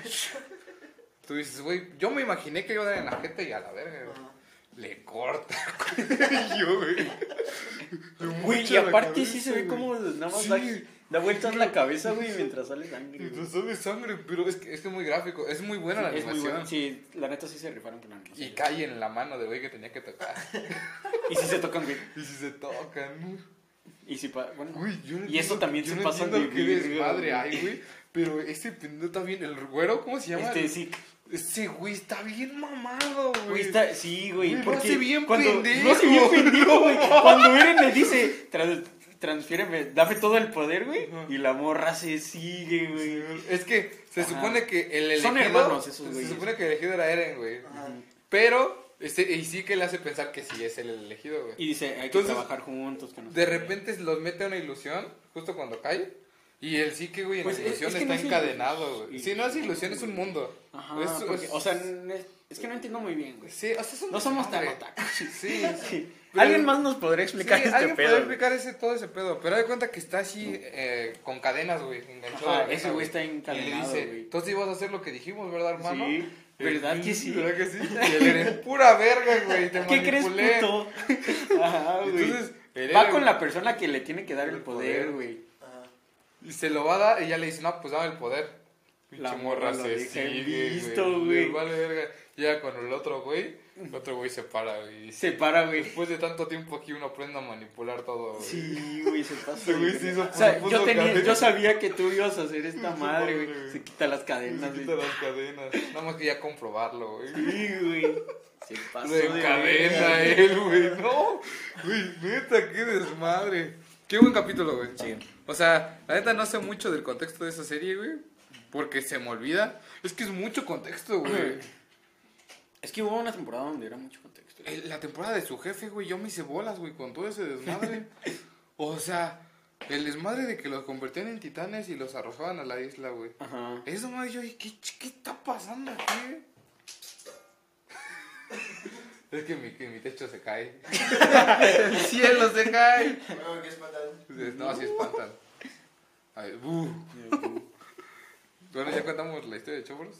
Speaker 3: Tú dices, güey, yo me imaginé que iba a dar en la gente y a la verga, güey.
Speaker 1: Ajá.
Speaker 3: Le corta. Y yo, güey.
Speaker 2: Güey, y
Speaker 3: Mucha la
Speaker 2: aparte sí
Speaker 3: cabeza,
Speaker 2: se ve
Speaker 3: güey.
Speaker 2: como nada más
Speaker 3: Sí.
Speaker 2: da, da vueltas la cabeza, güey, mientras sale sangre.
Speaker 3: Y
Speaker 2: güey.
Speaker 3: no sabe sangre, pero es que es que es muy gráfico. Es muy buena la
Speaker 2: es muy
Speaker 3: animación.
Speaker 2: bueno. Sí, la neta sí se rifaron con la animación.
Speaker 3: Y cae en la mano de güey que tenía que tocar.
Speaker 2: Y sí se tocan, güey.
Speaker 3: y si se tocan.
Speaker 2: Y si pa- bueno.
Speaker 3: Uy, yo no
Speaker 2: Y eso
Speaker 3: entiendo-
Speaker 2: también
Speaker 3: yo
Speaker 2: se
Speaker 3: no
Speaker 2: pasa
Speaker 3: entiendo
Speaker 2: de
Speaker 3: qué
Speaker 2: verga,
Speaker 3: desmadre
Speaker 2: güey.
Speaker 3: hay, güey. Pero este pendejo está bien. El güero, ¿cómo se llama?
Speaker 2: Este sí,
Speaker 3: Ese güey está bien mamado, güey.
Speaker 2: güey, está- sí, güey,
Speaker 3: Güey, lo
Speaker 2: porque
Speaker 3: hace bien
Speaker 2: cuando,
Speaker 3: pendejo.
Speaker 2: lo hace bien pendejo, güey. Cuando Eren le dice, "Tran- transfiéreme, dame todo el poder, güey, y la morra se sigue, güey.
Speaker 3: Es que se
Speaker 2: Ajá.
Speaker 3: supone que el elegido.
Speaker 2: Son hermanos esos
Speaker 3: Se
Speaker 2: güeyes.
Speaker 3: supone que el elegido era Eren, güey.
Speaker 1: Ajá.
Speaker 3: Pero, este, y sí que le hace pensar que sí es el elegido, güey.
Speaker 2: Y dice, hay que
Speaker 3: Entonces,
Speaker 2: trabajar juntos. que no sé
Speaker 3: De
Speaker 2: qué".
Speaker 3: repente los mete a una ilusión, justo cuando cae, Y el psique, güey, en
Speaker 2: Pues
Speaker 3: la
Speaker 2: es-
Speaker 3: ilusión
Speaker 2: es que
Speaker 3: está
Speaker 2: no es
Speaker 3: encadenado,
Speaker 2: ilusión.
Speaker 3: güey. Si no es ilusión, es un mundo.
Speaker 2: Ajá,
Speaker 3: Es-
Speaker 2: porque,
Speaker 3: es-
Speaker 2: o sea, n- es, es que no entiendo muy bien, güey.
Speaker 3: Sí, o sea, es un
Speaker 2: No somos tan
Speaker 3: desmadre.
Speaker 2: otakus.
Speaker 3: Sí,
Speaker 2: Sí.
Speaker 3: Pero-
Speaker 2: Alguien más nos podrá explicar
Speaker 3: Sí,
Speaker 2: este
Speaker 3: alguien
Speaker 2: pedo.
Speaker 3: puede
Speaker 2: güey?
Speaker 3: explicar ese, todo ese pedo, pero haz de cuenta que está así eh, con cadenas, güey, enganchado.
Speaker 2: Ajá,
Speaker 3: a la cadena,
Speaker 2: ese güey está
Speaker 3: Y le
Speaker 2: encadenado,
Speaker 3: dice,
Speaker 2: güey.
Speaker 3: entonces ibas a hacer lo que dijimos, ¿verdad, hermano?
Speaker 2: Sí, ¿verdad que sí?
Speaker 3: ¿Verdad que sí? Y él, "Eres pura verga, güey, te
Speaker 2: ¿Qué crees,
Speaker 3: manipulé".
Speaker 2: puto? Ajá, güey.
Speaker 3: Entonces, él
Speaker 2: Va
Speaker 3: era-
Speaker 2: con la persona que le tiene que dar el
Speaker 3: el poder.
Speaker 2: poder, güey.
Speaker 1: Ajá.
Speaker 3: Y se lo va a dar y ya le dice, no, pues dame el poder.
Speaker 2: La
Speaker 3: Pinche
Speaker 2: morra
Speaker 3: morra
Speaker 2: lo
Speaker 3: se
Speaker 2: deja
Speaker 3: sigue,
Speaker 2: en
Speaker 3: güey.
Speaker 2: visto,
Speaker 3: Le
Speaker 2: güey.
Speaker 3: Vale, verga. Llega con el otro güey, el otro güey se para, güey. y
Speaker 2: Se
Speaker 3: dice,
Speaker 2: para, güey.
Speaker 3: Después de tanto tiempo aquí uno aprende a manipular todo, güey.
Speaker 2: Sí, güey, se pasa.
Speaker 3: Ese güey se hizo
Speaker 2: O sea,
Speaker 3: puso
Speaker 2: yo, tenía-
Speaker 3: cadena.
Speaker 2: yo sabía que tú ibas a hacer esta madre,
Speaker 3: madre,
Speaker 2: güey.
Speaker 3: güey.
Speaker 2: Se quita las
Speaker 3: Y
Speaker 2: cadenas,
Speaker 3: se quita
Speaker 2: güey.
Speaker 3: las cadenas. Nada más quería comprobarlo, güey.
Speaker 2: Sí, güey. Se pasó
Speaker 3: Se
Speaker 2: de verga.
Speaker 3: encadena él, güey. No, güey, neta, qué desmadre. Qué buen capítulo, güey.
Speaker 2: Sí.
Speaker 3: O sea, la neta no sé mucho del contexto de esa serie, güey. Porque se me olvida. Es que es mucho contexto, güey.
Speaker 2: Es que hubo una temporada donde era mucho contexto.
Speaker 3: Eh, La temporada de su jefe, güey, yo me hice bolas, güey, con todo ese desmadre. O sea, el desmadre de que los convertían en titanes y los arrojaban a la isla, güey.
Speaker 2: Ajá.
Speaker 3: Eso, madre, yo, dije, ¿qué, ch- ¿qué está pasando aquí? es que mi, que mi techo se cae. el cielo se cae.
Speaker 1: Bueno, que es patado.
Speaker 3: Dices, No, así espantan. Ay, buh. Bueno, ya contamos la historia de Choboros.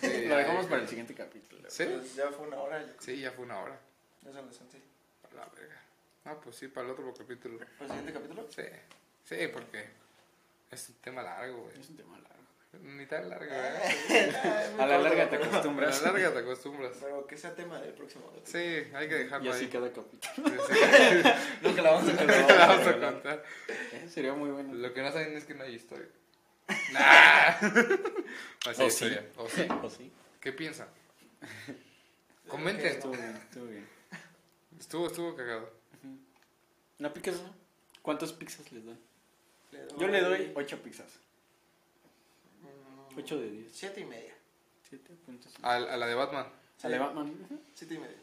Speaker 3: Sí,
Speaker 2: Lo dejamos
Speaker 3: ay,
Speaker 2: para el siguiente capítulo.
Speaker 3: ¿Sí?
Speaker 1: Pues ya fue una hora. Ya
Speaker 3: Sí, ya fue una hora.
Speaker 1: ya se lo sentí.
Speaker 3: A La verga. Ah, pues sí, para el otro capítulo.
Speaker 1: ¿Para ¿Pues el siguiente capítulo?
Speaker 3: Sí, sí, porque es un tema largo, güey.
Speaker 2: Es un tema largo.
Speaker 3: Ni tan largo, ¿eh?
Speaker 2: A la larga te
Speaker 3: A
Speaker 2: acostumbras.
Speaker 3: la larga te acostumbras.
Speaker 1: Pero que sea tema del próximo capítulo.
Speaker 3: Sí, hay que
Speaker 2: Y
Speaker 3: dejarlo
Speaker 2: así
Speaker 3: ahí.
Speaker 2: cada capítulo.
Speaker 3: Sí,
Speaker 1: Lo que la vamos a
Speaker 3: sí.
Speaker 1: contar.
Speaker 3: La vamos a contar.
Speaker 2: Eh, Sería muy bueno.
Speaker 3: Lo que no saben es que no hay historia. Nah. No, sí hay
Speaker 2: O sí.
Speaker 3: historia. O sí.
Speaker 2: ¿O sí?
Speaker 3: ¿Qué piensan? Comenten.
Speaker 2: Estuvo bien, estuvo bien.
Speaker 3: Estuvo, estuvo cagado.
Speaker 2: ¿No picas no? ¿Cuántas pizzas les doy? Yo le doy 8 pizzas. 8 de 10.
Speaker 1: Siete y media.
Speaker 2: 7.5.
Speaker 3: A, a la de Batman.
Speaker 2: Ah, Sale Batman. Ujú.
Speaker 1: Siete y media.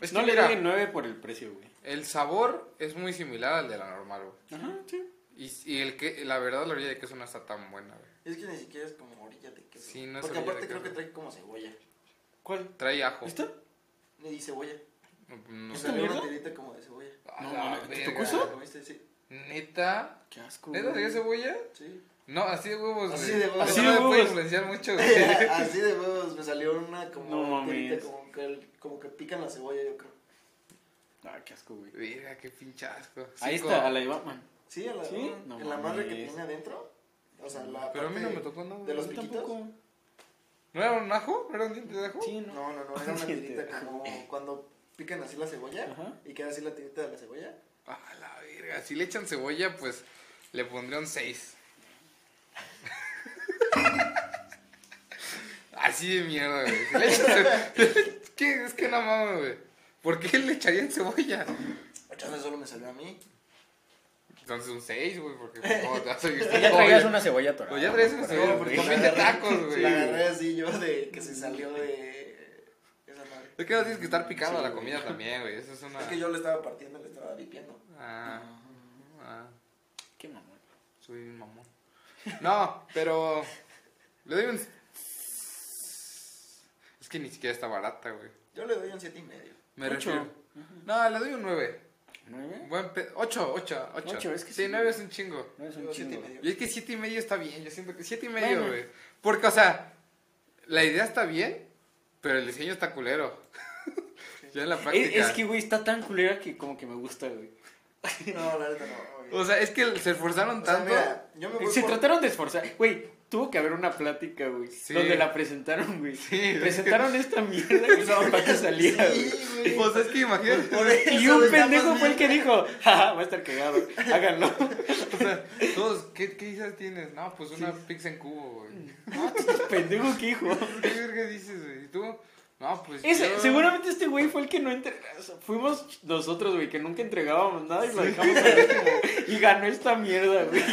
Speaker 3: Es que
Speaker 2: no le
Speaker 3: mira,
Speaker 2: doy 9 por el precio, güey.
Speaker 3: el sabor es muy similar al de la normal, güey.
Speaker 2: Ajá, sí.
Speaker 3: Y, y el que, la verdad, la orilla de queso no está tan buena, güey.
Speaker 1: Es que ni siquiera es como orilla de queso.
Speaker 3: Sí, no es
Speaker 1: Porque
Speaker 3: orilla
Speaker 1: aparte
Speaker 3: de
Speaker 1: creo que
Speaker 3: queso.
Speaker 1: trae como cebolla.
Speaker 2: ¿Cuál?
Speaker 3: Trae ajo.
Speaker 2: ¿Esta?
Speaker 1: Le di cebolla.
Speaker 3: No, no
Speaker 1: O
Speaker 3: sé.
Speaker 1: sea, una
Speaker 2: mierda?
Speaker 1: tirita como de cebolla.
Speaker 3: A
Speaker 2: No,
Speaker 3: la
Speaker 2: mames, ¿te
Speaker 3: verga.
Speaker 2: tocó eso?
Speaker 1: ¿La comiste? Sí.
Speaker 3: Neta.
Speaker 2: Qué asco.
Speaker 3: ¿Neta
Speaker 2: güey.
Speaker 3: de cebolla?
Speaker 1: Sí.
Speaker 3: No, así de huevos.
Speaker 1: Así
Speaker 3: güey.
Speaker 1: de huevos.
Speaker 3: Eso
Speaker 2: Así
Speaker 3: no
Speaker 2: de
Speaker 3: me puede
Speaker 2: huevos.
Speaker 3: influenciar mucho, güey.
Speaker 1: Así de huevos. Me salió una como
Speaker 2: No
Speaker 1: tirita
Speaker 2: mames.
Speaker 1: como que, como que pican la cebolla, yo creo.
Speaker 2: Ah, qué asco, güey.
Speaker 3: Verga, qué pinchasco.
Speaker 2: Ahí está, a la de Batman.
Speaker 1: Sí, a la,
Speaker 2: ¿Sí?
Speaker 1: en
Speaker 2: No
Speaker 1: la madre que
Speaker 2: mames.
Speaker 1: tiene adentro. O sea, la
Speaker 3: Pero a mí no
Speaker 1: parte-
Speaker 3: me tocó nada.
Speaker 1: de los
Speaker 2: Yo
Speaker 1: piquitos.
Speaker 2: tampoco.
Speaker 3: ¿No era un ajo? ¿No era un diente de ajo?
Speaker 2: Sí, no.
Speaker 1: No, no, no, era una
Speaker 2: Sí,
Speaker 1: tirita
Speaker 2: te-
Speaker 1: como cuando pican así la cebolla
Speaker 2: Ajá.
Speaker 1: y queda así la tirita de la cebolla.
Speaker 3: A la verga. Si le echan cebolla, pues le pondría un 6. Así de mierda, güey. Si le echan ce- ¿Qué? Es que no mames, güey. ¿Por qué le echarían cebolla?
Speaker 1: Entonces solo me salió a mí.
Speaker 3: Entonces un 6, güey, porque pues, ¿cómo te vas a ir?
Speaker 2: Ya traías una cebolla torada.
Speaker 3: Pues ya traías una cebolla,
Speaker 2: güey.
Speaker 3: porque comiste tacos, güey.
Speaker 1: La agarré así yo de que se salió de esa madre.
Speaker 3: Es que no tienes que estar
Speaker 2: Sí,
Speaker 3: picando a la
Speaker 2: güey.
Speaker 3: comida también, güey. Eso es una.
Speaker 1: Es que yo le estaba partiendo, le estaba vipiando.
Speaker 3: Ah, ah,
Speaker 2: Qué mamón.
Speaker 3: soy un mamón. No, pero. Le doy un. Es que ni siquiera está barata, güey.
Speaker 1: Yo le doy un siete y medio.
Speaker 3: Me
Speaker 2: Ocho.
Speaker 3: refiero. No, le doy un 9.
Speaker 2: ¿Nueve?
Speaker 3: Buen pe... 8, 8, 8.
Speaker 2: Ocho, es que
Speaker 3: sí,
Speaker 2: sí.
Speaker 3: 9 es un chingo.
Speaker 2: No es
Speaker 1: Yo
Speaker 2: un
Speaker 1: siete y
Speaker 2: chingo.
Speaker 1: medio.
Speaker 3: Y es que 7 y medio está bien. Yo siento que 7 y medio,
Speaker 2: Bueno.
Speaker 3: güey. Porque, o sea, la idea está bien, pero el diseño está culero. ya en la
Speaker 2: Es,
Speaker 3: práctica.
Speaker 2: es que, güey, está tan culera que como que me gusta, güey.
Speaker 1: No, la neta no. güey.
Speaker 3: O sea, es que se esforzaron
Speaker 1: O sea,
Speaker 3: tanto.
Speaker 1: mira, yo me voy
Speaker 2: Se
Speaker 1: por-
Speaker 2: trataron de esforzar. Güey, tuvo que haber una plática, güey.
Speaker 3: Sí.
Speaker 2: Donde la presentaron, güey.
Speaker 3: Sí.
Speaker 2: presentaron esta mierda que usaban para que saliera, güey.
Speaker 1: Sí, güey.
Speaker 3: O sea, es que imagínate.
Speaker 1: Por eso
Speaker 2: Y un
Speaker 1: está más
Speaker 2: pendejo fue el
Speaker 1: bien.
Speaker 2: que dijo, "Ja, ja, va a estar cagado, háganlo.
Speaker 3: O sea, todos, ¿qué, ¿qué guisas tienes? No, pues una pizza en cubo, güey.
Speaker 2: Ah, Pendejo que dijo.
Speaker 3: ¿Qué verga dices, güey? ¿Y tú? No, pues.
Speaker 2: Ese-
Speaker 3: yo-
Speaker 2: Seguramente este güey fue el que no entre... Fuimos nosotros, güey, que nunca entregábamos nada y lo dejamos al último. Y ganó esta mierda, güey.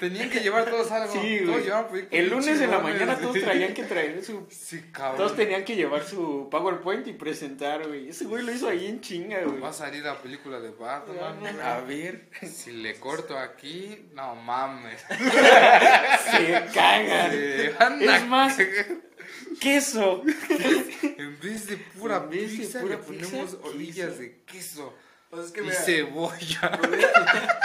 Speaker 3: Tenían que llevar todos algo.
Speaker 2: Sí,
Speaker 3: Todos
Speaker 2: güey.
Speaker 3: llevaban proyectos
Speaker 2: El lunes en la
Speaker 3: chingones,
Speaker 2: mañana todos
Speaker 3: güey.
Speaker 2: traían que traer su...
Speaker 3: Sí, cabrón.
Speaker 2: Todos tenían que llevar su PowerPoint y presentar, güey. Ese güey lo hizo ahí en chinga, güey.
Speaker 3: Va a salir la película de Batman. güey.
Speaker 2: A ver,
Speaker 3: Si le corto aquí, no mames.
Speaker 2: se cagan.
Speaker 3: Eh, anda,
Speaker 2: Es más, queso.
Speaker 3: en vez de pura
Speaker 2: En vez de
Speaker 3: pizza,
Speaker 2: pura
Speaker 3: le
Speaker 2: pizza,
Speaker 3: ponemos orillas
Speaker 2: queso.
Speaker 3: de queso
Speaker 1: Pues es que
Speaker 3: y
Speaker 1: mira,
Speaker 3: cebolla
Speaker 1: me hubiera,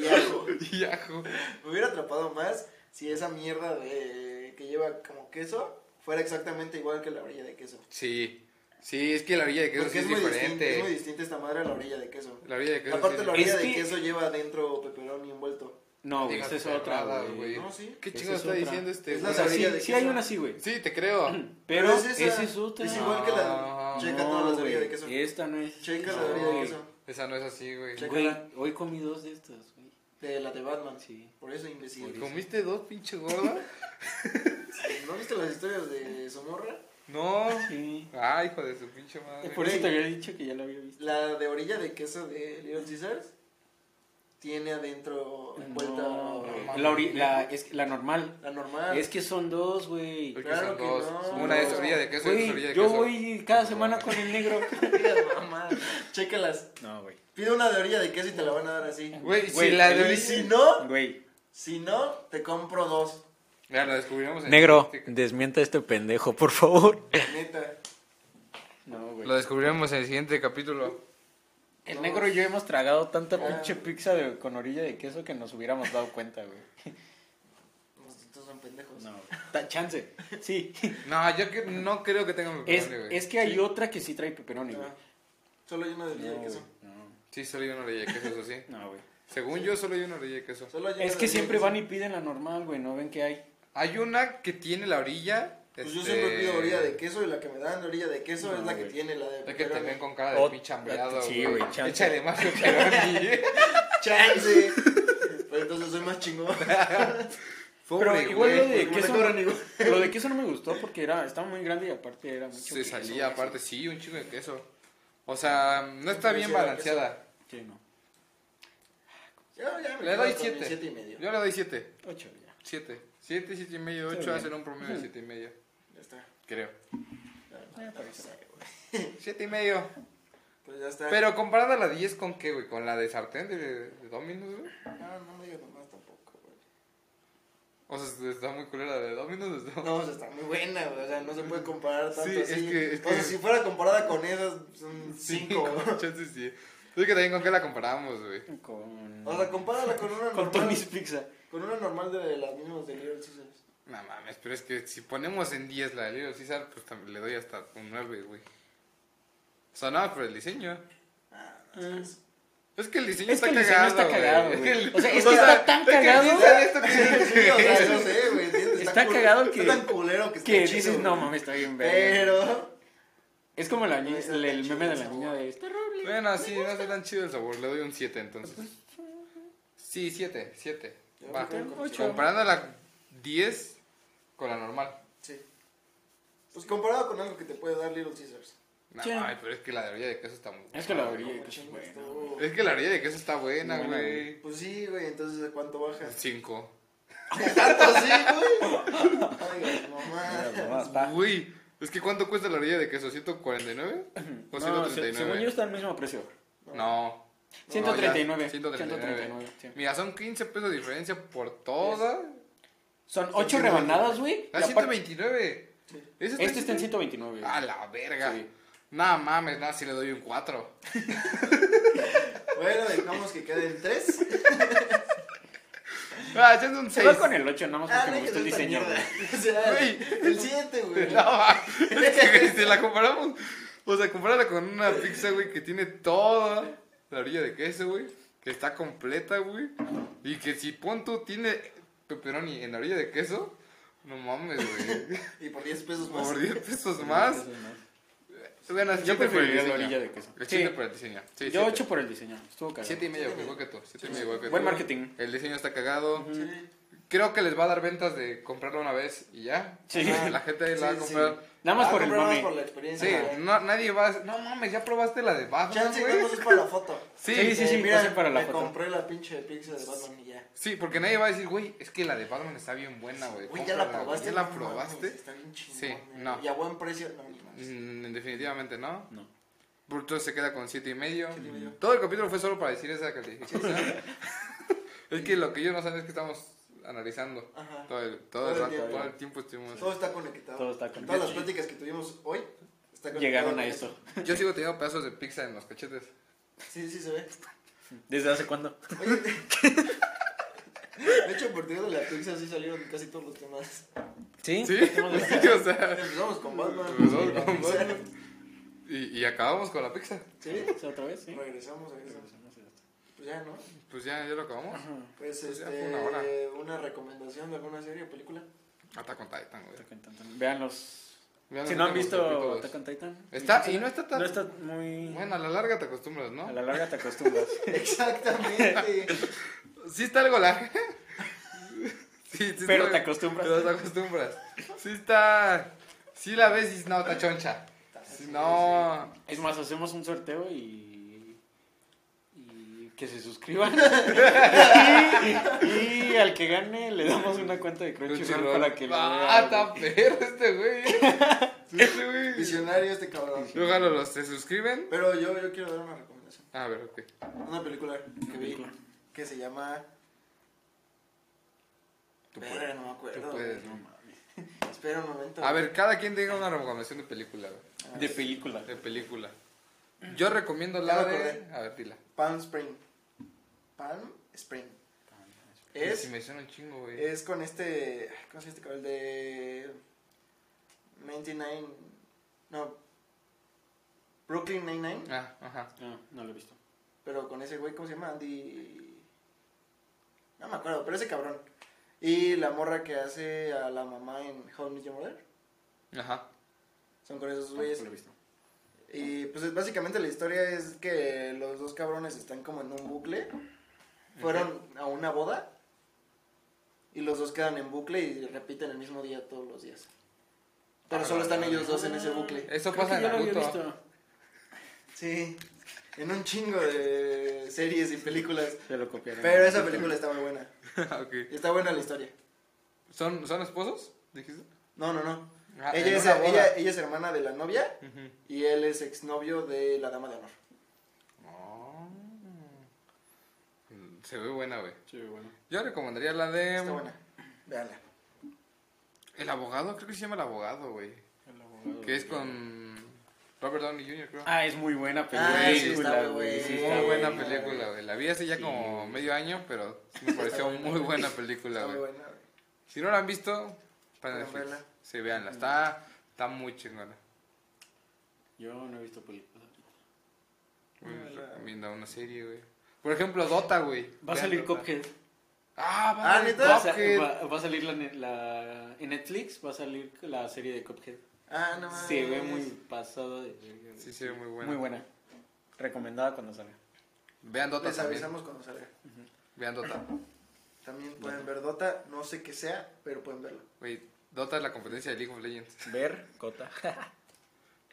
Speaker 1: y algo,
Speaker 3: y ajo.
Speaker 1: me hubiera atrapado más si esa mierda de que lleva como queso fuera exactamente igual que la orilla de queso.
Speaker 3: Sí, sí, es que la orilla de queso
Speaker 1: Porque es
Speaker 3: sí es
Speaker 1: muy, distinta,
Speaker 3: diferente.
Speaker 1: es muy distinta esta madre a la orilla de queso.
Speaker 3: La orilla de queso
Speaker 1: Aparte
Speaker 3: sí-
Speaker 1: la orilla
Speaker 2: Es
Speaker 1: de
Speaker 2: que-
Speaker 1: queso lleva adentro peperón envuelto.
Speaker 2: No, güey,
Speaker 3: Digas
Speaker 2: esa es otra,
Speaker 3: perradas,
Speaker 2: güey.
Speaker 1: No, sí.
Speaker 3: ¿Qué
Speaker 2: Esa
Speaker 3: chingo
Speaker 2: es
Speaker 3: está
Speaker 2: otra.
Speaker 3: diciendo este?
Speaker 1: Es
Speaker 3: güey?
Speaker 1: la
Speaker 2: O sea,
Speaker 1: orilla
Speaker 2: sí,
Speaker 1: de
Speaker 2: sí
Speaker 1: queso.
Speaker 2: hay una así, güey.
Speaker 3: Sí, te creo.
Speaker 2: Pero
Speaker 1: Pero es
Speaker 2: esa
Speaker 1: esa,
Speaker 2: es otra. Ah,
Speaker 1: es igual que la- Checa todas las de orilla de
Speaker 2: güey,
Speaker 1: queso.
Speaker 2: Esta no es.
Speaker 1: Checa
Speaker 2: no,
Speaker 1: la orilla de
Speaker 2: güey.
Speaker 1: queso.
Speaker 3: Esa no es así, güey.
Speaker 1: Checa.
Speaker 2: Güey,
Speaker 1: Chécala.
Speaker 2: hoy comí dos de estas, güey.
Speaker 1: De la de Batman.
Speaker 2: Sí.
Speaker 1: Por eso imbécil.
Speaker 3: ¿Comiste dos, pinche gorda?
Speaker 1: ¿No viste las historias de Somorra?
Speaker 3: No.
Speaker 2: Sí.
Speaker 3: Ah, hijo de su pinche madre.
Speaker 2: Por eso
Speaker 1: Güey.
Speaker 2: te había dicho que ya la había visto.
Speaker 1: La de orilla de queso de Little Caesars tiene adentro envuelta
Speaker 2: No,
Speaker 3: güey.
Speaker 2: güey. la, ori- la, es que la normal.
Speaker 1: la normal.
Speaker 2: Es que son dos, güey.
Speaker 3: Porque
Speaker 1: Claro
Speaker 3: son
Speaker 1: que
Speaker 3: dos.
Speaker 1: no.
Speaker 3: Una es orilla de queso y otra es orilla de
Speaker 2: Güey, yo
Speaker 3: queso.
Speaker 2: voy cada semana con el negro.
Speaker 1: Digas mamadas. Chécalas.
Speaker 2: No, güey.
Speaker 1: Pide una de orilla de queso y te la van a dar así.
Speaker 3: Güey, si
Speaker 2: Güey,
Speaker 3: la
Speaker 2: el-
Speaker 3: de
Speaker 1: Y si no,
Speaker 2: Güey.
Speaker 1: si no, te compro dos.
Speaker 3: Mira, lo descubrimos en Cinética.
Speaker 2: desmienta a este pendejo, por favor.
Speaker 1: Neta.
Speaker 2: No, güey.
Speaker 3: Lo descubriremos en el siguiente capítulo.
Speaker 2: El negro y yo hemos tragado tanta
Speaker 1: Ah.
Speaker 2: pinche pizza de- con orilla de queso que nos hubiéramos dado cuenta, güey.
Speaker 1: Estos son pendejos. Ah.
Speaker 2: No, Ta- chance. Sí.
Speaker 3: No, yo que, no creo que tenga
Speaker 2: Es,
Speaker 3: peperoni, güey.
Speaker 2: es que hay otra que sí trae pepperoni, güey.
Speaker 1: Ah, Solo hay una de orilla
Speaker 2: No,
Speaker 1: de
Speaker 2: güey.
Speaker 1: queso.
Speaker 2: No,
Speaker 3: Sí, solo hay una orilla de queso, eso sí.
Speaker 2: no, güey.
Speaker 3: Según yo, solo hay una orilla de queso.
Speaker 1: Solo hay una de
Speaker 2: Es que
Speaker 1: orilla de
Speaker 2: siempre
Speaker 1: queso.
Speaker 2: van y piden la normal, güey. No ven que hay.
Speaker 3: Hay una que tiene la orilla.
Speaker 1: Pues yo
Speaker 3: este,
Speaker 1: siempre pido orilla de queso y la que me dan de orilla de queso
Speaker 2: No,
Speaker 1: es la que
Speaker 2: güey.
Speaker 1: tiene la de
Speaker 3: Es que te
Speaker 1: pepperoni.
Speaker 3: ven con cara de
Speaker 2: Ot-
Speaker 3: pinche hambreado,
Speaker 2: Oh, Sí, güey, chance.
Speaker 3: Échale más peperoni.
Speaker 1: Chance. Pero entonces soy más chingón.
Speaker 2: Pero
Speaker 3: Pobre
Speaker 2: igual lo
Speaker 3: güey.
Speaker 2: de
Speaker 1: porque me
Speaker 2: queso. no-
Speaker 1: cobran igual.
Speaker 2: Lo de queso no me gustó porque era, estaba muy grande y aparte era mucho.
Speaker 3: Se
Speaker 2: queso,
Speaker 3: salía
Speaker 2: güey.
Speaker 3: aparte, sí, un chingo de queso. O sea, no está
Speaker 1: Sí,
Speaker 3: bien
Speaker 1: sí, era
Speaker 3: balanceada.
Speaker 2: Sí, no.
Speaker 1: Ya, ya me
Speaker 3: Le
Speaker 1: quedo
Speaker 3: doy
Speaker 1: con
Speaker 3: siete.
Speaker 1: mi siete y medio.
Speaker 3: Yo le doy 7.
Speaker 2: Ocho ya.
Speaker 3: 7. 7, 7 y medio,
Speaker 2: Está
Speaker 3: 8
Speaker 2: bien.
Speaker 3: hacen un promedio de 7 y medio.
Speaker 1: Ya está.
Speaker 3: Creo.
Speaker 1: Ya, ya
Speaker 2: parece.
Speaker 1: sé, güey.
Speaker 3: 7 y medio.
Speaker 1: Pues ya está.
Speaker 3: Pero comparada la 10 con qué, güey? Con la de sartén de, de Dominos, güey.
Speaker 1: Ah, no me digas nomás tampoco, güey.
Speaker 3: O sea, está muy culera la de Dominos. ¿no?
Speaker 1: No, o sea, está muy buena, güey. O sea, no se puede comparar tanto
Speaker 3: Sí, es
Speaker 1: así.
Speaker 3: que- es
Speaker 1: O sea,
Speaker 3: que-
Speaker 1: si fuera comparada con esas, son cinco. güey.
Speaker 3: chances sí. Es que también con qué la comparamos, güey.
Speaker 2: Con.
Speaker 1: O sea, compárala con una
Speaker 2: con
Speaker 1: normal.
Speaker 2: Tony's Pizza.
Speaker 1: Con una normal de las mismas de Little Caesars.
Speaker 3: No mames, pero es que si ponemos en 10 la de Little Caesar, pues tam- le doy hasta un 9, güey. O sea, nada por el diseño. Ah, Es que el diseño
Speaker 2: Es
Speaker 3: está
Speaker 2: que el diseño
Speaker 3: cagado.
Speaker 2: está cagado,
Speaker 3: güey.
Speaker 2: güey.
Speaker 3: Es que el-
Speaker 2: O sea, es que está tan
Speaker 3: es que
Speaker 2: cagado.
Speaker 3: sí sale esto que-
Speaker 1: Sí, o sea, no sé, güey. ¿entiendes?
Speaker 2: Está
Speaker 1: cul-
Speaker 2: cagado que-
Speaker 1: Está tan culero que está
Speaker 2: Que
Speaker 1: chido,
Speaker 2: dices, no
Speaker 1: güey.
Speaker 2: mames, está bien verga.
Speaker 1: Pero.
Speaker 2: Es como la niña-
Speaker 1: Está
Speaker 2: el, el
Speaker 1: chido
Speaker 2: meme de
Speaker 1: el
Speaker 2: la niña
Speaker 1: sabor.
Speaker 2: de este roble.
Speaker 3: Bueno, sí, no está tan chido el sabor. Le doy un 7 entonces. Sí, 7, 7.
Speaker 1: Yo
Speaker 3: Va.
Speaker 1: me quedo con
Speaker 2: Ocho.
Speaker 3: Comparando la 10 con la normal.
Speaker 1: Sí. Pues comparado con algo que te puede dar Little Caesars.
Speaker 3: No,
Speaker 2: Sí.
Speaker 3: ay, pero es que la de orilla de queso está muy
Speaker 2: Es que la orilla
Speaker 1: Como
Speaker 2: de queso es
Speaker 1: chingas
Speaker 2: buena,
Speaker 1: tú.
Speaker 2: güey.
Speaker 3: Es que la orilla de queso está buena,
Speaker 2: Buena,
Speaker 3: güey.
Speaker 1: Pues sí, güey, entonces ¿a cuánto baja?
Speaker 3: 5.
Speaker 1: ¿Tanto así, güey? Ay, mamá.
Speaker 3: Uy, es que ¿cuánto cuesta la orilla de queso? ¿149? ¿O
Speaker 2: No, se-
Speaker 3: 139?
Speaker 2: según yo está al mismo precio.
Speaker 3: No. No,
Speaker 2: 139.
Speaker 3: ya, 139.
Speaker 2: 139, sí.
Speaker 3: Mira, son 15 pesos de diferencia por toda.
Speaker 2: Son 8
Speaker 1: 129.
Speaker 2: rebanadas, güey. y
Speaker 3: Ah,
Speaker 2: aparte-
Speaker 3: 129. ¿Ese
Speaker 2: Este está en
Speaker 3: 129?
Speaker 2: 129. güey.
Speaker 3: A la verga.
Speaker 2: Sí.
Speaker 3: Nada mames, nada, si le doy un 4.
Speaker 1: Bueno, dejamos que queden tres.
Speaker 3: Ah, ya es un
Speaker 2: Se
Speaker 3: 6.
Speaker 2: va con el 8 nada más
Speaker 1: Ah,
Speaker 2: porque me gusta el diseño. güey.
Speaker 1: O sea,
Speaker 3: Güey.
Speaker 1: el siete, güey.
Speaker 3: No, ma, es que güey, si la comparamos, o sea, compararla con una pizza, güey, que tiene toda la orilla de queso, güey, que está completa, güey, y que si pon tú tiene pepperoni en la orilla de queso, no mames, güey,
Speaker 1: Y por 10 pesos más.
Speaker 3: por 10 pesos más. Bueno,
Speaker 2: Yo
Speaker 3: siete por el
Speaker 2: preferiría la
Speaker 3: diseño.
Speaker 2: orilla de queso.
Speaker 3: El
Speaker 2: Sí.
Speaker 3: 7 por el diseño. Sí,
Speaker 2: Yo
Speaker 3: siete.
Speaker 2: 8 por el diseño. Estuvo cagado.
Speaker 3: Siete y medio, igual que tú. siete y medio, igual que
Speaker 2: Buen
Speaker 3: tú.
Speaker 2: marketing.
Speaker 3: El diseño está cagado.
Speaker 1: Sí.
Speaker 3: Creo que les va a dar ventas de comprarlo una vez y ya.
Speaker 2: Sí.
Speaker 3: Ah, La gente la va a
Speaker 1: Sí,
Speaker 3: comprar.
Speaker 2: Nada más
Speaker 1: Ah,
Speaker 2: por el
Speaker 1: compré
Speaker 2: mame.
Speaker 1: por la
Speaker 3: Sí,
Speaker 1: experiencia. güey.
Speaker 3: no- nadie va a... No mames, ¿ya probaste la de Batman,
Speaker 1: Chance, nada
Speaker 3: güey?
Speaker 1: más es para la foto.
Speaker 3: Sí,
Speaker 2: Sí, sí,
Speaker 1: Eh,
Speaker 2: sí, va a ser para la
Speaker 1: me
Speaker 2: foto.
Speaker 1: compré la pinche pizza de Batman y ya.
Speaker 3: Sí, porque nadie va a decir, güey, es que la de Batman está bien buena, güey.
Speaker 1: Uy, ¿ya la
Speaker 3: cómprala, güey.
Speaker 1: probaste?
Speaker 3: ¿Ya la
Speaker 1: No
Speaker 3: probaste?
Speaker 1: mames, está bien chingón,
Speaker 3: Sí,
Speaker 1: eh.
Speaker 3: no.
Speaker 1: Y a buen precio. No, ni más.
Speaker 3: Mm, definitivamente no.
Speaker 2: No.
Speaker 3: Bruto se queda con siete y medio. Mm,
Speaker 1: Siete y medio.
Speaker 3: Todo el capítulo fue solo para decir esa calificación. es que lo que ellos no saben es que estamos analizando.
Speaker 1: Ajá.
Speaker 3: Mm, Todo el, todo
Speaker 1: Todo
Speaker 3: el
Speaker 1: el
Speaker 3: rato,
Speaker 1: día,
Speaker 3: todo
Speaker 1: güey.
Speaker 3: el tiempo estuvimos.
Speaker 1: Todo está conectado.
Speaker 2: Todo está
Speaker 1: Todas
Speaker 2: conectado.
Speaker 1: las pláticas que tuvimos hoy está conectado
Speaker 2: Llegaron a
Speaker 1: con
Speaker 2: esto.
Speaker 3: Yo sigo teniendo pedazos de pizza en los cachetes.
Speaker 1: Sí, sí se ve.
Speaker 2: ¿Desde hace cuándo?
Speaker 1: Oye, de hecho, a partir de la pizza sí salieron casi todos los temas.
Speaker 2: Sí.
Speaker 3: Sí,
Speaker 2: Estamos de la-
Speaker 3: sí, o sea.
Speaker 1: Empezamos con Batman.
Speaker 3: Empezamos con
Speaker 1: la pizza.
Speaker 3: Batman. Y, y acabamos con la pizza.
Speaker 1: Sí,
Speaker 2: ¿Otra vez? Sí.
Speaker 1: regresamos, regresamos. Pues ya, ¿no?
Speaker 3: Pues ya, ya lo acabamos.
Speaker 1: Pues,
Speaker 3: Pues ya
Speaker 1: este,
Speaker 3: fue una hora.
Speaker 1: una recomendación de alguna serie o película.
Speaker 3: Attack on Titan, güey.
Speaker 2: Vean los...
Speaker 3: Vean
Speaker 2: Si
Speaker 3: los
Speaker 2: no han
Speaker 3: últimos
Speaker 2: visto
Speaker 3: capítulos.
Speaker 2: Attack on Titan.
Speaker 3: Está, y no está tan.
Speaker 2: No está muy...
Speaker 3: Bueno, a la larga te acostumbras, ¿no?
Speaker 2: A la larga te acostumbras.
Speaker 1: Exactamente.
Speaker 3: Sí está algo larga. Sí, sí
Speaker 2: Pero
Speaker 3: está-
Speaker 2: te acostumbras.
Speaker 3: Pero te acostumbras. Sí está... Sí la ves y dices, no, está choncha. Sí, no...
Speaker 2: Es más, hacemos un sorteo y. y que se suscriban. y, y al que gane le damos una cuenta de Crunchyroll
Speaker 3: Crunchyroll.
Speaker 2: para que lo
Speaker 3: Ah,
Speaker 2: vea.
Speaker 3: está perro este güey. eh. Sí, Este güey.
Speaker 1: Visionario este cabrón.
Speaker 3: Ojalá los se suscriben. Ah,
Speaker 1: Pero yo, yo quiero dar una recomendación.
Speaker 3: A ver, ok.
Speaker 1: Una película que vi
Speaker 2: película.
Speaker 1: que se llama.
Speaker 3: Tú
Speaker 1: Verga,
Speaker 3: puedes.
Speaker 1: no me acuerdo.
Speaker 3: Tú puedes,
Speaker 1: güey. Espera un momento. Ah,
Speaker 3: A ver, cada quien diga una recomendación de película, güey.
Speaker 2: De película.
Speaker 3: De película. Yo recomiendo
Speaker 1: Ya
Speaker 3: la
Speaker 1: me
Speaker 3: de...
Speaker 1: acordé.
Speaker 3: A ver, dila.
Speaker 1: Palm Spring. Palm Spring.
Speaker 3: Si
Speaker 1: Es,
Speaker 3: me suena un chingo, güey.
Speaker 1: es con este. ay, ¿Cómo se llama este cabrón? El de. 99. No. Brooklyn 99.
Speaker 3: Ah, ajá.
Speaker 2: No, no lo he visto.
Speaker 1: Pero con ese güey, ¿cómo se llama? Andy. No me acuerdo, pero ese cabrón. Y la morra que hace a la mamá en How I Met Your Mother.
Speaker 3: Ajá.
Speaker 1: Son con
Speaker 3: Ah,
Speaker 1: esos
Speaker 2: Tampoco
Speaker 1: güeyes.
Speaker 2: lo he visto.
Speaker 1: Y pues es- básicamente la historia es que los dos cabrones están como en un bucle. Fueron a una boda. Y los dos quedan en bucle y repiten el mismo día todos los días. Pero
Speaker 3: Ah,
Speaker 1: solo están
Speaker 3: la Ah.
Speaker 1: ellos dos en ese bucle.
Speaker 3: Eso
Speaker 2: Creo
Speaker 3: pasa
Speaker 2: que
Speaker 3: en
Speaker 2: ya lo había
Speaker 3: Naruto.
Speaker 2: visto.
Speaker 1: Sí. En un chingo de series y películas.
Speaker 2: Se lo copiaron.
Speaker 1: Pero esa película está muy buena.
Speaker 3: Ok.
Speaker 1: Y está buena la historia.
Speaker 3: ¿Son, ¿Son esposos? ¿Dijiste?
Speaker 1: No, no, no.
Speaker 3: Ah, en
Speaker 1: ella, es,
Speaker 3: una boda.
Speaker 1: ella, ella es hermana de la novia
Speaker 3: Ujú.
Speaker 1: y él es exnovio de la dama de honor.
Speaker 3: Oh. Mm, Se ve buena, güey.
Speaker 2: Sí, bueno.
Speaker 3: Yo recomendaría la de. mm,
Speaker 1: Está buena. Veanla.
Speaker 3: El abogado, creo que se llama El abogado, güey.
Speaker 2: El abogado.
Speaker 3: Que es con Robert Downey Jr., creo.
Speaker 2: Ah, es muy buena película.
Speaker 1: Ah, sí, está muy
Speaker 2: güey, sí,
Speaker 1: buena.
Speaker 2: está
Speaker 3: muy buena
Speaker 1: buena,
Speaker 3: película, güey. La vi hace ya
Speaker 2: Sí.
Speaker 3: como medio año, pero sí me pareció muy buena película,
Speaker 1: Está muy
Speaker 3: güey.
Speaker 1: buena. güey.
Speaker 3: Si no la han visto, para
Speaker 1: Pueden
Speaker 3: Netflix.
Speaker 1: verla.
Speaker 3: Sí, veanla. Está, está muy chingona.
Speaker 2: Yo no he visto películas.
Speaker 3: Muy
Speaker 1: Ah, la-
Speaker 3: recomiendo una serie, güey. Por ejemplo, Dota, güey.
Speaker 2: Va a
Speaker 3: Vean
Speaker 2: salir
Speaker 3: Dota.
Speaker 2: Cuphead.
Speaker 3: Ah, va
Speaker 1: Ah,
Speaker 3: a salir
Speaker 1: ¿neta?
Speaker 2: Va a, sa-
Speaker 3: Cuphead.
Speaker 2: va- va a salir la, ne- la- en Netflix va a salir la serie de Cuphead.
Speaker 1: Ah, no mames.
Speaker 2: Se ve muy pasada de verga,
Speaker 3: Sí, se ve muy buena.
Speaker 2: Muy buena. Recomendada cuando salga.
Speaker 3: Vean Dota
Speaker 1: Les
Speaker 3: también.
Speaker 1: avisamos cuando salga.
Speaker 3: Vean Dota.
Speaker 1: También pueden ver Dota, no sé qué sea, pero pueden verlo.
Speaker 3: Güey, Dota es la competencia de League of Legends.
Speaker 2: Ver, Cota.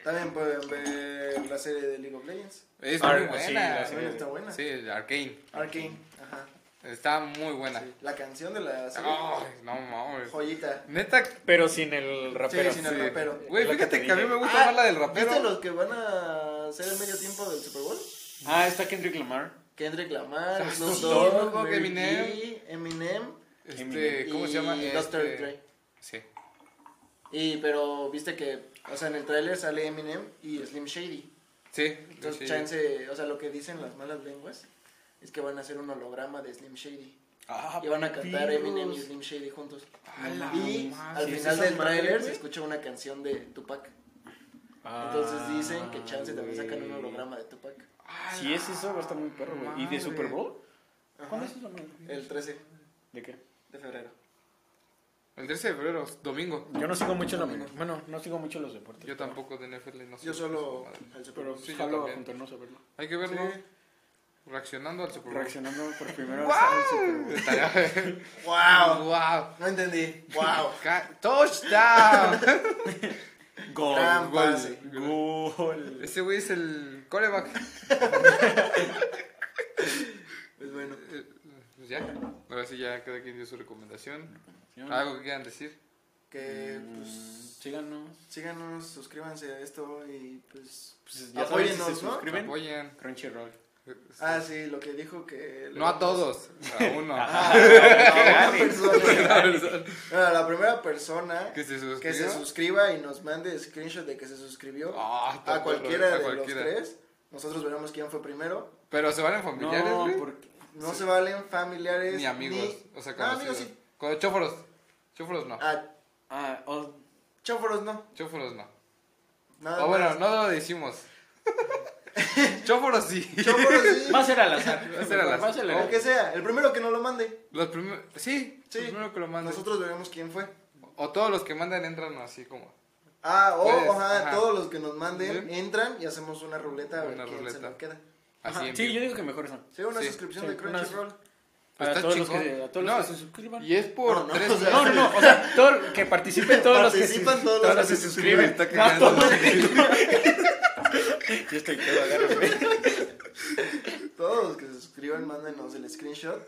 Speaker 1: También pueden ver la serie de League of Legends.
Speaker 3: Es
Speaker 2: Ah,
Speaker 3: muy
Speaker 2: sí,
Speaker 3: buena.
Speaker 2: la
Speaker 3: Sí,
Speaker 2: serie.
Speaker 1: También está buena.
Speaker 3: Arcane.
Speaker 1: Arcane. Ajá.
Speaker 3: Está muy buena.
Speaker 1: Sí. La canción de
Speaker 3: Ah,
Speaker 1: la serie.
Speaker 3: Ay, no mames.
Speaker 1: Joyita.
Speaker 3: Neta,
Speaker 2: Pero sin el rapero.
Speaker 1: Sí, sin el
Speaker 3: pues, sí.
Speaker 1: rapero.
Speaker 3: güey,
Speaker 2: Lo que
Speaker 3: fíjate
Speaker 2: te
Speaker 3: que a mí
Speaker 2: dije.
Speaker 3: me gusta más la del
Speaker 1: ¿Viste
Speaker 3: rapero.
Speaker 1: los que van a hacer el medio tiempo del Super Bowl?
Speaker 2: Ah, está Kendrick Lamar.
Speaker 1: Kendrick Lamar,
Speaker 3: Ah,
Speaker 1: Snoop
Speaker 3: sí,
Speaker 1: Dogg,
Speaker 3: loco,
Speaker 1: Mary
Speaker 3: Eminem.
Speaker 1: J, Eminem.
Speaker 3: Este, ¿cómo
Speaker 1: y
Speaker 3: se llama?
Speaker 1: Dr.
Speaker 3: Este,
Speaker 1: Dre.
Speaker 3: Sí.
Speaker 1: Y pero viste que, o sea, en el tráiler sale Eminem y Slim Shady.
Speaker 3: Sí.
Speaker 1: Entonces,
Speaker 3: sí.
Speaker 1: chance, o sea, lo que dicen las malas lenguas es que van a hacer un holograma de Slim Shady.
Speaker 2: Ah,
Speaker 1: Y van a cantar
Speaker 2: virus.
Speaker 1: Eminem y Slim Shady juntos.
Speaker 3: A la
Speaker 1: Y
Speaker 3: madre.
Speaker 1: al
Speaker 2: Sí,
Speaker 1: final
Speaker 2: sí,
Speaker 1: del
Speaker 2: son madres,
Speaker 1: tráiler
Speaker 2: güey.
Speaker 1: se escucha una canción de Tupac.
Speaker 2: Ah,
Speaker 1: Entonces dicen que chance también sacan un
Speaker 2: güey.
Speaker 1: holograma de Tupac.
Speaker 3: A
Speaker 2: Si
Speaker 3: la
Speaker 2: es eso, va a estar muy perro, güey. ¿Y
Speaker 3: madre.
Speaker 2: de Super Bowl? ¿Cuándo
Speaker 1: Ajá.
Speaker 2: es eso? no?
Speaker 1: El 13
Speaker 2: ¿De qué?
Speaker 1: de febrero.
Speaker 3: El 13 de febrero, domingo.
Speaker 2: Yo no sigo mucho la Bueno, no sigo mucho los deportes.
Speaker 3: Yo tampoco de NFL, no sé.
Speaker 1: Yo solo
Speaker 3: Madre.
Speaker 1: al Super
Speaker 2: Pero
Speaker 1: Bowl.
Speaker 3: Sí, yo
Speaker 2: jalo a
Speaker 3: también.
Speaker 2: juntarnos a verlo.
Speaker 3: Hay que verlo.
Speaker 1: Sí.
Speaker 3: Reaccionando al Super Bowl.
Speaker 2: Reaccionando por primera vez al Super
Speaker 3: ¡Wow!
Speaker 2: Bowl.
Speaker 3: Estaría-
Speaker 1: ¡Wow!
Speaker 3: ¡Wow!
Speaker 1: No entendí. ¡Wow!
Speaker 3: Ca- ¡Touchdown!
Speaker 1: Gran
Speaker 3: Gol.
Speaker 1: pase.
Speaker 2: Gol.
Speaker 3: Ese güey es el coreback.
Speaker 1: Pues bueno.
Speaker 3: Eh, Pues ya, ahora sí ya cada quien dio su recomendación.
Speaker 1: Mm.
Speaker 3: ¿Algo que quieran decir?
Speaker 1: Que
Speaker 2: Mm,
Speaker 1: pues
Speaker 2: Síganos.
Speaker 1: síganos, suscríbanse a esto y pues.
Speaker 2: Pues
Speaker 1: ya
Speaker 2: ya
Speaker 1: saben, si
Speaker 2: Apóyennos,
Speaker 1: se
Speaker 2: ¿no?
Speaker 1: suscriben.
Speaker 3: Apoyen.
Speaker 2: Crunchyroll.
Speaker 1: Ah, sí, lo que dijo que.
Speaker 3: No a todos, a uno.
Speaker 1: Ah, a una persona. No, a la primera persona
Speaker 3: Que se
Speaker 1: que se
Speaker 3: suscriban.
Speaker 1: suscriba y nos mande screenshot de que se suscribió
Speaker 3: Ah, está
Speaker 1: a
Speaker 3: perro,
Speaker 1: cualquiera
Speaker 3: a
Speaker 1: de
Speaker 3: cualquiera.
Speaker 1: los tres. Nosotros veremos quién fue primero.
Speaker 3: Pero se van en familiares,
Speaker 2: No,
Speaker 3: güey?
Speaker 2: porque.
Speaker 1: No se valen familiares
Speaker 3: Ni amigos. O sea,
Speaker 1: no, Ah, amigos
Speaker 3: conocidos.
Speaker 1: sí.
Speaker 3: Con chóforos. Chóforos no.
Speaker 1: Ah,
Speaker 2: Ah, oh,
Speaker 1: chóforos no.
Speaker 3: Chóforos no.
Speaker 1: Nada
Speaker 3: O Ah, bueno,
Speaker 1: más.
Speaker 3: no lo decimos. chóforos sí.
Speaker 1: Chóforos sí.
Speaker 2: va a ser al azar.
Speaker 3: Va a ser al azar.
Speaker 2: Va a ser al
Speaker 1: O que sea, el primero que no lo mande.
Speaker 3: Los primeros. Sí,
Speaker 1: Sí.
Speaker 3: los primeros que lo mandan.
Speaker 1: Nosotros veremos quién fue.
Speaker 3: O todos los que mandan entran así como.
Speaker 1: Ah, o
Speaker 3: Pues,
Speaker 1: ajá,
Speaker 3: ajá.
Speaker 1: todos los que nos manden
Speaker 3: Bien.
Speaker 1: entran y hacemos una ruleta a ver
Speaker 3: Una
Speaker 1: quién se
Speaker 3: ruleta.
Speaker 1: nos queda.
Speaker 3: Así
Speaker 2: Ajá,
Speaker 3: en
Speaker 2: Sí,
Speaker 3: vivo.
Speaker 2: yo digo que mejor son.
Speaker 1: Sí, una
Speaker 3: Sí.
Speaker 1: suscripción
Speaker 2: Sí,
Speaker 1: de
Speaker 2: una-
Speaker 1: Crunchyroll.
Speaker 2: A
Speaker 3: Pues Está
Speaker 2: todos, los
Speaker 3: chingón.
Speaker 2: que, a todos
Speaker 3: No,
Speaker 2: los que se suscriban.
Speaker 3: Y es por
Speaker 1: No, no,
Speaker 3: tres
Speaker 1: o sea,
Speaker 2: No, no, no. O sea, todo- que participen todos los que se,
Speaker 1: Participan todos los que se suscriben.
Speaker 3: Está
Speaker 2: No,
Speaker 3: cagando.
Speaker 2: todos los que- Yo estoy pedo, agárrame.
Speaker 1: Todos los que se suscriban, mándenos el screenshot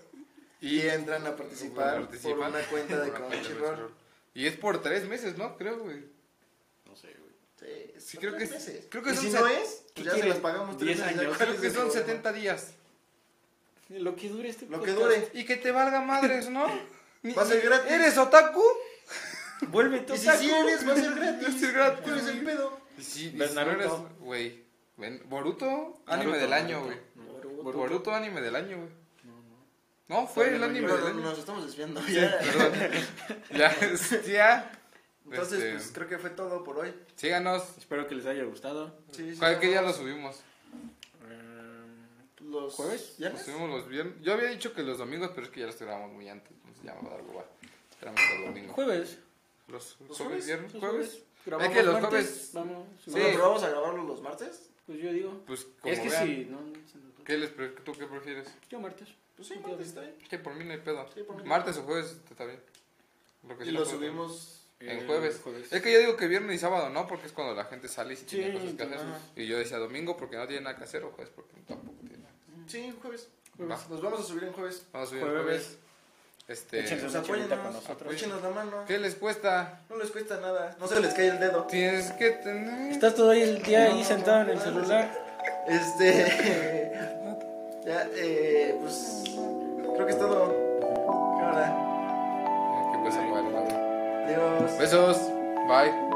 Speaker 1: y, entran a participar
Speaker 3: Participan.
Speaker 1: por una cuenta de
Speaker 3: Por una cuenta de
Speaker 1: Crunchyroll.
Speaker 3: Crunchyroll. Y es por tres meses, ¿no? Creo, güey.
Speaker 2: No sé, güey.
Speaker 1: Sí,
Speaker 3: Sí,
Speaker 1: son
Speaker 3: creo
Speaker 1: tres
Speaker 3: que-
Speaker 1: meses.
Speaker 3: creo que
Speaker 1: y
Speaker 3: son
Speaker 1: si
Speaker 3: set-
Speaker 1: no es,
Speaker 2: ¿Qué
Speaker 1: pues ya se
Speaker 2: quiere?
Speaker 1: las pagamos tres
Speaker 2: ¿Diez
Speaker 1: meses.
Speaker 2: años?
Speaker 1: ¿Cuál
Speaker 3: Creo
Speaker 1: es
Speaker 3: que
Speaker 1: el
Speaker 3: son
Speaker 1: problema?
Speaker 3: 70 días.
Speaker 2: Lo que dure este
Speaker 1: Lo que
Speaker 2: podcast.
Speaker 1: dure.
Speaker 3: Y que te valga madres, ¿no? Ni-
Speaker 1: Va a ser gratis.
Speaker 3: ¿Eres otaku?
Speaker 2: Vuelve
Speaker 1: Y
Speaker 2: todo.
Speaker 1: si sí eres, va a ser gratis.
Speaker 3: Va a ser gratis.
Speaker 1: ¿Cuál es el pedo?
Speaker 3: Y si, y
Speaker 2: Ves
Speaker 3: si no
Speaker 2: Naruto.
Speaker 3: eres- Güey. Ven- Boruto, anime
Speaker 2: Naruto,
Speaker 3: del año, güey.
Speaker 2: Naruto.
Speaker 3: Boruto. anime del año, güey.
Speaker 2: No, no.
Speaker 3: No, fue el
Speaker 2: Todavía no
Speaker 3: anime
Speaker 1: Bueno,
Speaker 3: del
Speaker 1: no,
Speaker 3: año.
Speaker 1: nos estamos desviando ya.
Speaker 3: Perdón. ya, es- ya.
Speaker 1: Entonces,
Speaker 3: Este-
Speaker 1: pues creo que fue todo por hoy.
Speaker 3: Síganos.
Speaker 2: Espero que les haya gustado.
Speaker 1: Sí, sí,
Speaker 3: ¿Cuál- ¿Qué
Speaker 1: ¿no?
Speaker 3: día lo subimos?
Speaker 2: Eh,
Speaker 1: Los
Speaker 2: ¿Jueves?
Speaker 1: ¿Ya?
Speaker 3: Lo subimos los viernes. Yo había dicho que los domingos, pero es que ya los grabamos muy antes. Entonces ya me va a dar hueva. Esperamos el domingo.
Speaker 2: Jueves.
Speaker 3: Los, los
Speaker 1: ¿Los
Speaker 3: jueves,
Speaker 1: jueves?
Speaker 3: viernes,
Speaker 2: Los
Speaker 3: jueves.
Speaker 2: Grabamos
Speaker 3: Es que los
Speaker 2: martes,
Speaker 3: jueves-
Speaker 2: Vamos.
Speaker 1: Sí.
Speaker 3: Sí.
Speaker 1: ¿Pero vamos a grabarlo los martes?
Speaker 2: Pues yo digo.
Speaker 3: Pues como
Speaker 2: Es que
Speaker 3: vean.
Speaker 2: sí. No, no se nos-
Speaker 3: ¿Qué les pre- ¿Tú qué prefieres?
Speaker 2: Yo martes.
Speaker 1: Pues sí,
Speaker 2: Sí,
Speaker 1: martes está
Speaker 2: claro.
Speaker 1: bien.
Speaker 3: Es que por mí no hay pedo.
Speaker 1: Sí, por mí.
Speaker 3: Martes o jueves está bien. Lo que
Speaker 1: Y
Speaker 3: sea,
Speaker 1: lo
Speaker 3: por-
Speaker 1: subimos.
Speaker 3: En
Speaker 2: Eh,
Speaker 3: jueves. Es que yo digo que viernes y sábado no, porque es cuando la gente sale y si
Speaker 2: Sí,
Speaker 3: tiene cosas que hacer.
Speaker 1: ajá.
Speaker 3: Y yo decía domingo porque no tiene nada que hacer o jueves porque tampoco tiene nada.
Speaker 1: Sí, jueves.
Speaker 2: Jueves.
Speaker 3: Va.
Speaker 1: Nos vamos a subir en jueves.
Speaker 3: Vamos a subir el
Speaker 2: Jueves.
Speaker 3: jueves. Este,
Speaker 2: Échense.
Speaker 1: Pues
Speaker 2: una chelita con
Speaker 1: apóyennos.
Speaker 2: nosotros.
Speaker 1: Échenos la mano.
Speaker 3: ¿Qué les cuesta?
Speaker 1: No les cuesta nada. No se les cae el dedo.
Speaker 3: Tienes que tener...
Speaker 2: Estás todo el día ahí sentado en el celular.
Speaker 1: Este. ya, eh. Pues. Creo que es todo. Cámara.
Speaker 3: Eh, ¿Qué pasa, madre?
Speaker 1: Adiós.
Speaker 3: Besos. Bye.